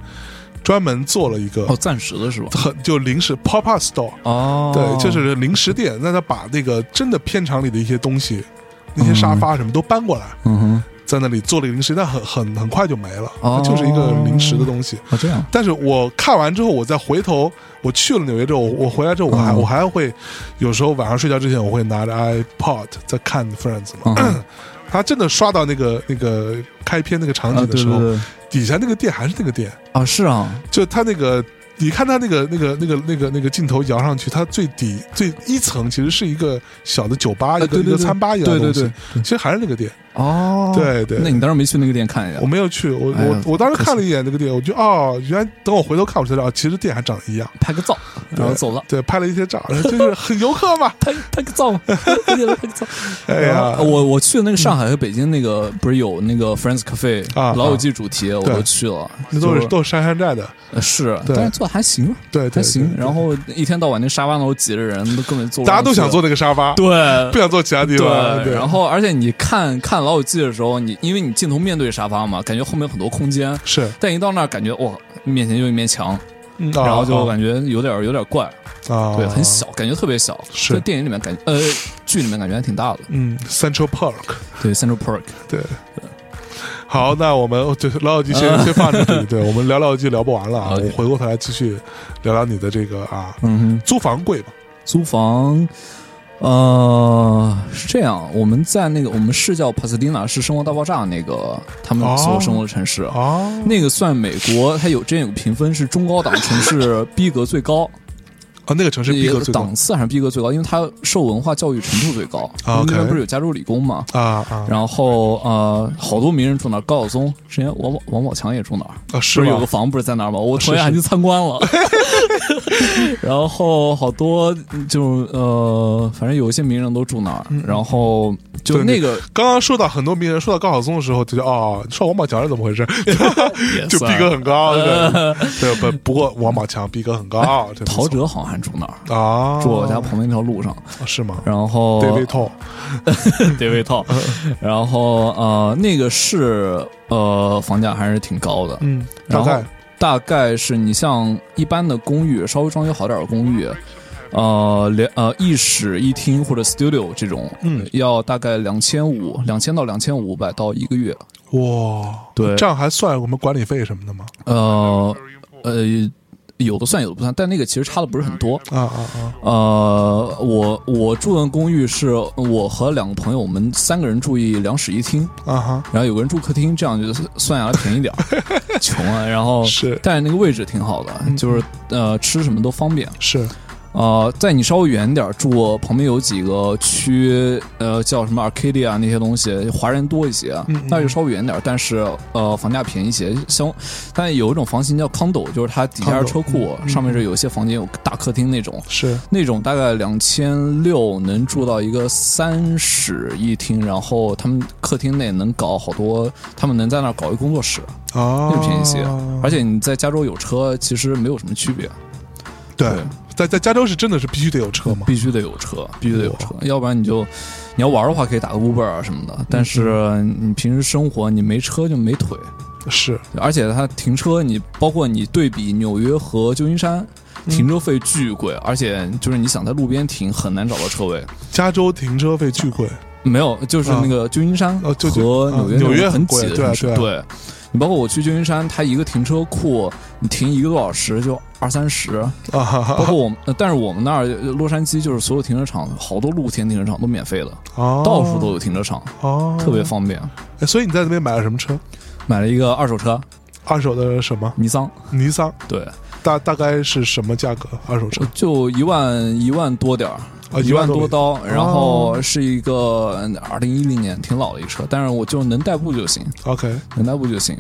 Speaker 1: 专门做了一个
Speaker 2: 哦，暂时的是吧？
Speaker 1: 很就临时 pop up store，、
Speaker 2: 哦，
Speaker 1: 呃对，就是零食店。那他把那个真的片场里的一些东西，那些沙发什么都搬过来，
Speaker 2: 嗯哼
Speaker 1: 在那里做了零食，但很很很快就没了，
Speaker 2: 哦
Speaker 1: 它就是一个临时的东西。
Speaker 2: 啊这样
Speaker 1: 但是我看完之后，我再回头，我去了纽约之后，我我回来之后，我还、
Speaker 2: 嗯
Speaker 1: 我还会有时候晚上睡觉之前，我会拿着 iPod 在看 Friends 嘛。
Speaker 2: 嗯哼
Speaker 1: 他真的刷到那个那个开 篇那个场
Speaker 2: 啊
Speaker 1: 景
Speaker 2: 对
Speaker 1: 的
Speaker 2: 对
Speaker 1: 时候，
Speaker 2: 对
Speaker 1: 底下那个店还是那个店，
Speaker 2: 啊是啊
Speaker 1: 就他那个，你看他那个那个那个那个那个镜头摇上去，它最底最一层其实是一个小的酒吧，
Speaker 2: 啊
Speaker 1: 一个
Speaker 2: 对
Speaker 1: 一
Speaker 2: 对
Speaker 1: 个
Speaker 2: 对
Speaker 1: 餐吧一样的东
Speaker 2: 对对
Speaker 1: 西。
Speaker 2: 对
Speaker 1: 其实还是那个店，
Speaker 2: 哦
Speaker 1: 对对
Speaker 2: 那你当时没去那个店看一下
Speaker 1: 我？没有去，我
Speaker 2: 哎呀
Speaker 1: 我我当时看了一眼那个店，我就哦，原来等我回头看，我才知道，哦其实店还长得一样。
Speaker 2: 拍个照，然后
Speaker 1: 对
Speaker 2: 走了。。
Speaker 1: 对，拍了一些照，就是很游客嘛
Speaker 2: 拍拍个照嘛，拍个照。
Speaker 1: 哎呀
Speaker 2: 呃，我我去那个上海和北京那个，不是有那个 Friends Cafe
Speaker 1: 啊
Speaker 2: 老友记主题，我
Speaker 1: 对
Speaker 2: 都去了，
Speaker 1: 那都
Speaker 2: 就是
Speaker 1: 都是山山寨的，
Speaker 2: 呃是，
Speaker 1: 对
Speaker 2: 但是做的还行，啊
Speaker 1: 对
Speaker 2: 还
Speaker 1: 对
Speaker 2: 行。
Speaker 1: 对
Speaker 2: 然后一天到晚那沙发那都挤着人，都根本坐不
Speaker 1: 大家
Speaker 2: 上
Speaker 1: 都
Speaker 2: 去
Speaker 1: 想坐那个沙发，
Speaker 2: 对
Speaker 1: 不。想坐其他地方。对，
Speaker 2: 然后而且你看看老友记的时候，你因为你镜头面对沙发嘛，感觉后面有很多空间，
Speaker 1: 是，
Speaker 2: 但一到那儿感觉哇，面前就一面墙，
Speaker 1: 嗯
Speaker 2: 然后就
Speaker 1: 啊
Speaker 2: 感觉有点有点怪，
Speaker 1: 啊，
Speaker 2: 对，很小，感觉特别小。
Speaker 1: 是
Speaker 2: 在电影里面感觉呃剧里面感觉还挺大的，
Speaker 1: 嗯，Central Park。
Speaker 2: 对 Central Park。
Speaker 1: 对。好，那我们对老友记先、
Speaker 2: 嗯
Speaker 1: 先放这里，对我们聊老友记聊不完了啊，
Speaker 2: OK
Speaker 1: 我回过头来继续聊聊你的这个啊，
Speaker 2: 嗯哼。
Speaker 1: 租房贵吧？
Speaker 2: 租房，呃，是这样，我们在那个我们市叫帕斯蒂纳，是《生活大爆炸》那个他们
Speaker 1: 哦
Speaker 2: 所生活的城市。
Speaker 1: 啊，
Speaker 2: 那个算美国，它有之前有个评分是中高档城 市逼格最高，
Speaker 1: 啊，那个城市逼格最高
Speaker 2: 档次还是逼格最高，因为它受文化教育程度最高。
Speaker 1: 啊
Speaker 2: 因为那
Speaker 1: OK
Speaker 2: 边不是有加州理工嘛？
Speaker 1: 啊啊
Speaker 2: 然后呃，好多名人住那儿，高晓松，之前王宝王宝强也住那儿。
Speaker 1: 啊，
Speaker 2: 不
Speaker 1: 是
Speaker 2: 是
Speaker 1: 吗
Speaker 2: 有个房不是在那儿吗？我同
Speaker 1: 是
Speaker 2: 学
Speaker 1: 是
Speaker 2: 还去参观了， 然后好多就呃，反正有一些名人都住那儿，然后
Speaker 1: 嗯
Speaker 2: 就
Speaker 1: 对
Speaker 2: 那个
Speaker 1: 刚刚说到很多名人，说到高晓松的时候，就觉得哦，说王宝强是怎么回事？ 就逼格很高，对对不？不过王宝强逼格很高，对没错
Speaker 2: 哎陶喆好像还饭住那儿，
Speaker 1: 啊，
Speaker 2: 住我家旁边一条路上。
Speaker 1: 是吗
Speaker 2: 然后
Speaker 1: ？David t o
Speaker 2: 得位套， 然后呃，那个是呃，房价还是挺高的，
Speaker 1: 嗯，
Speaker 2: 然
Speaker 1: 大
Speaker 2: 后
Speaker 1: 概
Speaker 2: 大概是你像一般的公寓，稍微装修好点儿的公寓，呃，两呃一室一厅或者 studio 这种，
Speaker 1: 嗯，
Speaker 2: 要大概两千五，两千到两千五百到一个月，
Speaker 1: 哇，
Speaker 2: 对
Speaker 1: 这样还算我们管理费什么的吗？
Speaker 2: 呃呃，有的算有的不算，但那个其实差的不是很多，
Speaker 1: 啊啊啊！
Speaker 2: 呃，我我住的公寓是我和两个朋友，我们三个人住一两室一厅，
Speaker 1: 啊哈，
Speaker 2: 然后有个人住客厅，这样就算下来便宜点 儿，穷啊。然后
Speaker 1: 是嗯
Speaker 2: 但是那个位置挺好的，就是呃吃什么都方便。
Speaker 1: 是
Speaker 2: 呃，在你稍微远点儿住，旁边有几个区，呃叫什么 Arcadia 那些东西，华人多一些，啊
Speaker 1: 嗯
Speaker 2: 那就稍微远点儿，但是呃房价便宜一些。相，但有一种房型叫 condo，就是它底下是
Speaker 1: condo，嗯
Speaker 2: 车库，上面是有些房间有大客厅那种。
Speaker 1: 是，
Speaker 2: 那种大概两千六能住到一个三室一厅，然后他们客厅内能搞好多，他们能在那儿搞一工作室，
Speaker 1: 啊，
Speaker 2: 那么便宜些。
Speaker 1: 哦
Speaker 2: 啊而且你在加州有车，其实没有什么区别，
Speaker 1: 对
Speaker 2: 对，
Speaker 1: 在在加州是真的是必须得有车嘛？
Speaker 2: 必须得有车，必须得有车，要不然你就你要玩儿的话可以打个 Uber 啊什么的，但是你平时生活你没车就没腿，
Speaker 1: 是
Speaker 2: 而且它停车你包括你对比纽约和旧金山。停车费巨贵，而且就是你想在路边停很难找到车位，
Speaker 1: 加州停车费巨贵，
Speaker 2: 没有，就是
Speaker 1: 啊
Speaker 2: 那个旧金山
Speaker 1: 哦旧金
Speaker 2: 和
Speaker 1: 啊
Speaker 2: 纽约，
Speaker 1: 纽约很
Speaker 2: 很
Speaker 1: 贵
Speaker 2: 挤的
Speaker 1: 对啊
Speaker 2: 城市
Speaker 1: 对
Speaker 2: 对。你包括我去旧金山，它一个停车库，你停一个多小时就二三十。
Speaker 1: 啊哈
Speaker 2: 包
Speaker 1: 哈
Speaker 2: 括我们，呃但是我们那儿呃洛杉矶就是所有停车场，好多露天停车场都免费的，
Speaker 1: 啊，
Speaker 2: 到处都有停车场，
Speaker 1: 哦，
Speaker 2: 特别方便。
Speaker 1: 哎。所以你在那边买了什么车？
Speaker 2: 买了一个二手车，
Speaker 1: 二手的什么？
Speaker 2: 尼桑，
Speaker 1: 尼桑，
Speaker 2: 对，
Speaker 1: 大大概是什么价格？二手车
Speaker 2: 就一万一万多点儿。
Speaker 1: 啊，
Speaker 2: 一万
Speaker 1: 多
Speaker 2: 多
Speaker 1: 美
Speaker 2: 刀，然后是一个呃二零一零年挺老的一个车，但是我就能代步就行，
Speaker 1: OK，
Speaker 2: 能代步就行，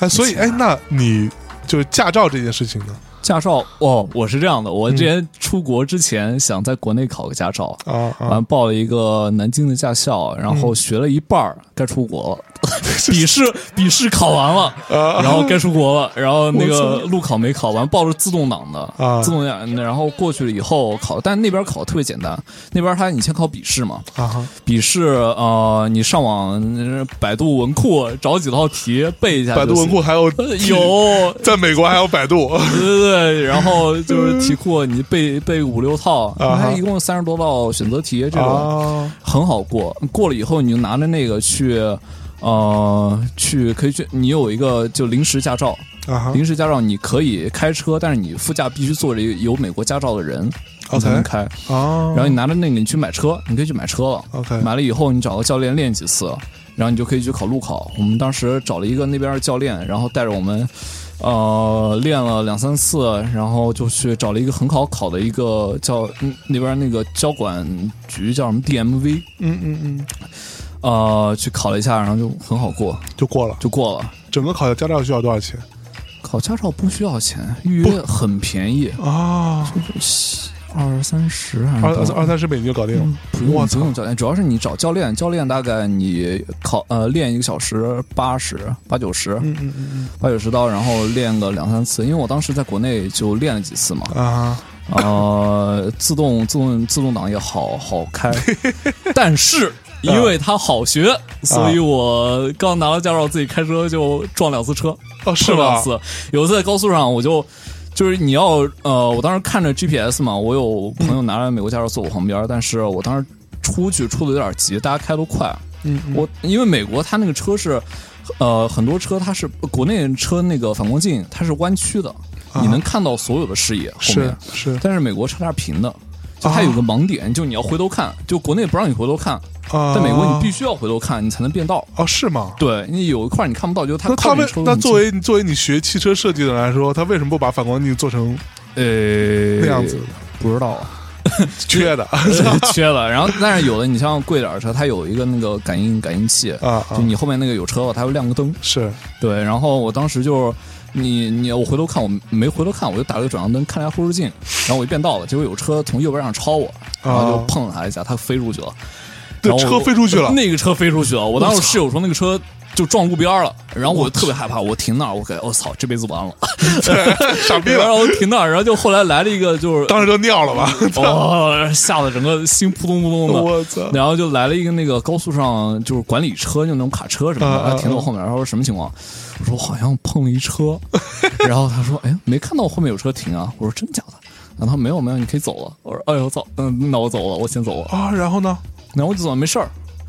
Speaker 1: 哎，所以哎，那你就是驾照这件事情呢？
Speaker 2: 驾照哦，我是这样的，我之前出国之前想在国内考个驾照，
Speaker 1: 啊
Speaker 2: 完、
Speaker 1: 啊，
Speaker 2: 报了一个南京的驾校，然后学了一半儿，该出国 了，笔试笔试考完了，
Speaker 1: 啊
Speaker 2: 然后该出国了，然后那
Speaker 1: 我
Speaker 2: 个路考没考完，报了自动挡的，
Speaker 1: 啊
Speaker 2: 自动挡，然后过去了以后考，但那边考得特别简单，那边他你先考笔试嘛，
Speaker 1: 啊哈，
Speaker 2: 笔试呃，你上网呃百度文库找几套题背一下就
Speaker 1: 百
Speaker 2: 行，
Speaker 1: 度文库还有
Speaker 2: 呃 有。
Speaker 1: 在美国还有百 度，
Speaker 2: 对对对，然后就是题库，你 背背五六套，
Speaker 1: 啊哈
Speaker 2: 它一共三十多道选择题，这种
Speaker 1: 啊
Speaker 2: 很好过。过了以后，你就拿着那个去，呃，去可以去，你有一个就临时驾照，
Speaker 1: 啊哈
Speaker 2: 临时驾照你可以开车，但是你副驾必须坐着一个有美国驾照的人你
Speaker 1: OK
Speaker 2: 才能开。
Speaker 1: 啊，
Speaker 2: 然后你拿着那个你去买车，你可以去买车了。
Speaker 1: OK
Speaker 2: 买了以后你找个教练练几次，然后你就可以去考路考。我们当时找了一个那边的教练，然后带着我们，呃，练了两三次，然后就去找了一个很好考的一个叫嗯那边那个交管局叫什么 DMV，
Speaker 1: 嗯嗯嗯，
Speaker 2: 呃，去考了一下，然后就很好过，
Speaker 1: 就过了。
Speaker 2: 就过了。
Speaker 1: 整个考驾照需要多少钱
Speaker 2: 考驾照不需要钱，预约很便宜，
Speaker 1: 啊？
Speaker 2: 二三十还是
Speaker 1: 二
Speaker 2: 多少
Speaker 1: 二三十美金就搞定了。
Speaker 2: 不用
Speaker 1: 我
Speaker 2: 不
Speaker 1: 操
Speaker 2: 用教练，主要是你找教练，教练大概你考呃练一个小时八十八九十
Speaker 1: 嗯嗯嗯
Speaker 2: 八九十刀，然后练个两三次，因为我当时在国内就练了几 次嘛，
Speaker 1: 嗯啊，
Speaker 2: 呃，自动自动自动挡也好好 开，但是。因为它好学，
Speaker 1: 啊
Speaker 2: 所以我刚拿到驾照，自己开车就撞两次车，
Speaker 1: 哦是
Speaker 2: 撞
Speaker 1: 吧
Speaker 2: 两？次，有一次在高速上，我就就是你要呃，我当时看着 GPS 嘛，我有朋友拿着美国驾照坐我旁边，但是我当时出去出的有点急，大家开得快，
Speaker 1: 嗯嗯
Speaker 2: 我因为美国它那个车是，呃，很多车它是国内车那个反光镜它是弯曲的，你能看到所有的视野后
Speaker 1: 是
Speaker 2: 面，
Speaker 1: 啊是
Speaker 2: 但是美国车它是平的。就它有个盲点，就你要回头看，就国内不让你回头看，
Speaker 1: 啊，
Speaker 2: 在美国你必须要回头看，你才能变道。
Speaker 1: 哦是吗？
Speaker 2: 对你有一块你看不到，就是它
Speaker 1: 那
Speaker 2: 靠
Speaker 1: 他
Speaker 2: 你
Speaker 1: 们
Speaker 2: 车
Speaker 1: 那
Speaker 2: 很近
Speaker 1: 作为作为你学汽车设计的人来说，他为什么不把反光镜做成
Speaker 2: 呃
Speaker 1: 那样子，
Speaker 2: 不知道，啊
Speaker 1: 缺 的 啊
Speaker 2: 缺了。然后，但是有的你像贵点儿的车，它有一个那个感应感应器，
Speaker 1: 啊啊
Speaker 2: 就？你后面那个有车了，它会亮个灯。
Speaker 1: 是
Speaker 2: 对，然后我当时就是你你我回头看，我没回头看，我就打了个转向灯，看了一下后视镜，然后我就变道了，结果有车从右边上超我，然后就
Speaker 1: 啊
Speaker 2: 碰了他一下，他飞出去了。
Speaker 1: 对
Speaker 2: 然后我
Speaker 1: 车飞出去了
Speaker 2: 那个车飞出去了。我当时室友说那个车就撞路边儿了，然后我就特别害怕，我停那儿，我感觉我操，这辈子完了，
Speaker 1: 傻逼
Speaker 2: 然
Speaker 1: 了，
Speaker 2: 后我停那儿，然后就后来来了一个就 是
Speaker 1: 当时就尿了 吧？
Speaker 2: 哦，吓得整个心扑通扑通的。
Speaker 1: 我操
Speaker 2: 然后就来了一个那个高速上就是管理车，就那种卡车什么的，
Speaker 1: 啊
Speaker 2: 他停到我后面，他说什么情况？我说我好像碰了一车， 然后他说哎没看到我后面有车停啊，我说真假的？然后他说没有没有，你可以走了。我说哎呦操，嗯，那我走了，我先走了。
Speaker 1: 啊，然后呢？
Speaker 2: 然后我就走了，没事儿。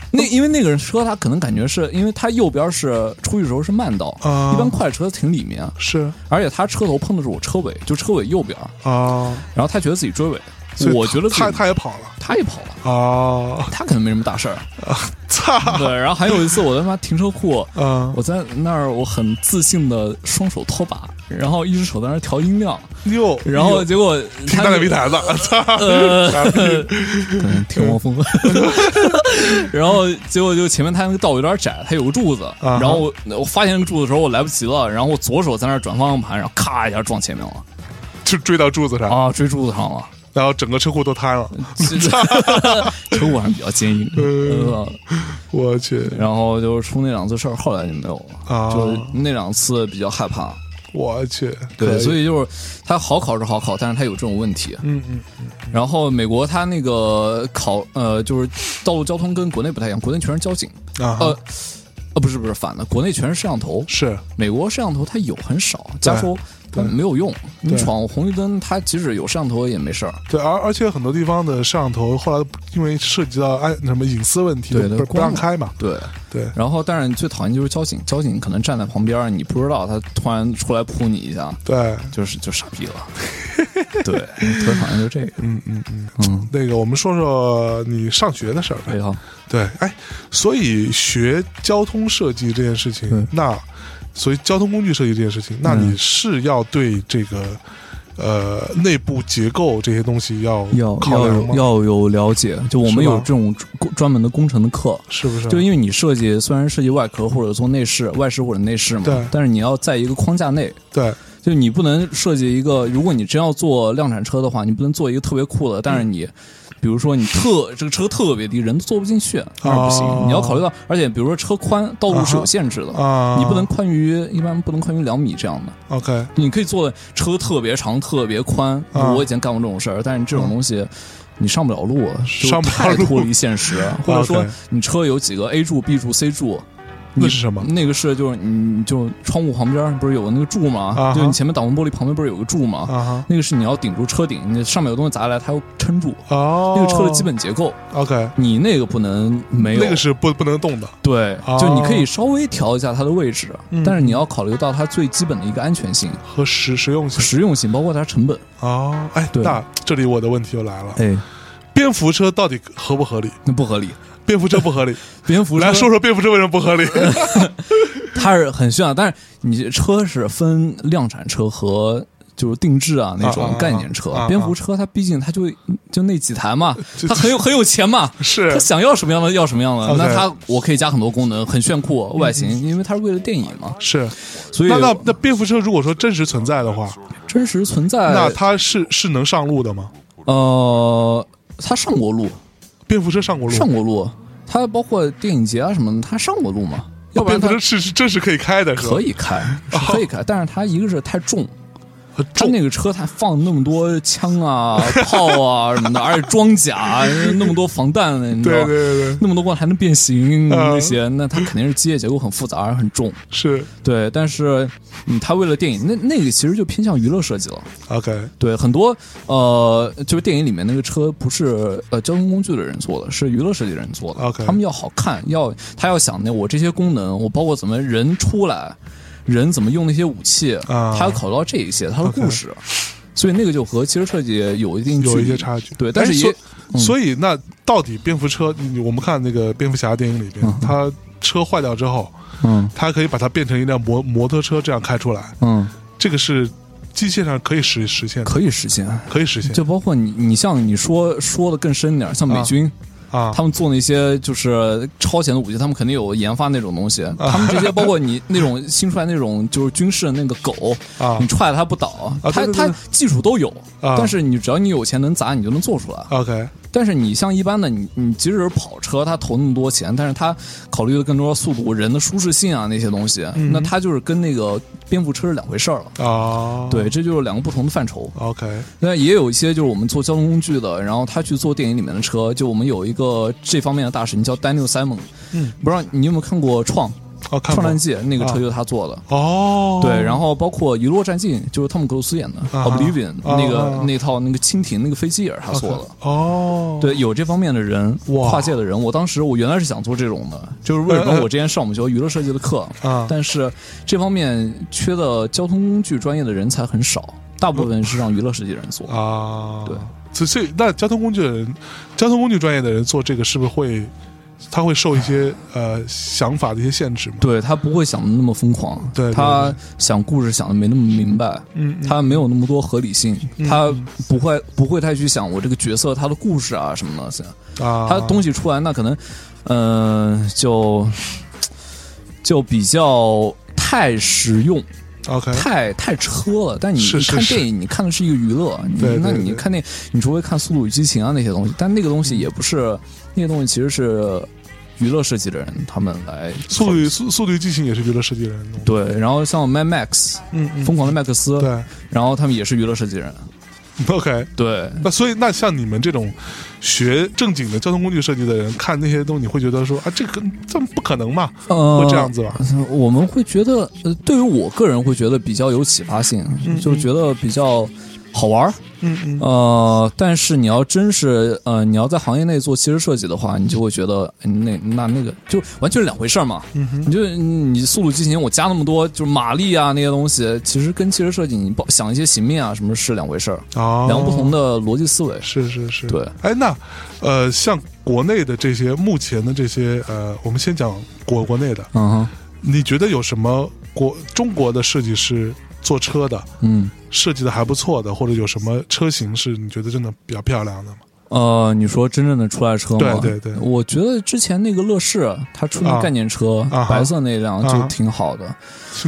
Speaker 2: 那
Speaker 1: 哦
Speaker 2: 因为那个人车他可能感觉是因为他右边是出去的时候是慢道，
Speaker 1: 啊
Speaker 2: 一般快车停里面，啊
Speaker 1: 是
Speaker 2: 而且他车头碰的是我车尾，就车尾右边，
Speaker 1: 啊，
Speaker 2: 然后他觉得自己追尾
Speaker 1: 所以，
Speaker 2: 我觉得自己
Speaker 1: 他他也跑 了
Speaker 2: 他也跑了。
Speaker 1: 啊，
Speaker 2: 他可能没什么大 事儿，
Speaker 1: 操，
Speaker 2: 对。然后还有一次，我他妈停车库，
Speaker 1: 嗯
Speaker 2: 我在那儿，我很自信的双手托把，然后一只手在那儿调音量，
Speaker 1: 哟，
Speaker 2: 然后结果
Speaker 1: 挺
Speaker 2: 他
Speaker 1: 大脸皮坛子， 操，
Speaker 2: 呃，
Speaker 1: 傻逼
Speaker 2: 可能听 汪峰，然后结果就前面他那个道有点窄，他有个柱子，
Speaker 1: 啊哈
Speaker 2: 然后我我发现那个柱子的时候我来不及了，然后我左手在那儿转方向盘，然后咔一下撞前面了，
Speaker 1: 就追到柱子上，
Speaker 2: 啊，追柱子上了。
Speaker 1: 然后整个车库都瘫了，
Speaker 2: 其 实 车库还是比较坚硬，
Speaker 1: 嗯
Speaker 2: 呃，
Speaker 1: 我去，
Speaker 2: 然后就是出那两次事儿，后来就没有了。
Speaker 1: 啊
Speaker 2: 就是那两次比较害怕，
Speaker 1: 我去，
Speaker 2: 对，所
Speaker 1: 以
Speaker 2: 以就是他好考是好考，但是他有这种问题。
Speaker 1: 嗯嗯，
Speaker 2: 然后美国他那个考呃，就是道路交通跟国内不太一样，国内全是交警，
Speaker 1: 啊哈
Speaker 2: 呃呃不是不是反的，国内全是摄像头，
Speaker 1: 是
Speaker 2: 美国摄像头它有很少，加州它没有用，你
Speaker 1: 对
Speaker 2: 闯红绿灯，它即使有摄像头也没事儿。
Speaker 1: 对，而而且很多地方的摄像头后来因为涉及到安什么隐私问题，
Speaker 2: 对
Speaker 1: 不
Speaker 2: 对
Speaker 1: 是不让
Speaker 2: 光了
Speaker 1: 开嘛，
Speaker 2: 对，
Speaker 1: 对，
Speaker 2: 然后但是最讨厌就是交警，交警可能站在旁边儿，你不知道他突然出来扑你一下，
Speaker 1: 对，
Speaker 2: 就是就傻逼 了。对，特别讨厌就这个。
Speaker 1: 嗯嗯嗯，
Speaker 2: 嗯，
Speaker 1: 那个我们说说你上学的事儿呗
Speaker 2: 对。好。
Speaker 1: 对，哎，所以学交通设计这件事情
Speaker 2: 对，嗯
Speaker 1: 那所以交通工具设计这件事情，那你是要对这个呃内部结构这些东西要
Speaker 2: 要
Speaker 1: 考
Speaker 2: 要
Speaker 1: 量
Speaker 2: 有
Speaker 1: 吗？
Speaker 2: 要有了解，就我
Speaker 1: 是吧
Speaker 2: 们有这种专专门的工程的课。
Speaker 1: 是不是？
Speaker 2: 就因为你设计虽然设计外壳或者做内饰、外饰或者内饰嘛
Speaker 1: 对，
Speaker 2: 但是你要在一个框架内，
Speaker 1: 对，
Speaker 2: 就你不能设计一个，如果你真要做量产车的话，你不能做一个特别酷的，但是你。比如说你特这个车特别低，人都坐不进去，那是不行。
Speaker 1: 哦
Speaker 2: 你要考虑到，而且比如说车宽，道路是有限制的，
Speaker 1: 啊
Speaker 2: 你不能宽于一般不能宽于两米这样的。
Speaker 1: OK，
Speaker 2: 你可以做的车特别长、特别宽。
Speaker 1: 啊
Speaker 2: 我以前干过这种事儿，但是这种东西。你上不了路，就
Speaker 1: 上不了
Speaker 2: 太
Speaker 1: 路啊
Speaker 2: 脱离现实， 或者说
Speaker 1: OK
Speaker 2: 你车有几个 A 柱、B 柱、C 柱，你
Speaker 1: 那是什么
Speaker 2: 那个是就是你就窗户旁边不是有个那个柱
Speaker 1: 啊哈
Speaker 2: 吗？就你前面挡风玻璃旁边不是有个柱吗？
Speaker 1: 啊
Speaker 2: 那个是你要顶住车顶，你上面有东西砸下来，它要撑住
Speaker 1: 哈，哦，
Speaker 2: 那个车的基本结构。
Speaker 1: OK，
Speaker 2: 你那个不能没有，
Speaker 1: 那个是不不能动的
Speaker 2: 对
Speaker 1: 哦，
Speaker 2: 就你可以稍微调一下它的位置
Speaker 1: 嗯，
Speaker 2: 但是你要考虑到它最基本的一个安全性、
Speaker 1: 和实实用性
Speaker 2: 实用性，包括它成本。
Speaker 1: 哦，哎，
Speaker 2: 对
Speaker 1: 那这里我的问题就来了，
Speaker 2: 哎，
Speaker 1: 蝙蝠车到底合不合理？
Speaker 2: 那不合理。
Speaker 1: 蝙蝠车不合理，
Speaker 2: 蝙蝠车
Speaker 1: 来说说蝙蝠车为什么不 合理？
Speaker 2: 它是很炫，啊但是你车是分量产车和。就是定制啊那
Speaker 1: 啊啊
Speaker 2: 种
Speaker 1: 啊
Speaker 2: 概念车
Speaker 1: 啊啊，
Speaker 2: 蝙蝠车它毕竟它就就那几台嘛
Speaker 1: 就，
Speaker 2: 它很有很有钱嘛，
Speaker 1: 是
Speaker 2: 它想要什么样的要什么样的
Speaker 1: OK。
Speaker 2: 那它我可以加很多功能，很炫酷外形，因为它是为了电影嘛。
Speaker 1: 是，
Speaker 2: 所
Speaker 1: 嗯
Speaker 2: 以
Speaker 1: 那那那蝙蝠车如果说真实存在的话，
Speaker 2: 真实存在，
Speaker 1: 那它是是能上路的吗？
Speaker 2: 呃，它上过路，
Speaker 1: 蝙蝠车上过路，
Speaker 2: 上过路，它包括电影节啊什么的，它上过路嘛。要不然
Speaker 1: 蝙蝠
Speaker 2: 它
Speaker 1: 车是哦是真实可以开的，
Speaker 2: 可
Speaker 1: 以
Speaker 2: 以开，是可以开，但是它一个是太重，他
Speaker 1: 重
Speaker 2: 那个车，它放那么多枪啊、炮啊什 么的，而且装甲啊那么多防弹的，你知道
Speaker 1: 对对
Speaker 2: 吗？
Speaker 1: 对对
Speaker 2: 那么多光还能变形
Speaker 1: 嗯
Speaker 2: 那些，那它肯定是机械结构很复杂，而很重。
Speaker 1: 是
Speaker 2: 对，但是嗯，它为了电影，那那个其实就偏向娱乐设计了。
Speaker 1: OK
Speaker 2: 对，很多呃，就是电影里面那个车不是呃交通工具的人做的，是娱乐设计人做的。
Speaker 1: OK
Speaker 2: 他们要好看，要他要想那我这些功能，我包括怎么人出来，人怎么用那些武器，
Speaker 1: 啊
Speaker 2: 他要考虑到这一些，他的故事。所以那个就和其实设计有一定距
Speaker 1: 有
Speaker 2: 离
Speaker 1: 一些差距，
Speaker 2: 对，但
Speaker 1: 哎
Speaker 2: 是也、
Speaker 1: 所所以那到底蝙蝠车，你我们看那个蝙蝠侠电影里边，他车坏掉之后，
Speaker 2: 嗯
Speaker 1: 他可以把它变成一辆摩摩托车这样开出来，
Speaker 2: 嗯
Speaker 1: 这个是机械上可以实实现的，
Speaker 2: 可以实现。
Speaker 1: 可以实现
Speaker 2: 就包括你，你像你说说的更深点儿，像美军，
Speaker 1: 啊
Speaker 2: 他们做那些就是超前的武器，他们肯定有研发那种东西。
Speaker 1: 啊
Speaker 2: 他们这些包括你那种新出来那种就是军事的那个狗，
Speaker 1: 啊
Speaker 2: 你踹了它不倒，
Speaker 1: 啊
Speaker 2: 它
Speaker 1: 对对对
Speaker 2: 它技术都有，
Speaker 1: 啊
Speaker 2: 但是你只要你有钱能砸，你就能做出来。
Speaker 1: ，OK，
Speaker 2: 但是你像一般的你，你即使是跑车，它投那么多钱，但是它考虑的更多速度、人的舒适性啊那些东西，
Speaker 1: 嗯
Speaker 2: 那它就是跟那个蝙蝠车是两回事儿了。
Speaker 1: 哦，
Speaker 2: 对，这就是两个不同的范畴。
Speaker 1: ，OK，
Speaker 2: 那也有一些就是我们做交通工具的，然后他去做电影里面的车。就我们有一个这方面的大神叫 Daniel Simon，
Speaker 1: 嗯，
Speaker 2: 不知道你有没有看过《创
Speaker 1: 哦，看
Speaker 2: 创
Speaker 1: 过
Speaker 2: 战记》那个
Speaker 1: 啊
Speaker 2: 车就是他做的。
Speaker 1: 哦，
Speaker 2: 对，然后包括《遗落战记》，就是汤姆·克鲁斯演的《
Speaker 1: 啊
Speaker 2: Oblivion》
Speaker 1: 啊
Speaker 2: 那个
Speaker 1: 啊
Speaker 2: 那套那个蜻蜓那个飞机也是他做的。
Speaker 1: 哦，
Speaker 2: 对，有这方面的人，
Speaker 1: 哇
Speaker 2: 跨界的人。我当时我原来是想做这种的，就是为什么我之前上我们学校娱乐设计的课，
Speaker 1: 嗯
Speaker 2: 但是这方面缺的交通工具专业的人才很少，大部分是让娱乐设计人做。
Speaker 1: 啊，
Speaker 2: 对，
Speaker 1: 所以所以那交通工具的人，交通工具专业的人做这个是不是会，他会受一些呃想法的一些限制吗？
Speaker 2: 对他不会想的那么疯狂，
Speaker 1: 对对
Speaker 2: 他想故事想的没那么明白，
Speaker 1: 嗯
Speaker 2: 他没有那么多合理性，他不会不会太去想我这个角色他的故事啊什么的，
Speaker 1: 啊，
Speaker 2: 他东西出来那可能，嗯，就就比较太实用，
Speaker 1: OK
Speaker 2: 太太车了。但你
Speaker 1: 哎是
Speaker 2: 你
Speaker 1: 是
Speaker 2: 看
Speaker 1: 是
Speaker 2: 电影，你看的是一个娱乐，你
Speaker 1: 对对
Speaker 2: 那
Speaker 1: 对
Speaker 2: 你看电影，你除非看《速度与激情》啊那些东西，但那个东西也不是那些东西，其实是娱乐设计的人他们来
Speaker 1: 速
Speaker 2: 考虑
Speaker 1: 度速速度与激情也是娱乐设计人弄的，
Speaker 2: 对，然后像 Mad Max，
Speaker 1: 嗯
Speaker 2: 疯狂的麦克斯，
Speaker 1: 对
Speaker 2: 然后他们也是娱乐设计人，
Speaker 1: ，OK，
Speaker 2: 对，
Speaker 1: 那所以那像你们这种学正经的交通工具设计的人，看那些东西，你会觉得说啊，这个这不可能嘛，
Speaker 2: 呃，
Speaker 1: 会这样子吧？
Speaker 2: 我们会觉得，呃，对于我个人会觉得比较有启发性，就觉得比较好玩儿。
Speaker 1: 嗯嗯
Speaker 2: 呃，但是你要真是呃，你要在行业内做汽车设计的话，你就会觉得哎那那那个就完全是两回事儿嘛。
Speaker 1: 嗯
Speaker 2: 你就你速度激情，我加那么多就是马力啊那些东西，其实跟汽车设计你包想一些形面啊什么是两回事儿，
Speaker 1: 哦，
Speaker 2: 两个不同的逻辑思维。
Speaker 1: 是是是，
Speaker 2: 对。
Speaker 1: 哎，那呃，像国内的这些目前的这些呃，我们先讲国国内的，
Speaker 2: 嗯哼，
Speaker 1: 你觉得有什么国中国的设计师做车的
Speaker 2: 嗯。
Speaker 1: 设计的还不错的，或者有什么车型是你觉得真的比较漂亮的吗？
Speaker 2: 呃，你说真正的出来车吗？
Speaker 1: 对对对
Speaker 2: 我觉得之前那个乐视，它出那
Speaker 1: 啊
Speaker 2: 概念车，
Speaker 1: 啊哈
Speaker 2: 白色那辆
Speaker 1: 啊
Speaker 2: 就
Speaker 1: 哈
Speaker 2: 挺好的。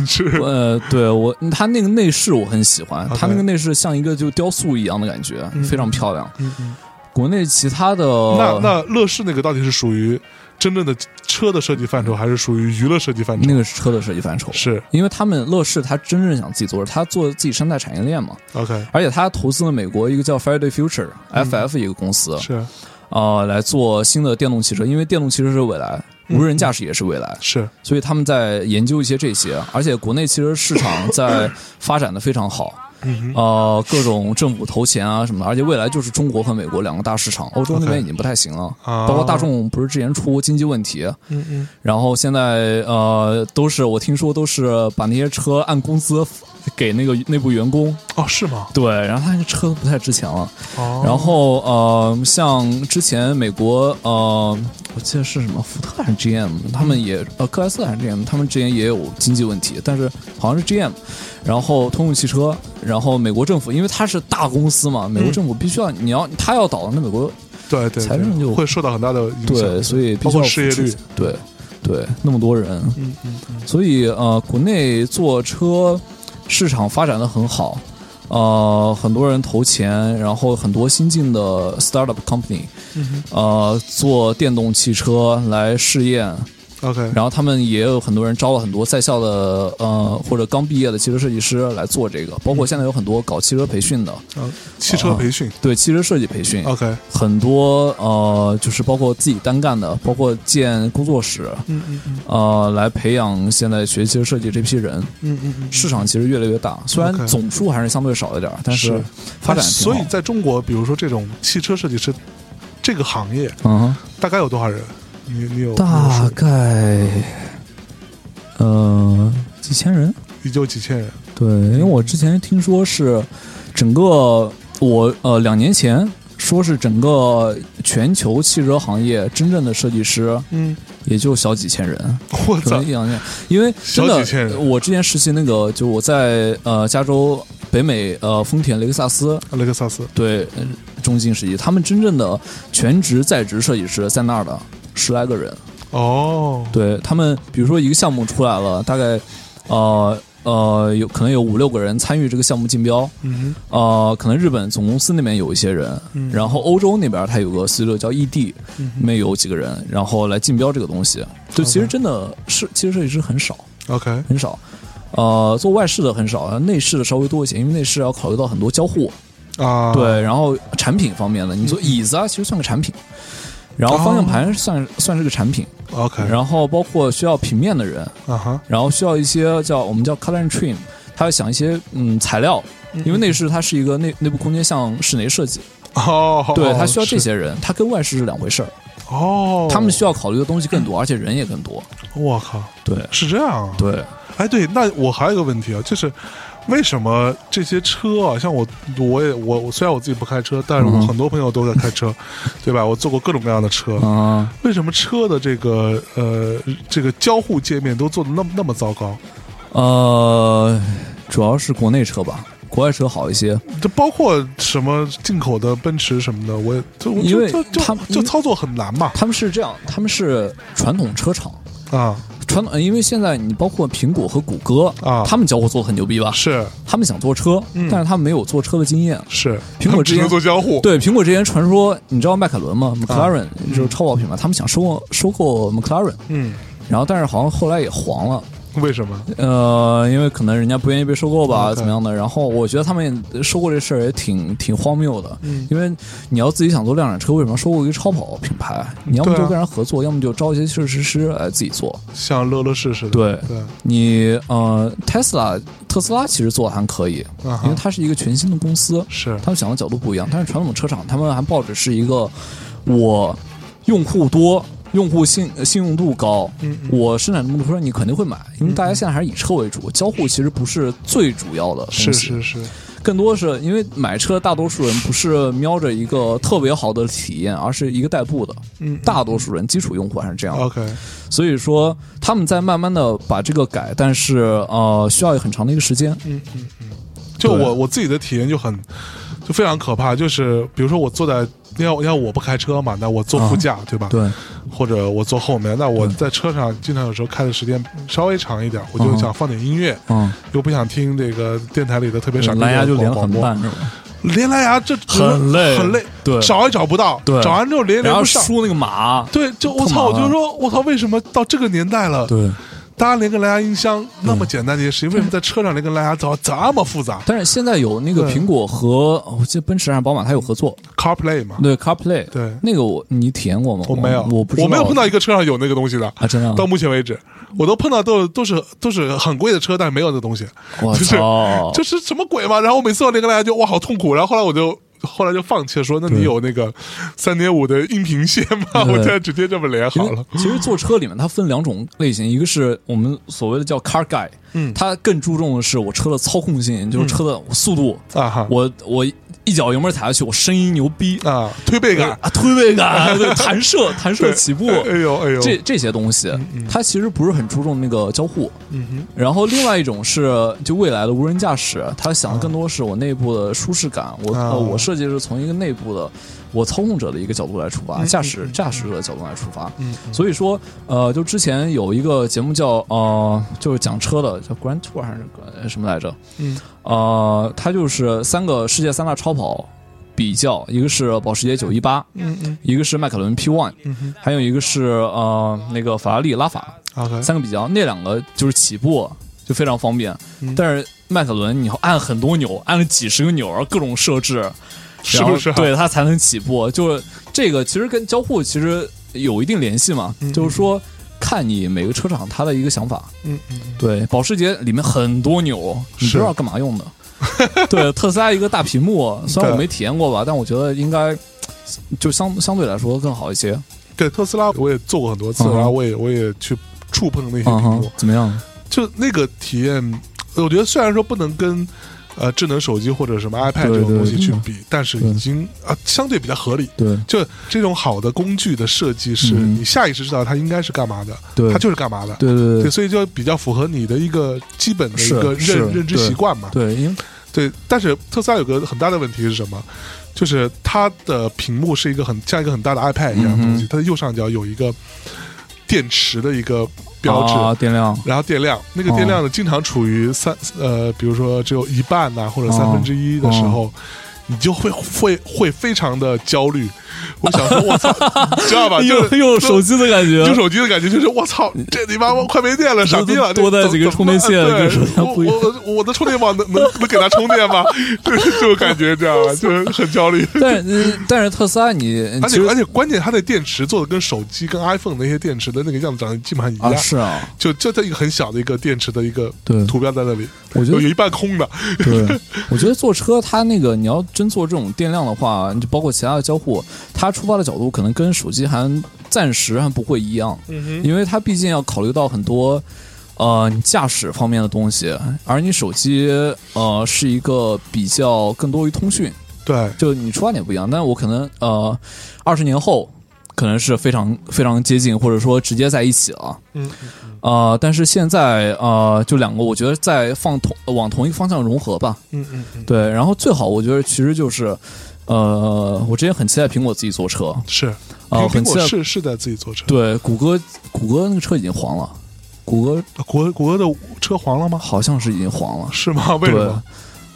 Speaker 1: 是
Speaker 2: 呃，对我，它那个内饰我很喜欢，
Speaker 1: OK
Speaker 2: 它那个内饰像一个就雕塑一样的感觉，非常漂亮。
Speaker 1: 啊嗯嗯
Speaker 2: 国内其他的
Speaker 1: 那那乐视那个到底是属于真正的车的设计范畴，还是属于娱乐设计范畴？
Speaker 2: 那个是车的设计范畴，
Speaker 1: 是
Speaker 2: 因为他们乐视他真正想自己做，他做自己生态产业链嘛，
Speaker 1: OK，
Speaker 2: 而且他投资了美国一个叫 Faraday Future、FF 一个公司，
Speaker 1: 嗯是
Speaker 2: 呃，来做新的电动汽车，因为电动汽车是未来，
Speaker 1: 嗯
Speaker 2: 无人驾驶也是未来，
Speaker 1: 是
Speaker 2: 所以他们在研究一些这些，而且国内其实市场 在发展的非常好，
Speaker 1: 嗯
Speaker 2: 呃，各种政府投钱啊什么的，而且未来就是中国和美国两个大市场，欧洲那边
Speaker 1: OK
Speaker 2: 已经不太行了，
Speaker 1: 啊
Speaker 2: 包括大众不是之前出过经济问题，
Speaker 1: 嗯嗯
Speaker 2: 然后现在呃都是我听说都是把那些车按工资给那个内部员工，
Speaker 1: 哦是吗？
Speaker 2: 对，然后他那个车都不太值钱了，
Speaker 1: 哦，
Speaker 2: 然后呃，像之前美国呃，我记得是什么福特还是 GM，他们也呃克莱斯勒还是 GM，他们之前也有经济问题，但是好像是 GM，然后通用汽车，然后美国政府，因为它是大公司嘛，美国政府必须要、你要它要倒，那美国
Speaker 1: 对对，对
Speaker 2: 财政就
Speaker 1: 会受到很大的影响，
Speaker 2: 对，所以必
Speaker 1: 包
Speaker 2: 须
Speaker 1: 括
Speaker 2: 要
Speaker 1: 失业
Speaker 2: 付出
Speaker 1: 率，
Speaker 2: 对对，那么多人，
Speaker 1: 嗯嗯嗯
Speaker 2: 所以呃，国内坐车市场发展的很好，呃，很多人投钱，然后很多新进的 startup company，、呃，
Speaker 1: 嗯
Speaker 2: 做电动汽车来试验，
Speaker 1: ，OK
Speaker 2: 然后他们也有很多人招了很多在校的呃或者刚毕业的汽车设计师来做这个，包
Speaker 1: 嗯
Speaker 2: 括现在有很多搞汽车培训的，
Speaker 1: 啊，汽车培训
Speaker 2: 对汽车设计培训。
Speaker 1: OK，
Speaker 2: 很多呃，就是包括自己单干的，包括建工作室，
Speaker 1: 嗯嗯嗯
Speaker 2: 呃，来培养现在学汽车设计这批人。
Speaker 1: 嗯嗯嗯，
Speaker 2: 市场其实越来越大，虽然
Speaker 1: OK
Speaker 2: 总数还是相对少一点儿，但是
Speaker 1: 是
Speaker 2: 发展
Speaker 1: 哎
Speaker 2: 挺好
Speaker 1: 所以在中国，比如说这种汽车设计师这个行业，
Speaker 2: 嗯哼，
Speaker 1: 大概有多少人？你你有
Speaker 2: 大概呃几千人，
Speaker 1: 也就几千人
Speaker 2: 对，因为我之前听说是整个我呃两年前说是整个全球汽车行业真正的设计师
Speaker 1: 嗯，
Speaker 2: 也就小几千人，
Speaker 1: 我
Speaker 2: 可
Speaker 1: 操
Speaker 2: 能，一两年，因为真
Speaker 1: 小几千
Speaker 2: 的，
Speaker 1: 人
Speaker 2: 我之前实习那个就我在呃加州北美呃丰田雷克萨斯
Speaker 1: 雷克萨斯
Speaker 2: 对，呃中心设计，他们真正的全职在职设计师在那儿的十来个人。
Speaker 1: 哦，
Speaker 2: 对他们，比如说一个项目出来了，大概呃呃有可能有五六个人参与这个项目竞标，
Speaker 1: 嗯
Speaker 2: 呃，可能日本总公司那边有一些人，
Speaker 1: 嗯
Speaker 2: 然后欧洲那边它有个 studio 叫 ED，
Speaker 1: 嗯
Speaker 2: 里面有几个人，然后来竞标这个东西。就其实真的是，其实设计师很少
Speaker 1: 哼，OK，
Speaker 2: 很少，呃，做外事的很少，内饰的稍微多一些，因为内饰要考虑到很多交互，
Speaker 1: 啊，，嗯
Speaker 2: 对，然后产品方面的，你做椅子啊，其实算个产品。然后方
Speaker 1: 哦
Speaker 2: 向盘算、算是个产品，
Speaker 1: ，OK，
Speaker 2: 然后包括需要平面的人，
Speaker 1: 啊哈，
Speaker 2: 然后需要一些叫我们叫 color and trim，他要想一些嗯材料，因为
Speaker 1: 嗯
Speaker 2: 内饰它是一个内内部空间向室内设计，
Speaker 1: 哦，
Speaker 2: 对，它需要这
Speaker 1: 是，
Speaker 2: 些人，它跟外事是两回事儿，
Speaker 1: 哦，
Speaker 2: 他们需要考虑的东西更多，而且人也更多，
Speaker 1: 我靠，
Speaker 2: 对
Speaker 1: 是这样啊，
Speaker 2: 对，
Speaker 1: 哎，对，那我还有一个问题啊，就是为什么这些车啊，像我，我也我我虽然我自己不开车，但是我
Speaker 2: 嗯
Speaker 1: 很多朋友都在开车，对吧？我坐过各种各样的车，
Speaker 2: 嗯，
Speaker 1: 为什么车的这个呃这个交互界面都做的那么那么糟糕？
Speaker 2: 呃，主要是国内车吧，国外车好一些，
Speaker 1: 这包括什么进口的奔驰什么的，我也就
Speaker 2: 因为
Speaker 1: 就就
Speaker 2: 他
Speaker 1: 就
Speaker 2: 们
Speaker 1: 就操作很难嘛
Speaker 2: 他们是这样，他们是传统车厂。
Speaker 1: 啊
Speaker 2: 传统，呃因为现在你包括苹果和谷歌
Speaker 1: 啊
Speaker 2: 他们交互做的很牛逼吧？
Speaker 1: 是嗯
Speaker 2: 他们想做车，但是他们没有做车的经验，
Speaker 1: 是，
Speaker 2: 苹
Speaker 1: 他
Speaker 2: 果
Speaker 1: 们
Speaker 2: 之
Speaker 1: 只
Speaker 2: 前
Speaker 1: 能做交互，
Speaker 2: 对，苹果之前传说，你知道迈凯伦
Speaker 1: 啊
Speaker 2: 吗？McLaren、就是超跑品牌，他们想收购收购 McLaren，
Speaker 1: 嗯，
Speaker 2: 然后但是好像后来也黄了，
Speaker 1: 为什么？
Speaker 2: 呃，因为可能人家不愿意被收购吧
Speaker 1: OK
Speaker 2: 怎么样的。然后我觉得他们也收购这事儿也挺挺荒谬的，
Speaker 1: 嗯
Speaker 2: 因为你要自己想做量产车，为什么要收购一个超跑品牌？你要么
Speaker 1: 对啊
Speaker 2: 就跟人合作，要么就招一些设计师来自己做。
Speaker 1: 像乐乐视似的，
Speaker 2: 对
Speaker 1: 对，
Speaker 2: 你呃，特斯拉特斯拉其实做的还可以，
Speaker 1: 啊哈
Speaker 2: 因为它是一个全新的公司，
Speaker 1: 是
Speaker 2: 他们想的角度不一样。但是传统车厂，他们还抱着是一个我用户多、用户信呃信用度高，
Speaker 1: 嗯嗯
Speaker 2: 我生产这么多车，你肯定会买，因为大家现在还是以车为主，交互其实不是最主要的东西，
Speaker 1: 是是是，
Speaker 2: 更多是因为买车，大多数人不是瞄着一个特别好的体验，而是一个代步的。
Speaker 1: 嗯嗯
Speaker 2: 大多数人基础用户还是这样的，
Speaker 1: OK
Speaker 2: 所以说他们在慢慢的把这个改，但是呃，需要很长的一个时间。
Speaker 1: 嗯嗯嗯，就
Speaker 2: 对
Speaker 1: 我我自己的体验就很就非常可怕，就是比如说我坐在。你看，你看，我不开车嘛，那我坐副驾，对吧？
Speaker 2: 啊对，
Speaker 1: 或者我坐后面，那我在车上经常有时候开的时间稍微长一点，我就
Speaker 2: 嗯
Speaker 1: 想放点音乐，
Speaker 2: 嗯，
Speaker 1: 又不想听这个电台里的特别傻逼的
Speaker 2: 蓝牙就连
Speaker 1: 广
Speaker 2: 很
Speaker 1: 播，
Speaker 2: 慢是吧？
Speaker 1: 连蓝牙这
Speaker 2: 很累
Speaker 1: 很累，
Speaker 2: 对
Speaker 1: 找也找不到，
Speaker 2: 对
Speaker 1: 找完之后连
Speaker 2: 然
Speaker 1: 连
Speaker 2: 后
Speaker 1: 不上，
Speaker 2: 输那个码，
Speaker 1: 对，就我
Speaker 2: 特
Speaker 1: 操，我
Speaker 2: 麻烦
Speaker 1: 就说我操，为什么到这个年代了，
Speaker 2: 啊对。嗯
Speaker 1: 大家连个蓝牙音箱那么简单的一件事情，为什么在车上连个蓝牙找这么复杂
Speaker 2: 但是现在有那个
Speaker 1: 对
Speaker 2: 苹果和我记得奔驰还是宝马，它有合作，
Speaker 1: ？CarPlay 嘛，
Speaker 2: 对 CarPlay，
Speaker 1: 对
Speaker 2: 那个我你体验过吗？
Speaker 1: 我没有，
Speaker 2: 我不知道
Speaker 1: 没有碰到一个车上有那个东西的。
Speaker 2: 啊，真的啊，
Speaker 1: 到目前为止，我都碰到都都是都是很贵的车，但是没有这东西。
Speaker 2: 我
Speaker 1: 就是
Speaker 2: 操，
Speaker 1: 这是什么鬼嘛？然后我每次我连个蓝牙就哇好痛苦，然后后来我就后来就放弃了，说那你有那个三点五的音频线吗？
Speaker 2: 对
Speaker 1: 我现在直接这么连
Speaker 2: 因
Speaker 1: 好
Speaker 2: 为
Speaker 1: 了。
Speaker 2: 其实坐车里面它分两种类型，一个是我们所谓的叫 car guy，
Speaker 1: 嗯
Speaker 2: 它更注重的是我车的操控性，就是车的速度，
Speaker 1: 啊哈，
Speaker 2: 我我一脚油门踩下去，我声音牛逼
Speaker 1: 啊推背感，
Speaker 2: 啊，推背感， 对，弹射弹射
Speaker 1: 对
Speaker 2: 起步，
Speaker 1: 哎呦哎呦，
Speaker 2: 这这些东西，它其实不是很注重那个交互。
Speaker 1: 嗯
Speaker 2: 然后另外一种是，就未来的无人驾驶，它想的更多是我内部的舒适感。我、
Speaker 1: 啊
Speaker 2: 呃我设计是从一个内部的我操控者的一个角度来出发，驾驶驾驶者的角度来出发。
Speaker 1: 嗯
Speaker 2: 所以说，呃，就之前有一个节目叫呃，就是讲车的，叫 Grand Tour 还是呃什么来着？
Speaker 1: 嗯，
Speaker 2: 呃，它就是三个世界三大超跑比较，一个是保时捷918，
Speaker 1: 嗯嗯
Speaker 2: 一个是迈凯伦 P One，
Speaker 1: 嗯哼
Speaker 2: 还有一个是呃那个法拉利拉法，
Speaker 1: ，OK，
Speaker 2: 三个比较，那两个就是起步就非常方便，
Speaker 1: 嗯
Speaker 2: 但是迈凯伦你要按很多钮，按了几十个钮，然后各种设置，
Speaker 1: 是不是
Speaker 2: 然后？对它才能起步？就是这个其实跟交互其实有一定联系嘛，
Speaker 1: 嗯
Speaker 2: 就是说看你每个车厂它的一个想法。
Speaker 1: 嗯嗯
Speaker 2: 对，保时捷里面很多钮，你不知道干嘛用的。对，特斯拉一个大 屏幕，虽然我
Speaker 1: 对
Speaker 2: 没体验过吧，但我觉得应该就相相对来说更好一些。
Speaker 1: 对，特斯拉我也坐过很多次，
Speaker 2: 嗯哼
Speaker 1: 然后我也我也去触碰那些屏
Speaker 2: 嗯
Speaker 1: 幕
Speaker 2: 哼，，怎么样？
Speaker 1: 就那个体验，我觉得虽然说不能跟呃智能手机或者什么 iPad
Speaker 2: 对
Speaker 1: 这种东西
Speaker 2: 对
Speaker 1: 去
Speaker 2: 嗯
Speaker 1: 比，但是
Speaker 2: 对
Speaker 1: 已经啊相对比较合理。
Speaker 2: 对
Speaker 1: 就这种好的工具的设计，是
Speaker 2: 嗯
Speaker 1: 你下意识知道它应该是干嘛的，
Speaker 2: 对
Speaker 1: 它就是干嘛的。
Speaker 2: 对对
Speaker 1: 对，
Speaker 2: 对
Speaker 1: 所以就比较符合你的一个基本的一
Speaker 2: 是
Speaker 1: 个
Speaker 2: 是
Speaker 1: 认认知
Speaker 2: 对
Speaker 1: 习惯嘛。
Speaker 2: 对，因为
Speaker 1: 对，但是特斯拉有个很大的问题是什么？就是它的屏幕是一个很像一个很大的 iPad 一样的东
Speaker 2: 嗯
Speaker 1: 西，它的右上角有一个电池的一个标志，
Speaker 2: 啊电量
Speaker 1: 然后电量，那个电量呢，经常处于三呃，比如说只有一半呐、或者三分之一的时候。
Speaker 2: 哦
Speaker 1: 你就会会会非常的焦虑，我想说，我 操，你知道吧？
Speaker 2: 又
Speaker 1: 就是
Speaker 2: 又有手机的感觉，
Speaker 1: 就手机的感觉，就是我操，这你妈我快没电了，傻逼了，
Speaker 2: 多多带几个充电线
Speaker 1: 对
Speaker 2: 就是它
Speaker 1: 我
Speaker 2: 不一样
Speaker 1: 我我的充电宝能能能给它充电吗？ 就是这种感觉，知 道吧？就是很焦虑。
Speaker 2: 但是呃但是特斯拉你
Speaker 1: 而
Speaker 2: 其
Speaker 1: 且
Speaker 2: 实
Speaker 1: 而且关键，它的电池做的跟手机、跟 iPhone 那些电池的那个样子长得基本上一
Speaker 2: 啊
Speaker 1: 样，
Speaker 2: 是啊，
Speaker 1: 就就在一个很小的一个电池的一个
Speaker 2: 对
Speaker 1: 图标在那里，
Speaker 2: 我觉得
Speaker 1: 有一半空的，
Speaker 2: 对，我觉得坐车它那个，你要真做这种电量的话，你就包括其他的交互，它出发的角度可能跟手机还暂时还不会一样，
Speaker 1: 嗯
Speaker 2: 因为它毕竟要考虑到很多。呃，你驾驶方面的东西，而你手机呃是一个比较更多于通讯，
Speaker 1: 对，
Speaker 2: 就你出发点不一样。但我可能呃，二十年后可能是非常非常接近，或者说直接在一起了。
Speaker 1: 嗯，
Speaker 2: 呃，但是现在呃，就两个，我觉得在放同往同一个方向融合吧。
Speaker 1: 嗯嗯嗯，
Speaker 2: 对，然后最好我觉得其实就是，呃，我之前很期待苹果自己做车，
Speaker 1: 是
Speaker 2: 啊
Speaker 1: 苹苹
Speaker 2: 很期
Speaker 1: 果
Speaker 2: 待
Speaker 1: 是是在自己做车，
Speaker 2: 对，谷歌谷歌那个车已经黄了，谷歌
Speaker 1: 国国的车黄了吗？
Speaker 2: 好像是已经黄了，
Speaker 1: 是吗？为
Speaker 2: 对
Speaker 1: 什么？，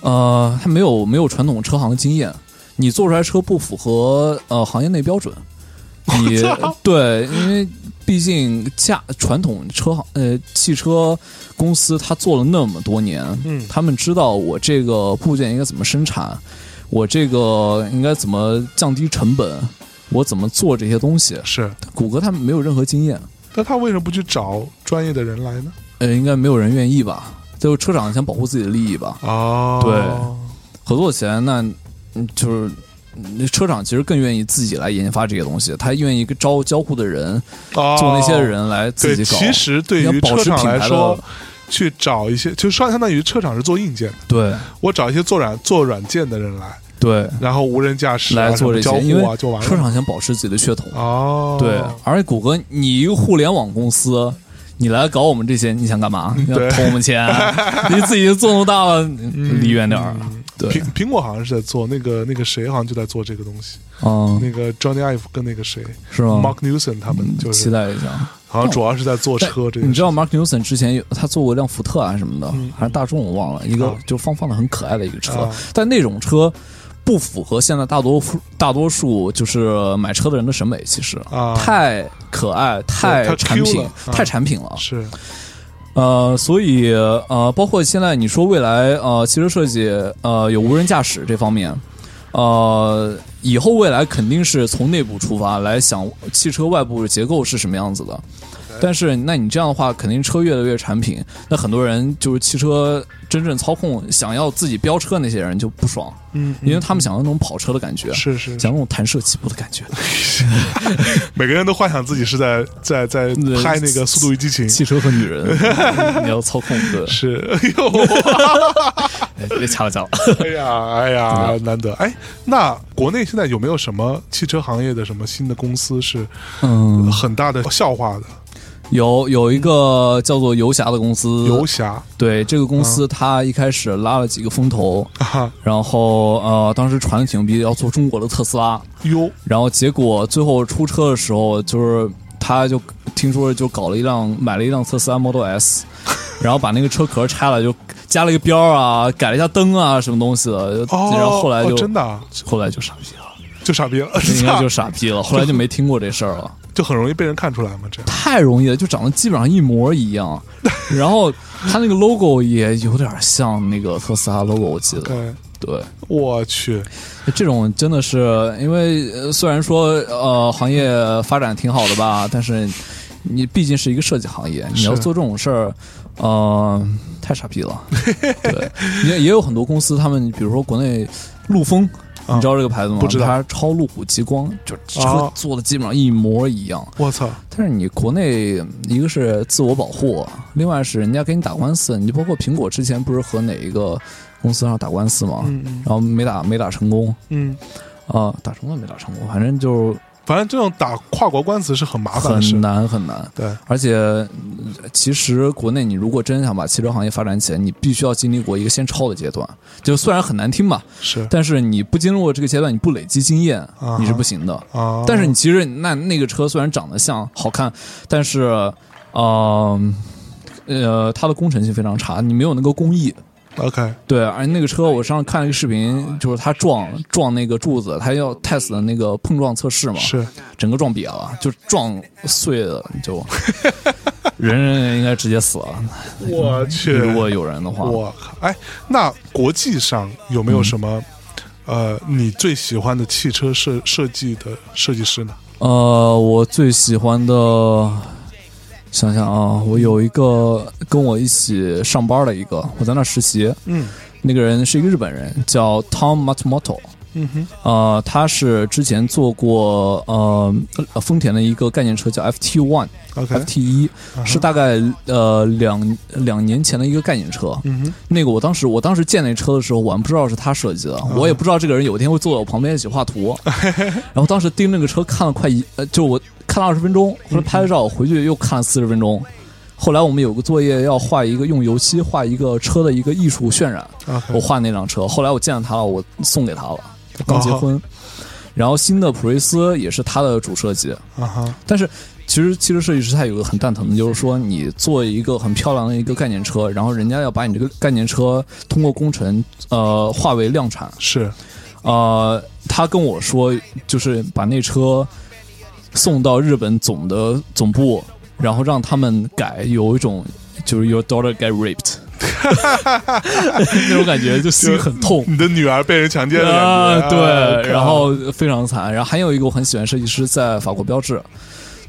Speaker 2: 呃，它没有没有传统车行的经验，你做出来车不符合呃行业内 标准，你
Speaker 1: 操
Speaker 2: 对，因为毕竟驾传统车行呃汽车公司它做了那么多年，
Speaker 1: 嗯
Speaker 2: 他们知道我这个部件应该怎么生产，我这个应该怎么降低成本，我怎么做这些东西。
Speaker 1: 是，
Speaker 2: 谷歌他们没有任何经验，
Speaker 1: 但他为什么不去找专业的人来呢？
Speaker 2: 呃，应该没有人愿意吧？就是车厂想保护自己的利益吧？
Speaker 1: 哦对，
Speaker 2: 合作起来，那嗯就是嗯车厂其实更愿意自己来研发这些东西，他愿意招交互的人，
Speaker 1: 哦
Speaker 2: 做那些人来自
Speaker 1: 对，
Speaker 2: 己搞。
Speaker 1: 其实对于
Speaker 2: 要保
Speaker 1: 车
Speaker 2: 持
Speaker 1: 厂
Speaker 2: 品
Speaker 1: 来
Speaker 2: 牌
Speaker 1: 说
Speaker 2: 的，
Speaker 1: 去找一些，就相相当于车厂是做硬件的，
Speaker 2: 对
Speaker 1: 我找一些做软做软件的人来，
Speaker 2: 对，
Speaker 1: 然后无人驾驶啊
Speaker 2: 来做这
Speaker 1: 什么
Speaker 2: 些，因
Speaker 1: 交互啊，
Speaker 2: 为
Speaker 1: 就完
Speaker 2: 车
Speaker 1: 了。
Speaker 2: 厂想保持自己的血统。
Speaker 1: 哦，
Speaker 2: 对，而且谷歌，你一个互联网公司，你来搞我们这些，你想 干嘛？要
Speaker 1: 对嗯
Speaker 2: 偷我们钱？啊 你自己做那么大了，离远点儿。对
Speaker 1: 苹，苹果好像是在做那个那个谁好像就在做这个东西，
Speaker 2: 嗯，
Speaker 1: 那个 Johnny Ive 跟那个谁
Speaker 2: 是吗
Speaker 1: Mark？Newson 他们就
Speaker 2: 嗯期
Speaker 1: 是
Speaker 2: 待一下。
Speaker 1: 好像主要是在做车这
Speaker 2: 你
Speaker 1: 件
Speaker 2: 知
Speaker 1: 事。嗯
Speaker 2: 道 Mark Newson 之前有他做过一辆福特啊什么的，还是大众我忘了，一个
Speaker 1: 啊
Speaker 2: 就方方的很可爱的一个车，
Speaker 1: 啊
Speaker 2: 但那种车不符合现在大多数大多数就是买车的人的审美，其实、
Speaker 1: 啊
Speaker 2: 太可爱、太
Speaker 1: 太
Speaker 2: 产
Speaker 1: Q
Speaker 2: 品、
Speaker 1: 了啊
Speaker 2: 太产品了。
Speaker 1: 是，
Speaker 2: 呃，所以呃，包括现在你说未来呃，汽车设计呃有无人驾驶这方面，呃，以后未来肯定是从内部出发来想汽车外部结构是什么样子的。但是，那你这样的话，肯定车越来越产品，那很多人就是汽车真正操控想要自己飙车那些人就不爽，
Speaker 1: 嗯，
Speaker 2: 因为他们想要那种跑车的感觉，
Speaker 1: 是是
Speaker 2: 想要那种弹射起步的感觉，
Speaker 1: 每个人都幻想自己是在在在
Speaker 2: 对
Speaker 1: 拍那个《速度与激情》
Speaker 2: 汽车和女 人，你要操控对，
Speaker 1: 是，哎呦，
Speaker 2: 哎别掐了掐了。
Speaker 1: 哎呀，哎呀，难得哎！那国内现在有没有什么汽车行业的什么新的公司是
Speaker 2: 嗯，
Speaker 1: 很大的笑话的？
Speaker 2: 有有一个叫做游侠的公司，
Speaker 1: 游侠嗯
Speaker 2: 对这个公司，它一开始拉了几个风投，
Speaker 1: 啊，
Speaker 2: 然后呃，当时传的挺牛逼，要做中国的特斯拉，
Speaker 1: 哟，
Speaker 2: 然后结果最后出车的时候，就是他就听说就搞了一辆买了一辆特斯拉 Model S，然后把那个车壳拆了，就加了一个标啊，改了一下灯啊，什么东西的，
Speaker 1: 哦，
Speaker 2: 然后后来就、
Speaker 1: 哦真的啊
Speaker 2: 后来就傻逼 了，
Speaker 1: 就傻逼了，
Speaker 2: 应该就傻逼了，后来就没听过这事儿了。
Speaker 1: 就很容易被人看出来嘛，这样
Speaker 2: 太容易了，就长得基本上一模一样， 然后它那个 logo 也有点像那个特斯拉 logo，我记得。
Speaker 1: 对，
Speaker 2: 对，
Speaker 1: 我去，
Speaker 2: 这种真的是因为呃虽然说呃行业发展挺好的吧，但是你毕竟是一个设计行业，你要
Speaker 1: 是
Speaker 2: 做这种事儿，呃，太傻逼了。 对，也也有很多公司，他们比如说国内陆风。
Speaker 1: 啊
Speaker 2: 你知道这个牌子吗？
Speaker 1: 不知道
Speaker 2: 它超路虎极光，就车
Speaker 1: 哦
Speaker 2: 做的基本上一模一样。
Speaker 1: 我操，
Speaker 2: 但是你国内一个是自我保护，另外是人家给你打官司，你就包括苹果之前不是和哪一个公司上啊打官司嘛，
Speaker 1: 嗯嗯
Speaker 2: 然后没打没打成功
Speaker 1: 嗯，
Speaker 2: 啊、打成功没打成功，反正就
Speaker 1: 反正这种打跨国官司是很麻烦的事
Speaker 2: 很。难很难。
Speaker 1: 对，
Speaker 2: 而且，呃其实国内你如果真想把汽车行业发展起来，你必须要经历过一个先超的阶段。就虽然很难听吧，
Speaker 1: 是
Speaker 2: 但是你不经过这个阶段，你不累积经验，你是不行的。
Speaker 1: 啊，
Speaker 2: 但是你其实那那个车虽然长得像好看，但是，呃，呃，它的工程性非常差，你没有那个工艺。
Speaker 1: OK，
Speaker 2: 对，而那个车我上次看了一个视频，就是它撞撞那个柱子，它要 test 的那个碰撞测试嘛，
Speaker 1: 是
Speaker 2: 整个撞瘪了，就撞碎了，就 人人应该直接死了。
Speaker 1: 我去，
Speaker 2: 如果有人的话，
Speaker 1: 我靠！哎，那国际上有没有
Speaker 2: 嗯
Speaker 1: 什么、呃你最喜欢的汽车设设计的设计师呢？
Speaker 2: 呃，我最喜欢的，想想啊，我有一个跟我一起上班的一个，我在那实习，
Speaker 1: 嗯
Speaker 2: 那个人是一个日本人，叫 Tom Matsumoto。
Speaker 1: 嗯哼
Speaker 2: 呃，他是之前做过呃丰田的一个概念车叫 FT One、
Speaker 1: ，OK，
Speaker 2: FT 一、
Speaker 1: 嗯
Speaker 2: 是大概呃两两年前的一个概念车。
Speaker 1: 嗯哼，
Speaker 2: 那个我当时我当时见那车的时候，我还不知道是他设计的，
Speaker 1: 嗯
Speaker 2: 我也不知道这个人有一天会坐在我旁边一起 画图。然后当时盯那个车看了快一，呃，就我看了二十分钟，后来拍了照，回去又看了四十分钟。后来我们有个作业要画一个用油漆画一个车的一个艺术渲染，
Speaker 1: OK
Speaker 2: 我画那辆车。后来我见到他了，我送给他了，他刚结
Speaker 1: 哦
Speaker 2: 婚。然后新的普锐斯也是他的主设计，
Speaker 1: 啊哈，
Speaker 2: 但是其实汽车设计师他有个很蛋疼的，就是说你做一个很漂亮的一个概念车，然后人家要把你这个概念车通过工程呃化为量产，
Speaker 1: 是
Speaker 2: 呃，他跟我说就是把那车送到日本总的总部，然后让他们改，有一种就是 your daughter get raped 那种感觉，就心很痛。
Speaker 1: 你的女儿被人强奸的感觉，
Speaker 2: 啊，
Speaker 1: 啊
Speaker 2: 对，然后非常惨。然后还有一个我很喜欢设计师，在法国标志，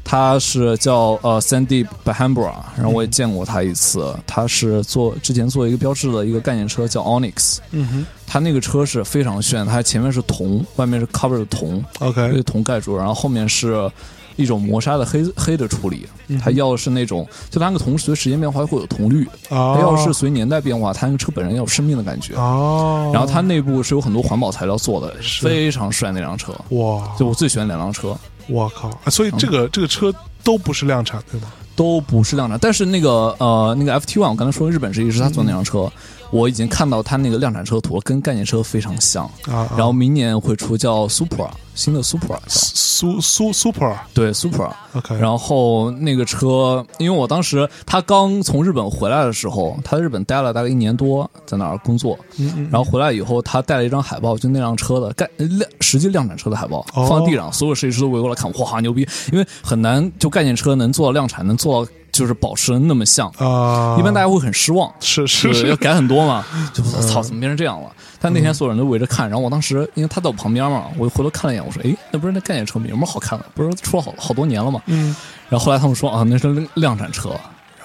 Speaker 2: 他是叫呃 Sandy Bahambra，然后
Speaker 1: 嗯
Speaker 2: 我也见过他一次。他是做之前做一个标志的一个概念车叫 Onyx，
Speaker 1: 嗯哼
Speaker 2: 他那个车是非常炫，它前面是铜，外面是 cover 的铜，被
Speaker 1: ，OK，哦
Speaker 2: 铜盖住，然后后面是。一种磨砂的黑黑的处理，
Speaker 1: 嗯
Speaker 2: 它要的是那种，就它那个铜随时间变化会有铜绿，它
Speaker 1: 哦，
Speaker 2: 要是随年代变化，它那个车本身要有生命的感觉。
Speaker 1: 哦，
Speaker 2: 然后它内部是有很多环保材料做的，
Speaker 1: 是
Speaker 2: 非常帅那辆车。
Speaker 1: 哇，
Speaker 2: 就我嗯最喜欢两辆车，
Speaker 1: 我靠！啊所以这个、这个车都不是量产对吗？
Speaker 2: 都不是量产，但是那个呃那个 FT One，我刚才说日本设计师他做那辆车，我已经看到他那个量产车图了，跟概念车非常像。
Speaker 1: 啊，
Speaker 2: 然后明年会出叫 Supra 新的 Supra，叫
Speaker 1: 苏苏 Super
Speaker 2: 对 Supra。
Speaker 1: OK，
Speaker 2: 然后那个车，因为我当时他刚从日本回来的时候，他在日本待了大概一年多，在那儿工作。
Speaker 1: 嗯
Speaker 2: 然后回来以后，他带了一张海报，就那辆车的干量实际量产车的海报，
Speaker 1: 哦
Speaker 2: 放地上，所有设计师都围过来看，哇，牛逼！因为很难就概念车能做到量产，能做到就是保持那么像，
Speaker 1: 啊，
Speaker 2: 一般大家会很失望。
Speaker 1: 是
Speaker 2: 就是是嗯要
Speaker 1: 是
Speaker 2: 改很多 嘛，就我操，怎么变成这样了？但那天所有人都围着看，然后我当时因为他在我旁边嘛，我回头看了一眼，我说，诶，那不是那概念车吗？有什么好看的？不是出了好好多年了嘛？嗯。然后后来他们说啊，那是量量产车。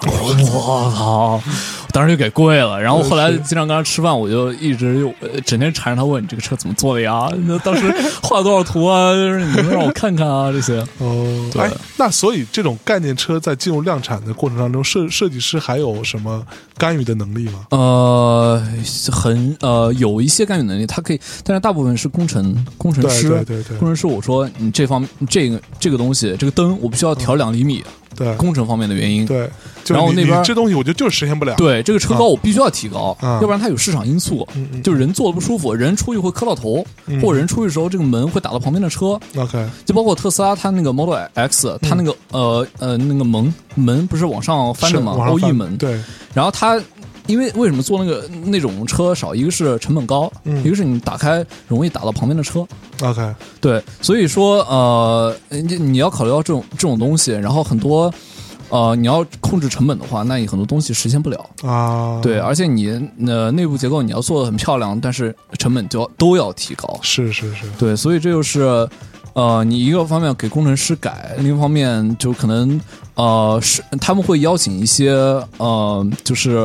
Speaker 2: 然后我说 我操，我当时就给跪了。然后后来经常跟他吃饭，我就一直又呃整天缠着他问你这个车怎么做的呀？那当时画了多少图啊？就是你能让我看看啊这些。
Speaker 1: 哦，
Speaker 2: 对
Speaker 1: 哎，那所以这种概念车在进入量产的过程当中，设设计师还有什么干预的能力吗？
Speaker 2: 呃，很呃，有一些干预能力，他可以，但是大部分是工程工程师，
Speaker 1: 对对对对
Speaker 2: 工程师。我说你这方这个这个东西，这个灯我必须要调两厘米，
Speaker 1: 对
Speaker 2: 工程方面的原因。
Speaker 1: 对，就
Speaker 2: 然后
Speaker 1: 你
Speaker 2: 那边
Speaker 1: 你这东西我觉得就是实现不了。
Speaker 2: 对这个车高我必须要提高，
Speaker 1: 啊嗯
Speaker 2: 要不然它有市场因素，就是人坐的不舒服，人出去会磕到头，或者人出去的时候这个门会打到旁边的车，
Speaker 1: ，OK，
Speaker 2: 就包括特斯拉它那个 Model X，它
Speaker 1: 嗯
Speaker 2: 那个、呃呃那个门门不是往上翻
Speaker 1: 是
Speaker 2: 的吗
Speaker 1: 往上
Speaker 2: ？O E
Speaker 1: 翻
Speaker 2: 门，
Speaker 1: 对，
Speaker 2: 然后它因为为什么做那个那种车少？一个是成本高，一个是你打开容易打到旁边的车。
Speaker 1: OK，
Speaker 2: 对，所以说呃，你你要考虑到这种这种东西，然后很多呃，你要控制成本的话，那你很多东西实现不了。
Speaker 1: 啊，
Speaker 2: 对，，而且你呃内部结构你要做的很漂亮，但是成本就要都要提高。
Speaker 1: 是是是，
Speaker 2: 对，所以这就是，呃，你一个方面给工程师改，另一方面就可能，呃，是他们会邀请一些呃，就是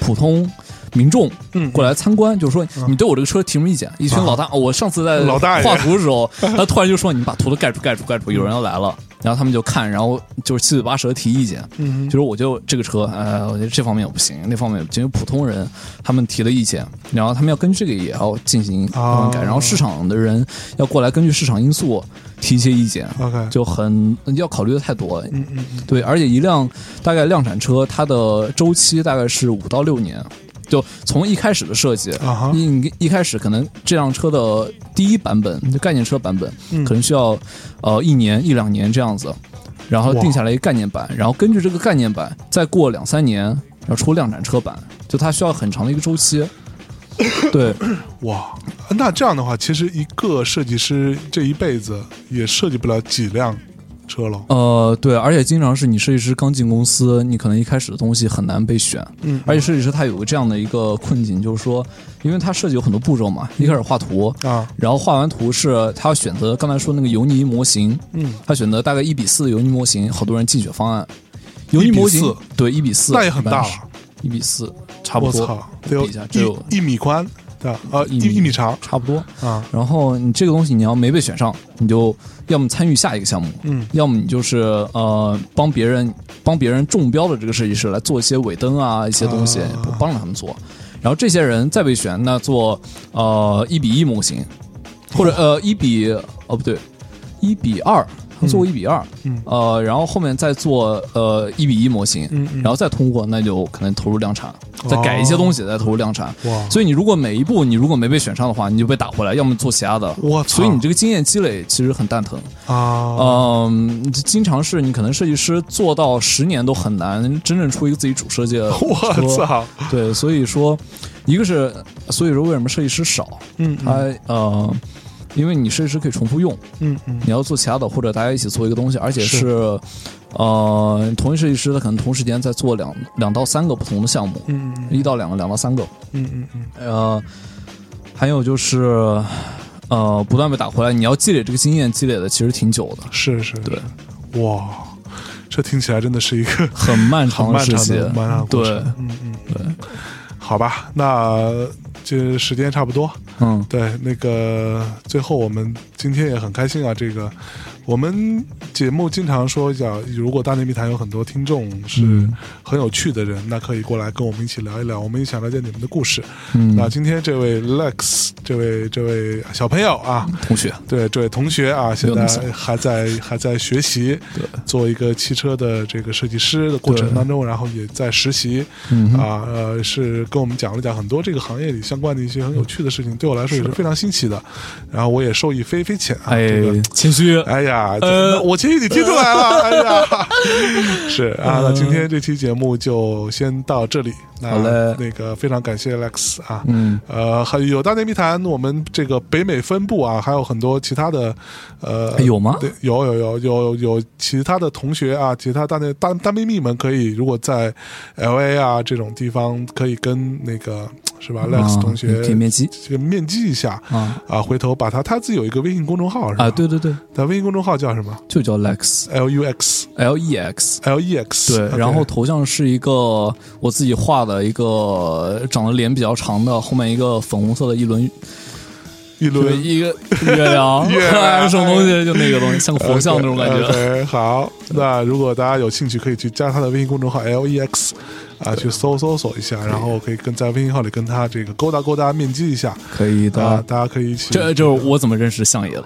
Speaker 2: 普通民众
Speaker 1: 嗯
Speaker 2: 过来参观，就是说你对我这个车提什么意见？一群老大，哦我上次在
Speaker 1: 啊老大爷
Speaker 2: 画图的时候，他突然就说你把图都盖住，盖住，盖住，有人要来了，然后他们就看，然后就是七嘴八舌提意见，
Speaker 1: 嗯
Speaker 2: 就是我就这个车，呃，我觉得这方面我不行，那方面仅有普通人他们提的意见，然后他们要根据这个也要进行
Speaker 1: 啊
Speaker 2: 更改，然后市场的人要过来根据市场因素提一些意见，
Speaker 1: ，OK，
Speaker 2: 就很要考虑的太多了。
Speaker 1: 嗯嗯嗯
Speaker 2: 对，而且一辆大概量产车，它的周期大概是五到六年，就从一开始的设计。
Speaker 1: 啊哈，
Speaker 2: 一一开始可能这辆车的第一版本，就概念车版本，
Speaker 1: 嗯
Speaker 2: 可能需要呃一年一两年这样子，然后
Speaker 1: 哇
Speaker 2: 定下来一个概念版，然后根据这个概念版再过两三年，然后出量产车版，就它需要很长的一个周期。对，
Speaker 1: 哇，那这样的话，其实一个设计师这一辈子也设计不了几辆车了。
Speaker 2: 呃，对，而且经常是你设计师刚进公司，你可能一开始的东西很难被选，
Speaker 1: 嗯
Speaker 2: 而且设计师他有个这样的一个困境，就是说，因为他设计有很多步骤嘛，一开始画图，
Speaker 1: 啊，
Speaker 2: 然后画完图是他要选择刚才说那个油泥模型，
Speaker 1: 嗯，
Speaker 2: 他选择大概一比四的油泥模型，好多人竞选方案，油泥模型
Speaker 1: 1:4
Speaker 2: 对一比四，
Speaker 1: 那也很大了，
Speaker 2: 一比四差不
Speaker 1: 我
Speaker 2: 多，
Speaker 1: 操，得有
Speaker 2: 比一下只有
Speaker 1: 一一米宽，对吧？呃，一
Speaker 2: 一米
Speaker 1: 一米长
Speaker 2: 差不多。
Speaker 1: 啊，
Speaker 2: 然后你这个东西你要没被选上，你就要么参与下一个项目，
Speaker 1: 嗯，
Speaker 2: 要么你就是呃帮别人帮别人中标的这个设计师来做一些尾灯啊一些东西，
Speaker 1: 啊
Speaker 2: 帮着他们做。然后这些人再被选，那做呃一比一模型，或者呃一比哦不对一比二，他做过一比二、
Speaker 1: 嗯
Speaker 2: 呃，然后后面再做呃一比一模型，
Speaker 1: 嗯嗯哦
Speaker 2: 然后再通过，那就可能投入量产，再改一些东西，再投入量产。
Speaker 1: 哇
Speaker 2: 所以你如果每一步你如果没被选上的话，你就被打回来，要么做其他的。
Speaker 1: 我操
Speaker 2: 所以你这个经验积累其实很蛋疼。
Speaker 1: 啊，
Speaker 2: 嗯，经常是你可能设计师做到十年都很难真正出一个自己主设计 的车。
Speaker 1: 我操，
Speaker 2: 对，所以说，一个是，所以说为什么设计师少？
Speaker 1: 嗯嗯
Speaker 2: 他呃，因为你设计师可以重复用，
Speaker 1: 嗯嗯
Speaker 2: 你要做其他的，或者大家一起做一个东西，而且
Speaker 1: 是
Speaker 2: 是，呃，同一设计师他可能同时间在做两两到三个不同的项目，
Speaker 1: 嗯嗯
Speaker 2: 一到两个，两到三个，
Speaker 1: 嗯嗯
Speaker 2: 呃，还有就是，呃，不断被打回来，你要积累这个经验，积累的其实挺久的，
Speaker 1: 是是，
Speaker 2: 对，
Speaker 1: 哇，这听起来真的是一 个
Speaker 2: 很漫
Speaker 1: 很
Speaker 2: 长的
Speaker 1: 漫
Speaker 2: 时
Speaker 1: 长
Speaker 2: 期
Speaker 1: 的，漫长的过
Speaker 2: 对
Speaker 1: 程，嗯嗯对，好吧，那这时间差不多，
Speaker 2: 嗯，
Speaker 1: 对，那个最后我们今天也很开心啊，这个我们节目经常说讲，如果大内密谈有很多听众是
Speaker 2: 嗯
Speaker 1: 很有趣的人，那可以过来跟我们一起聊一聊，我们也想了解你们的故事。
Speaker 2: 嗯
Speaker 1: 那今天这位 Lex，这位这位小朋友啊，
Speaker 2: 同学，
Speaker 1: 对这位同学啊，现
Speaker 2: 没有那
Speaker 1: 在
Speaker 2: 么小
Speaker 1: 还在还在学习，
Speaker 2: 对，
Speaker 1: 做一个汽车的这个设计师的过程
Speaker 2: 对
Speaker 1: 当中，然后也在实习，
Speaker 2: 嗯哼
Speaker 1: 啊，呃，是跟我们讲了讲很多这个行业里相关的一些很有趣的事情，对我来说也是非常新奇的，然后我也受益匪匪浅啊，
Speaker 2: 哎
Speaker 1: 这个。，
Speaker 2: 谦虚，
Speaker 1: 哎呀，
Speaker 2: 呃
Speaker 1: 那我其实你听出来了， 哎呀， 是啊，那今天这期节目就先到这里。那
Speaker 2: 嗯好嘞
Speaker 1: 那个非常感谢 Lex 啊，
Speaker 2: 嗯，
Speaker 1: 呃，还有大内密谈，我们这个北美分部啊，还有很多其他的，呃，
Speaker 2: 哎有吗
Speaker 1: 对，有有有有有其他的同学啊，其他大内大大秘密们可以，如果在 L A 啊这种地方，可以跟那个是吧，Lex 同学
Speaker 2: 点啊面积
Speaker 1: 这个面基一下
Speaker 2: 啊
Speaker 1: 啊，回头把他他自己有一个微信公众号是吧？
Speaker 2: 啊，对，对对，
Speaker 1: 他微信公众号叫什么
Speaker 2: 就叫 Lex
Speaker 1: ？L U X
Speaker 2: L E X。
Speaker 1: L E X
Speaker 2: 对，然后头像是一个我自己画的一个长得脸比较长的，后面一个粉红色的一轮
Speaker 1: 一
Speaker 2: 就是
Speaker 1: 轮
Speaker 2: 一个月亮 哎
Speaker 1: 月亮哎
Speaker 2: 什么东西，就那个东西，像个佛像那种感觉。
Speaker 1: OK，好， 那如果大家有兴趣，可以去加他的微信公众号 L E X，啊，去搜搜索一下，然后可以跟在微信号里跟他这个勾搭勾搭面基一下
Speaker 2: 可以
Speaker 1: 啊
Speaker 2: 的，，
Speaker 1: 大家可以一起。
Speaker 2: 这就是我怎么认识相爷的。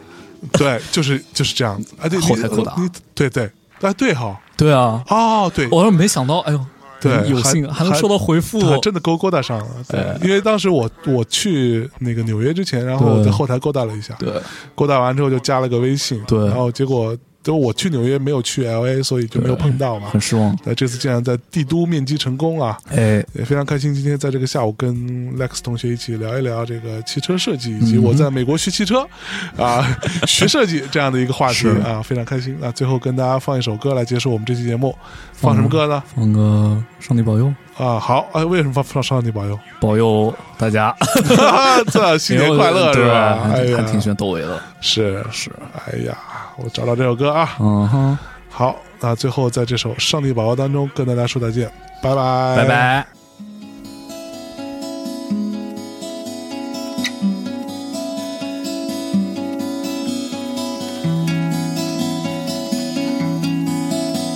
Speaker 1: 对，就是就是这样子。啊，对，
Speaker 2: 后
Speaker 1: 你
Speaker 2: 台勾搭
Speaker 1: 你对对，哎对哈，
Speaker 2: 对啊，
Speaker 1: 哦对，
Speaker 2: 我说没想到，哎呦，
Speaker 1: 对
Speaker 2: 有幸
Speaker 1: 还
Speaker 2: 还能收到回复，
Speaker 1: 他真的勾勾搭上了。对，因为当时我我去那个纽约之前，然后我在
Speaker 2: 对
Speaker 1: 后台勾搭了一下，
Speaker 2: 对，
Speaker 1: 勾搭完之后就加了个微信，
Speaker 2: 对
Speaker 1: 然后结果就我去纽约没有去 L A，所以就没有碰到嘛
Speaker 2: 很。失望。
Speaker 1: 那这次竟然在帝都面基成功啊！
Speaker 2: 哎，
Speaker 1: 也非常开心，今天在这个下午跟 Lex 同学一起聊一聊这个汽车设计，以及
Speaker 2: 嗯
Speaker 1: 我在美国学汽车，啊，学设计这样的一个话题
Speaker 2: 是
Speaker 1: 啊，非常开心。那最后跟大家放一首歌来结束我们这期节目，放
Speaker 2: 嗯
Speaker 1: 什么歌呢？
Speaker 2: 放个上帝保佑，
Speaker 1: 啊，好，哎，为什么放放上帝保佑？
Speaker 2: 保佑大家，
Speaker 1: 哈哈，这新年快乐是吧？哎
Speaker 2: 对还
Speaker 1: 呀
Speaker 2: 还，挺喜欢窦唯的，
Speaker 1: 是
Speaker 2: 是，
Speaker 1: 哎呀，我找到这首歌啊。
Speaker 2: 嗯哼，
Speaker 1: 好，那最后在这首《上帝宝宝》当中跟大家说再见，拜拜，
Speaker 2: 拜。拜。
Speaker 1: 哎
Speaker 4: 我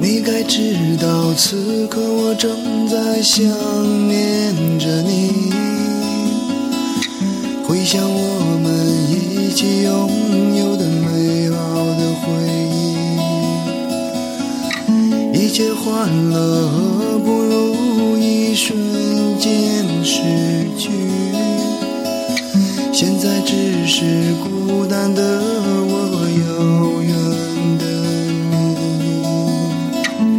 Speaker 4: 你该知道，此刻我正在想念着你。回想我们一起拥有的美好的回忆，一切欢乐何不如一瞬间逝去？现在只是孤单的我，遥远的你。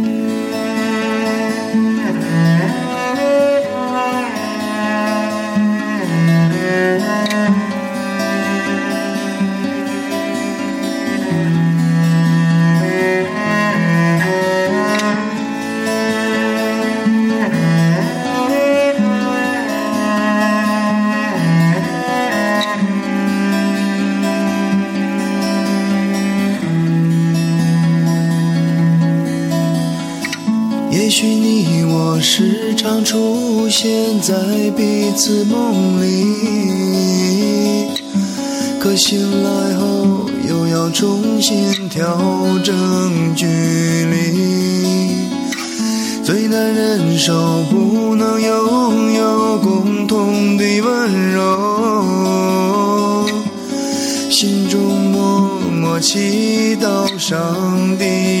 Speaker 4: 也许你我时常出现在彼此梦里，可醒来后又要重新调整距离。最难忍受不能拥有共同的温柔，心中默默祈祷上帝哦